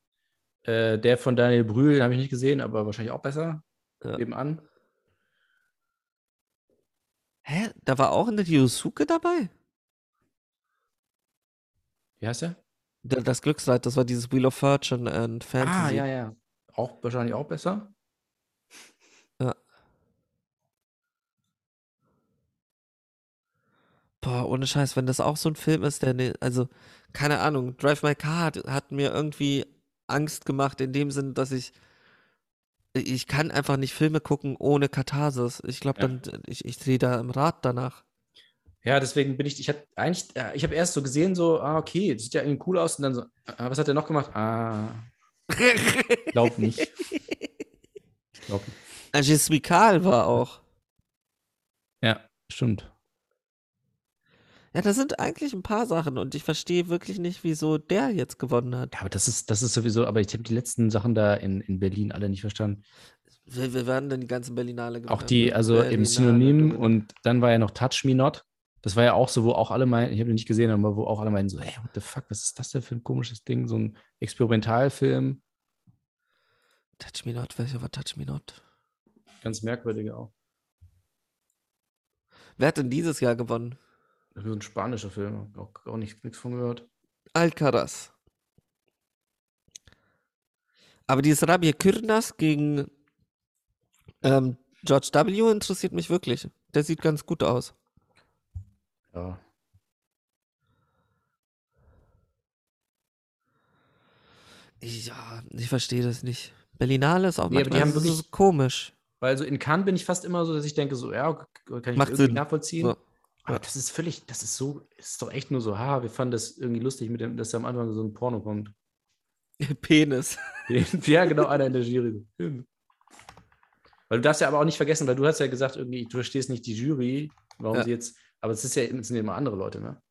B: Äh, der von Daniel Brühl, den habe ich nicht gesehen, aber wahrscheinlich auch besser.
A: Ja.
B: Nebenan.
A: Hä? Da war auch eine Yusuke dabei?
B: Wie heißt der?
A: Da- Das Glücksrad, das war dieses Wheel of Fortune and Fantasy.
B: Ah, ja, ja. Auch wahrscheinlich auch besser.
A: Boah, ohne Scheiß, wenn das auch so ein Film ist, der, ne, also, keine Ahnung, Drive My Car hat, hat mir irgendwie Angst gemacht, in dem Sinn, dass ich, ich kann einfach nicht Filme gucken ohne Katharsis. Ich glaube,
B: Ja.
A: dann, ich, ich drehe da im Rad danach.
B: Ja, deswegen bin ich, ich habe eigentlich, äh, ich habe erst so gesehen, so, ah, okay, das sieht ja irgendwie cool aus. Und dann so, ah, was hat er noch gemacht? Ah, glaub nicht. glaub nicht.
A: Je suis Karl war auch.
B: Ja, stimmt.
A: Ja, das sind eigentlich ein paar Sachen und ich verstehe wirklich nicht, wieso der jetzt gewonnen hat.
B: Ja, aber das ist, das ist sowieso, aber ich habe die letzten Sachen da in, in Berlin alle nicht verstanden.
A: Wir, wir werden dann die ganzen Berlinale gewonnen.
B: Auch die, also im Synonym und dann war ja noch Touch Me Not. Das war ja auch so, wo auch alle meinen, ich habe den nicht gesehen, aber wo auch alle meinen, so, hey, what the fuck, was ist das denn für ein komisches Ding? So ein Experimentalfilm.
A: Touch Me Not, welcher war Touch Me Not?
B: Ganz merkwürdige auch.
A: Wer hat denn dieses Jahr gewonnen?
B: Das ist so ein spanischer Film, auch, auch nicht, nichts von gehört.
A: Alcaraz. Aber dieses Rabie Kürnas gegen ähm, George W. interessiert mich wirklich. Der sieht ganz gut aus.
B: Ja.
A: Ja, ich verstehe das nicht. Berlinale ist auch
B: Nee, aber die
A: manchmal
B: haben
A: so
B: wirklich-
A: komisch.
B: Weil so in Cannes bin ich fast immer so, dass ich denke, so, ja, okay, kann ich
A: Macht
B: irgendwie
A: Sinn.
B: nachvollziehen.
A: So.
B: Aber das ist völlig, das ist so, ist doch echt nur so, ha, wir fanden das irgendwie lustig, mit dem, dass da am Anfang so ein Porno kommt.
A: Penis.
B: ja, genau, einer in der Jury. Weil du darfst ja aber auch nicht vergessen, weil du hast ja gesagt, irgendwie, du verstehst nicht die Jury, warum
A: Ja.
B: sie jetzt, aber es ist ja, es sind ja immer andere Leute, ne?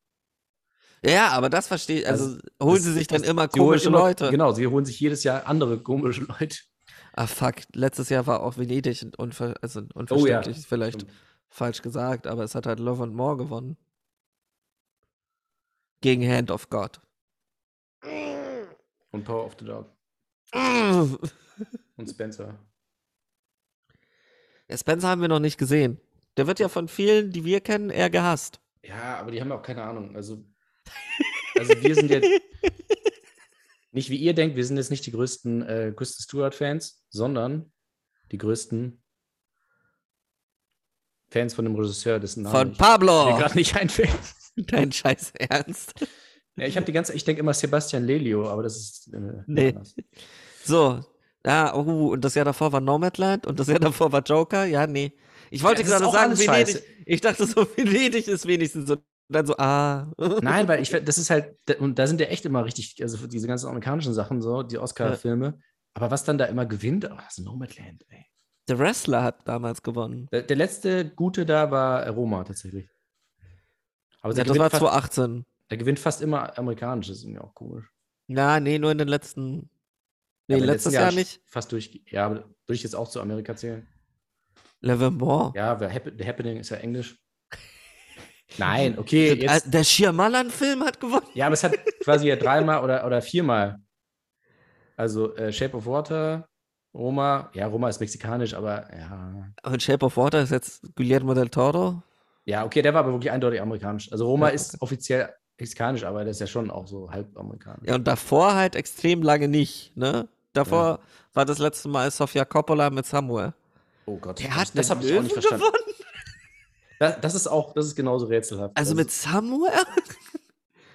A: Ja, aber das verstehe ich. Also holen
B: Das-
A: sie sich dann
B: das-
A: immer
B: sie holen
A: komische
B: immer-
A: Leute.
B: Genau, sie holen sich jedes Jahr andere komische Leute.
A: Ah, fuck. Letztes Jahr war auch Venedig ein unver also ein unverständlich, ist vielleicht falsch gesagt, aber es hat halt Love and More gewonnen. gegen Hand of God.
B: Und Power of the Dog. Und Spencer.
A: Ja, Spencer haben wir noch nicht gesehen. Der wird ja von vielen, die wir kennen, eher gehasst.
B: Ja, aber die haben auch keine Ahnung. Also, also wir sind jetzt nicht wie ihr denkt, wir sind jetzt nicht die größten äh, Kristen Stewart-Fans, sondern die größten Fans von dem Regisseur, dessen Name
A: Von
B: ich mir
A: Pablo!
B: gerade nicht einfällt.
A: Dein Scheiß Ernst.
B: Ja, ich habe die ganze, ich denke immer Sebastian Lelio, aber das ist äh,
A: Nee.
B: anders.
A: So. Ah, oh, und das Jahr davor war Nomadland und das Jahr davor war Joker. Ja, nee. Ich wollte
B: Ja, das ist
A: gerade
B: auch
A: sagen,
B: alles
A: Venedig.
B: scheiße.
A: Ich dachte so, Venedig ist wenigstens so. Und dann so, ah.
B: Nein, weil ich, das ist halt, da- und da sind ja echt immer richtig, also für diese ganzen amerikanischen Sachen so, die Oscar-Filme. Aber was dann da immer gewinnt, oh, das ist Nomadland, ey.
A: Der Wrestler hat damals gewonnen.
B: Der, der letzte gute da war Roma tatsächlich. Aber
A: Ja,
B: der
A: das war
B: gewinnt, fast,
A: 2018.
B: der gewinnt fast immer amerikanisch, das ist irgendwie auch komisch.
A: Na, nee, nur in den letzten. Nee,
B: Ja, aber
A: letztes
B: letzten
A: Jahr
B: sch-
A: nicht.
B: Fast durch, ja, aber würde ich jetzt auch zu Amerika zählen.
A: Levemore.
B: Ja, weil Happ- The Happening ist ja Englisch. Nein, okay,
A: Der,
B: jetzt,
A: Äh, der Schirmalan-Film hat gewonnen.
B: ja, aber es hat quasi ja dreimal oder, oder viermal. Also äh, Shape of Water, Roma, ja, Roma ist mexikanisch, aber ja.
A: Und Shape of Water ist jetzt Guillermo del Toro.
B: Ja, okay, der war aber wirklich eindeutig amerikanisch. Also Roma
A: Ja,
B: ist offiziell mexikanisch, aber der ist ja schon auch so halb amerikanisch.
A: Ja, und davor halt extrem lange nicht, ne? Davor war das letzte Mal Sofia Coppola mit Samuel.
B: Oh Gott,
A: Der hat
B: das
A: den
B: habe ich auch
A: Löwen
B: nicht verstanden.
A: gewonnen.
B: Das, das ist auch, das ist genauso rätselhaft.
A: Also mit Samuel?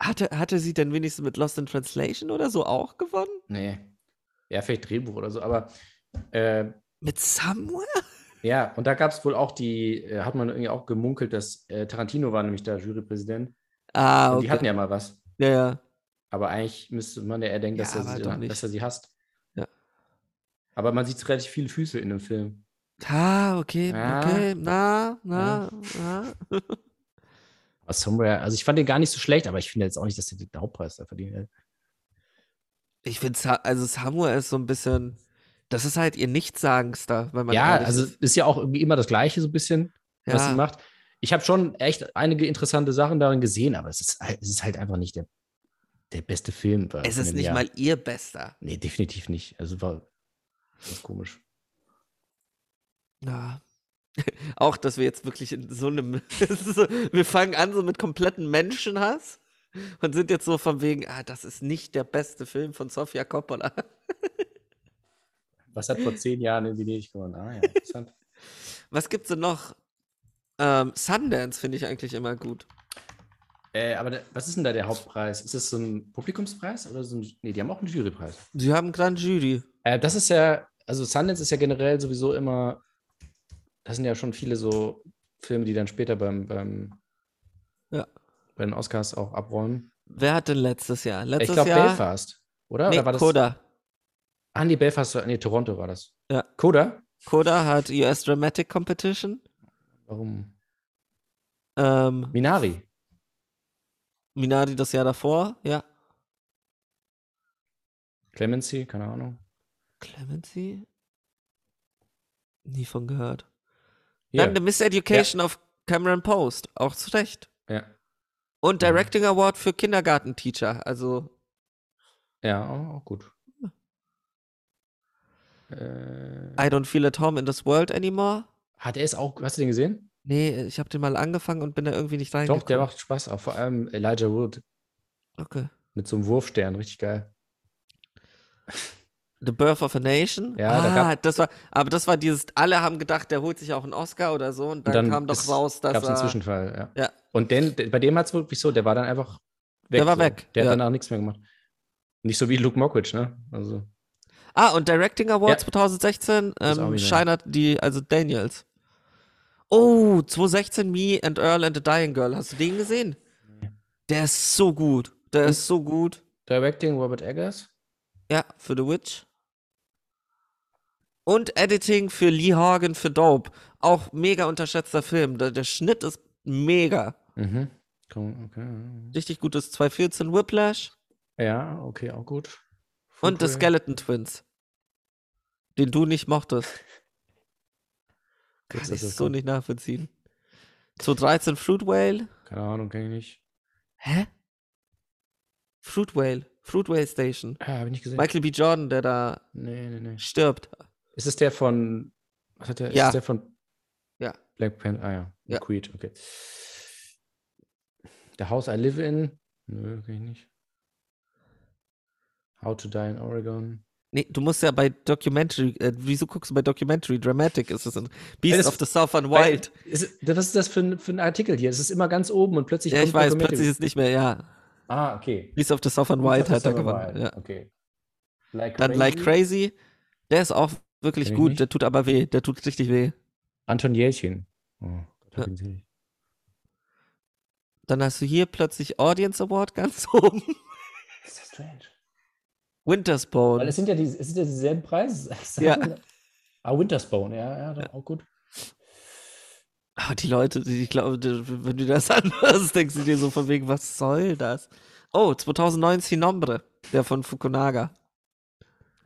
A: hatte, hatte sie denn wenigstens mit Lost in Translation oder so auch gewonnen?
B: Nee. Ja, vielleicht Drehbuch oder so, aber äh,
A: Mit Samuel?
B: ja, und da gab es wohl auch die, äh, hat man irgendwie auch gemunkelt, dass äh, Tarantino war nämlich da Jurypräsident.
A: Ah,
B: Und
A: okay.
B: Die hatten ja mal was.
A: ja, ja.
B: Aber eigentlich müsste man ja eher denken,
A: Ja,
B: dass, er
A: aber
B: sie,
A: doch nicht.
B: dass er sie hasst.
A: Ja.
B: Aber man sieht relativ viele Füße in dem Film.
A: Ah, okay,
B: Ja.
A: okay. Na, na,
B: Ja.
A: na.
B: Aber Somewhere, also ich fand den gar nicht so schlecht, aber ich finde jetzt auch nicht, dass der den Hauptpreis da verdient hat.
A: Ich finde, also Samuel ist so ein bisschen. Das ist halt ihr Nichtsagendster, wenn man.
B: Ja,
A: ehrlich
B: also
A: ist.
B: ist ja auch irgendwie immer das Gleiche so ein bisschen, was
A: Ja.
B: sie macht. Ich habe schon echt einige interessante Sachen darin gesehen, aber es ist, halt- es ist halt einfach nicht der, der beste Film. war
A: Es
B: von
A: ist
B: dem
A: nicht
B: Jahr.
A: mal ihr Bester.
B: Nee, definitiv nicht. Also war das ist komisch.
A: Ja. Auch, dass wir jetzt wirklich in so einem. es ist so, wir fangen an so mit kompletten Menschenhass und sind jetzt so von wegen, ah, das ist nicht der beste Film von Sofia Coppola.
B: Was hat vor zehn Jahren in Venedig gewonnen? Ah ja, interessant.
A: Was gibt's denn noch? Ähm, Sundance finde ich eigentlich immer gut.
B: äh, aber da, was ist denn da der Hauptpreis? Ist das so ein Publikumspreis oder so ein. Nee, die haben auch einen Jurypreis.
A: Sie haben gerade Jury.
B: Äh, das ist ja, also Sundance ist ja generell sowieso immer, das sind ja schon viele so Filme, die dann später beim, beim
A: Ja.
B: bei den Oscars auch abräumen.
A: Wer hat denn letztes Jahr? Letztes
B: ich glaube
A: Jahr.
B: Belfast, oder?
A: Nee,
B: oder war das,
A: Coda.
B: Ah, nee, Belfast, war- nee, Toronto war das.
A: Ja.
B: Coda?
A: Coda hat US Dramatic Competition.
B: Warum?
A: Ähm,
B: Minari.
A: Minari das Jahr davor, ja.
B: Clemency, keine Ahnung.
A: Clemency? Nie von gehört.
B: Hier.
A: Dann The Miseducation of Cameron Post, auch zu Recht.
B: Ja,
A: Und
B: Mhm.
A: Directing Award für Kindergarten-Teacher, also
B: ja auch, auch gut. Äh,
A: I don't feel at home in this world anymore.
B: hat er es auch, hast du den gesehen?
A: Nee, ich habe den mal angefangen und bin da irgendwie nicht
B: Doch,
A: reingekommen.
B: der macht Spaß, auch vor allem Elijah Wood
A: Okay.
B: mit so einem Wurfstern, richtig geil.
A: The Birth of a Nation.
B: Ja, da
A: ah,
B: gab-
A: das war, aber das war dieses, alle haben gedacht, der holt sich auch einen Oscar oder so und dann,
B: dann
A: kam doch
B: ist-
A: raus, dass
B: Gab es einen
A: er,
B: Zwischenfall, ja.
A: Ja.
B: Und den, de- bei dem hat es wirklich so, der war dann einfach weg.
A: Der war
B: so.
A: weg,
B: Der
A: ja.
B: hat danach nichts mehr gemacht. Nicht so wie Luke Mockridge, ne? Also,
A: Ah, und Directing Award
B: Ja.
A: 2016,
B: Ist auch
A: ähm,
B: wieder-
A: Shiner, die, also Daniels. Oh, 2016 Me and Earl and the Dying Girl. Hast du den gesehen? Der ist so gut. Der ist so gut.
B: Directing Robert Eggers.
A: Ja, für The Witch. Und Editing für Lee Horgan für Dope. Auch mega unterschätzter Film. Der, der Schnitt ist mega.
B: Mhm. Komm, okay.
A: Richtig gutes 2014 Whiplash
B: Ja, okay, auch gut.
A: und The
B: Full Coil.
A: Skeleton Twins. Den du nicht mochtest. Kann
B: Jetzt,
A: ich
B: dass das
A: so
B: kommt.
A: nicht nachvollziehen. 2013 Fruit Whale.
B: Keine Ahnung, kenn ich nicht.
A: Hä? Fruit Whale. Fruit Whale Station.
B: Ah, hab ich nicht gesehen.
A: Michael B. Jordan, der da
B: Nee, nee, nee.
A: stirbt.
B: Ist es der von. Was hat der? Ist
A: Ja.
B: es der von.
A: Ja.
B: Black Panther. Ah ja.
A: Ja.
B: Creed, okay. The House I Live in. Nö, kenn ich nicht. How to Die in Oregon.
A: Nee, du musst ja bei Documentary, äh, wieso guckst du bei Documentary? Dramatic ist es. ein Beast
B: das-
A: of the Southern
B: Weil-
A: Wild.
B: Ist, es- was ist das für ein, für ein Artikel hier? Es ist immer ganz oben und plötzlich
A: ja, ich
B: kommt
A: weiß,
B: Documentary.
A: plötzlich ist nicht mehr, ja.
B: Ah, okay.
A: Beast of the Southern Wild hat da gewonnen. Ja.
B: Okay. Like
A: Dann Like Crazy, der ist auch wirklich
B: Kenn ich
A: gut,
B: nicht.
A: der tut aber weh, der tut richtig weh.
B: Anton Jelchin. Oh, Gott,
A: Ja.
B: hab ihn selig.
A: Dann hast du hier plötzlich Audience Award ganz oben.
B: Ist das strange?
A: Winter's
B: Weil
A: Bone.
B: es sind ja, die, es sind ja dieselben Preise.
A: Ja.
B: Ah, Winterspawn, ja, ja, doch, auch gut.
A: Ah, die Leute, die, ich glaube, die- wenn du das anhörst, denkst du dir so von wegen, was soll das? Oh, 2019 Nombre, der von Fukunaga.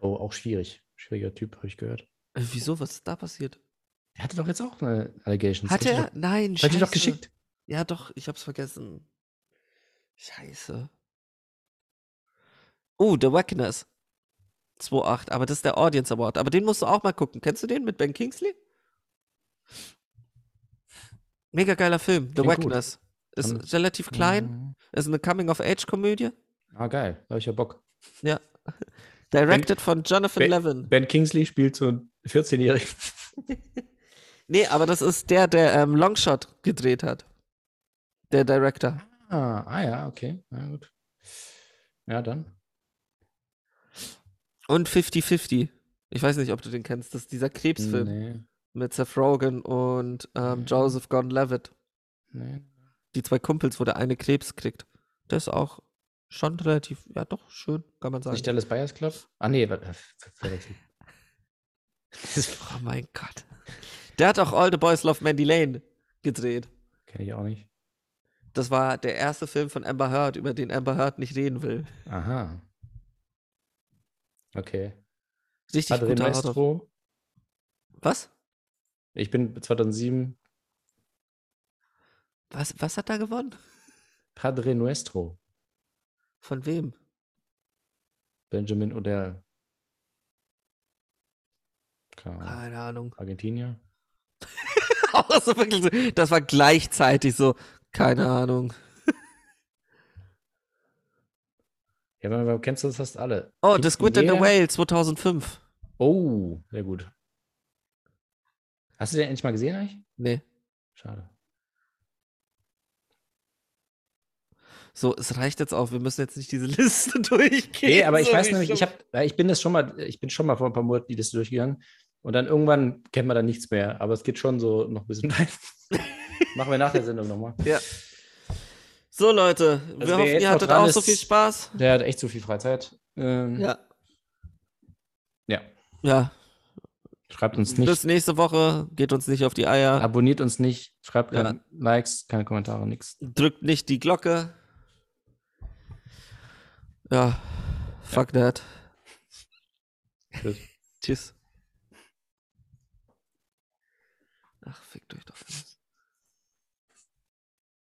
B: Oh, auch schwierig. Schwieriger Typ, habe ich gehört.
A: Äh, Wieso, was ist da passiert?
B: Er hatte doch jetzt auch eine Allegation.
A: Hat er?
B: Doch,
A: Nein,
B: hat er doch
A: scheiße.
B: geschickt.
A: Ja, doch, ich hab's vergessen. Scheiße. Oh, The Wackiness. 2.8, aber das ist der Audience Award. Aber den musst du auch mal gucken. Kennst du den mit Ben Kingsley? Mega geiler Film, The
B: Klingt gut. Mhm.
A: Wackiness. Ist
B: Kann-
A: relativ klein, ist eine Coming-of-Age-Komödie.
B: Ah, geil. Da habe ich ja Bock.
A: Directed von Jonathan
B: Ben-
A: Levin.
B: Ben Kingsley spielt so einen 14-Jährigen.
A: Nee, aber das ist der, der ähm, Longshot gedreht hat. Der Director.
B: Ah, ah, ja, okay. Na gut. Ja, dann.
A: Und 50-50. Ich weiß nicht, ob du den kennst. Das ist dieser Krebsfilm.
B: Nee,
A: mit Seth Rogen und ähm,
B: Mhm.
A: Joseph Gordon-Levitt.
B: nee.
A: Die zwei Kumpels, wo der eine Krebs kriegt. Das ist auch schon relativ, ja doch, schön, kann man sagen.
B: Nicht Dallas Buyers Club? Ah, nee, warte. äh, ver- verwechselt. Das ist-
A: Oh mein Gott. Der hat auch All the Boys Love Mandy Lane gedreht.
B: Kenn ich auch nicht.
A: Das war der erste Film von Amber Heard, über den Amber Heard nicht reden will.
B: Aha. Okay.
A: Richtig
B: Adrien
A: guter Horror.
B: Maestro.
A: Was?
B: Ich bin 2007
A: was? Was hat er gewonnen?
B: Padre Nuestro,
A: Von wem?
B: Benjamin Odell. Keine Ahnung.
A: Keine Ahnung.
B: Argentinier.
A: Auch so wirklich so- das war gleichzeitig so, keine Ahnung.
B: Ja, wenn du kennst, du das hast du alle.
A: Oh,
B: Gibt's
A: The Squid and the
B: jeder-
A: Whale 2005.
B: Oh, sehr gut. Hast du den endlich mal gesehen eigentlich?
A: Nee.
B: Schade.
A: So, es reicht jetzt auch. Wir müssen jetzt nicht diese Liste durchgehen.
B: Nee, aber ich
A: so
B: weiß
A: wie
B: nämlich, ich
A: schon-
B: hab, äh, ich bin das schon mal, ich bin schon mal vor ein paar Monaten die Liste durchgegangen und dann irgendwann kennt man dann nichts mehr, aber es geht schon so noch ein bisschen weiter. Machen wir nach der Sendung nochmal.
A: So, Leute,
B: Also
A: wir
B: wer
A: hoffen,
B: jetzt
A: ihr
B: noch
A: hattet
B: dran
A: auch so
B: ist-
A: viel Spaß.
B: Der hat echt zu viel Freizeit. Ähm, ja.
A: Ja.
B: Schreibt uns nicht.
A: Bis nächste Woche. Geht uns nicht auf die Eier.
B: Abonniert uns nicht, schreibt
A: Ja.
B: keine Likes, keine Kommentare, nichts.
A: Drückt nicht die Glocke. Ja. Fuck that.
B: Tschüss.
A: Tschüss. Ach, fickt euch doch.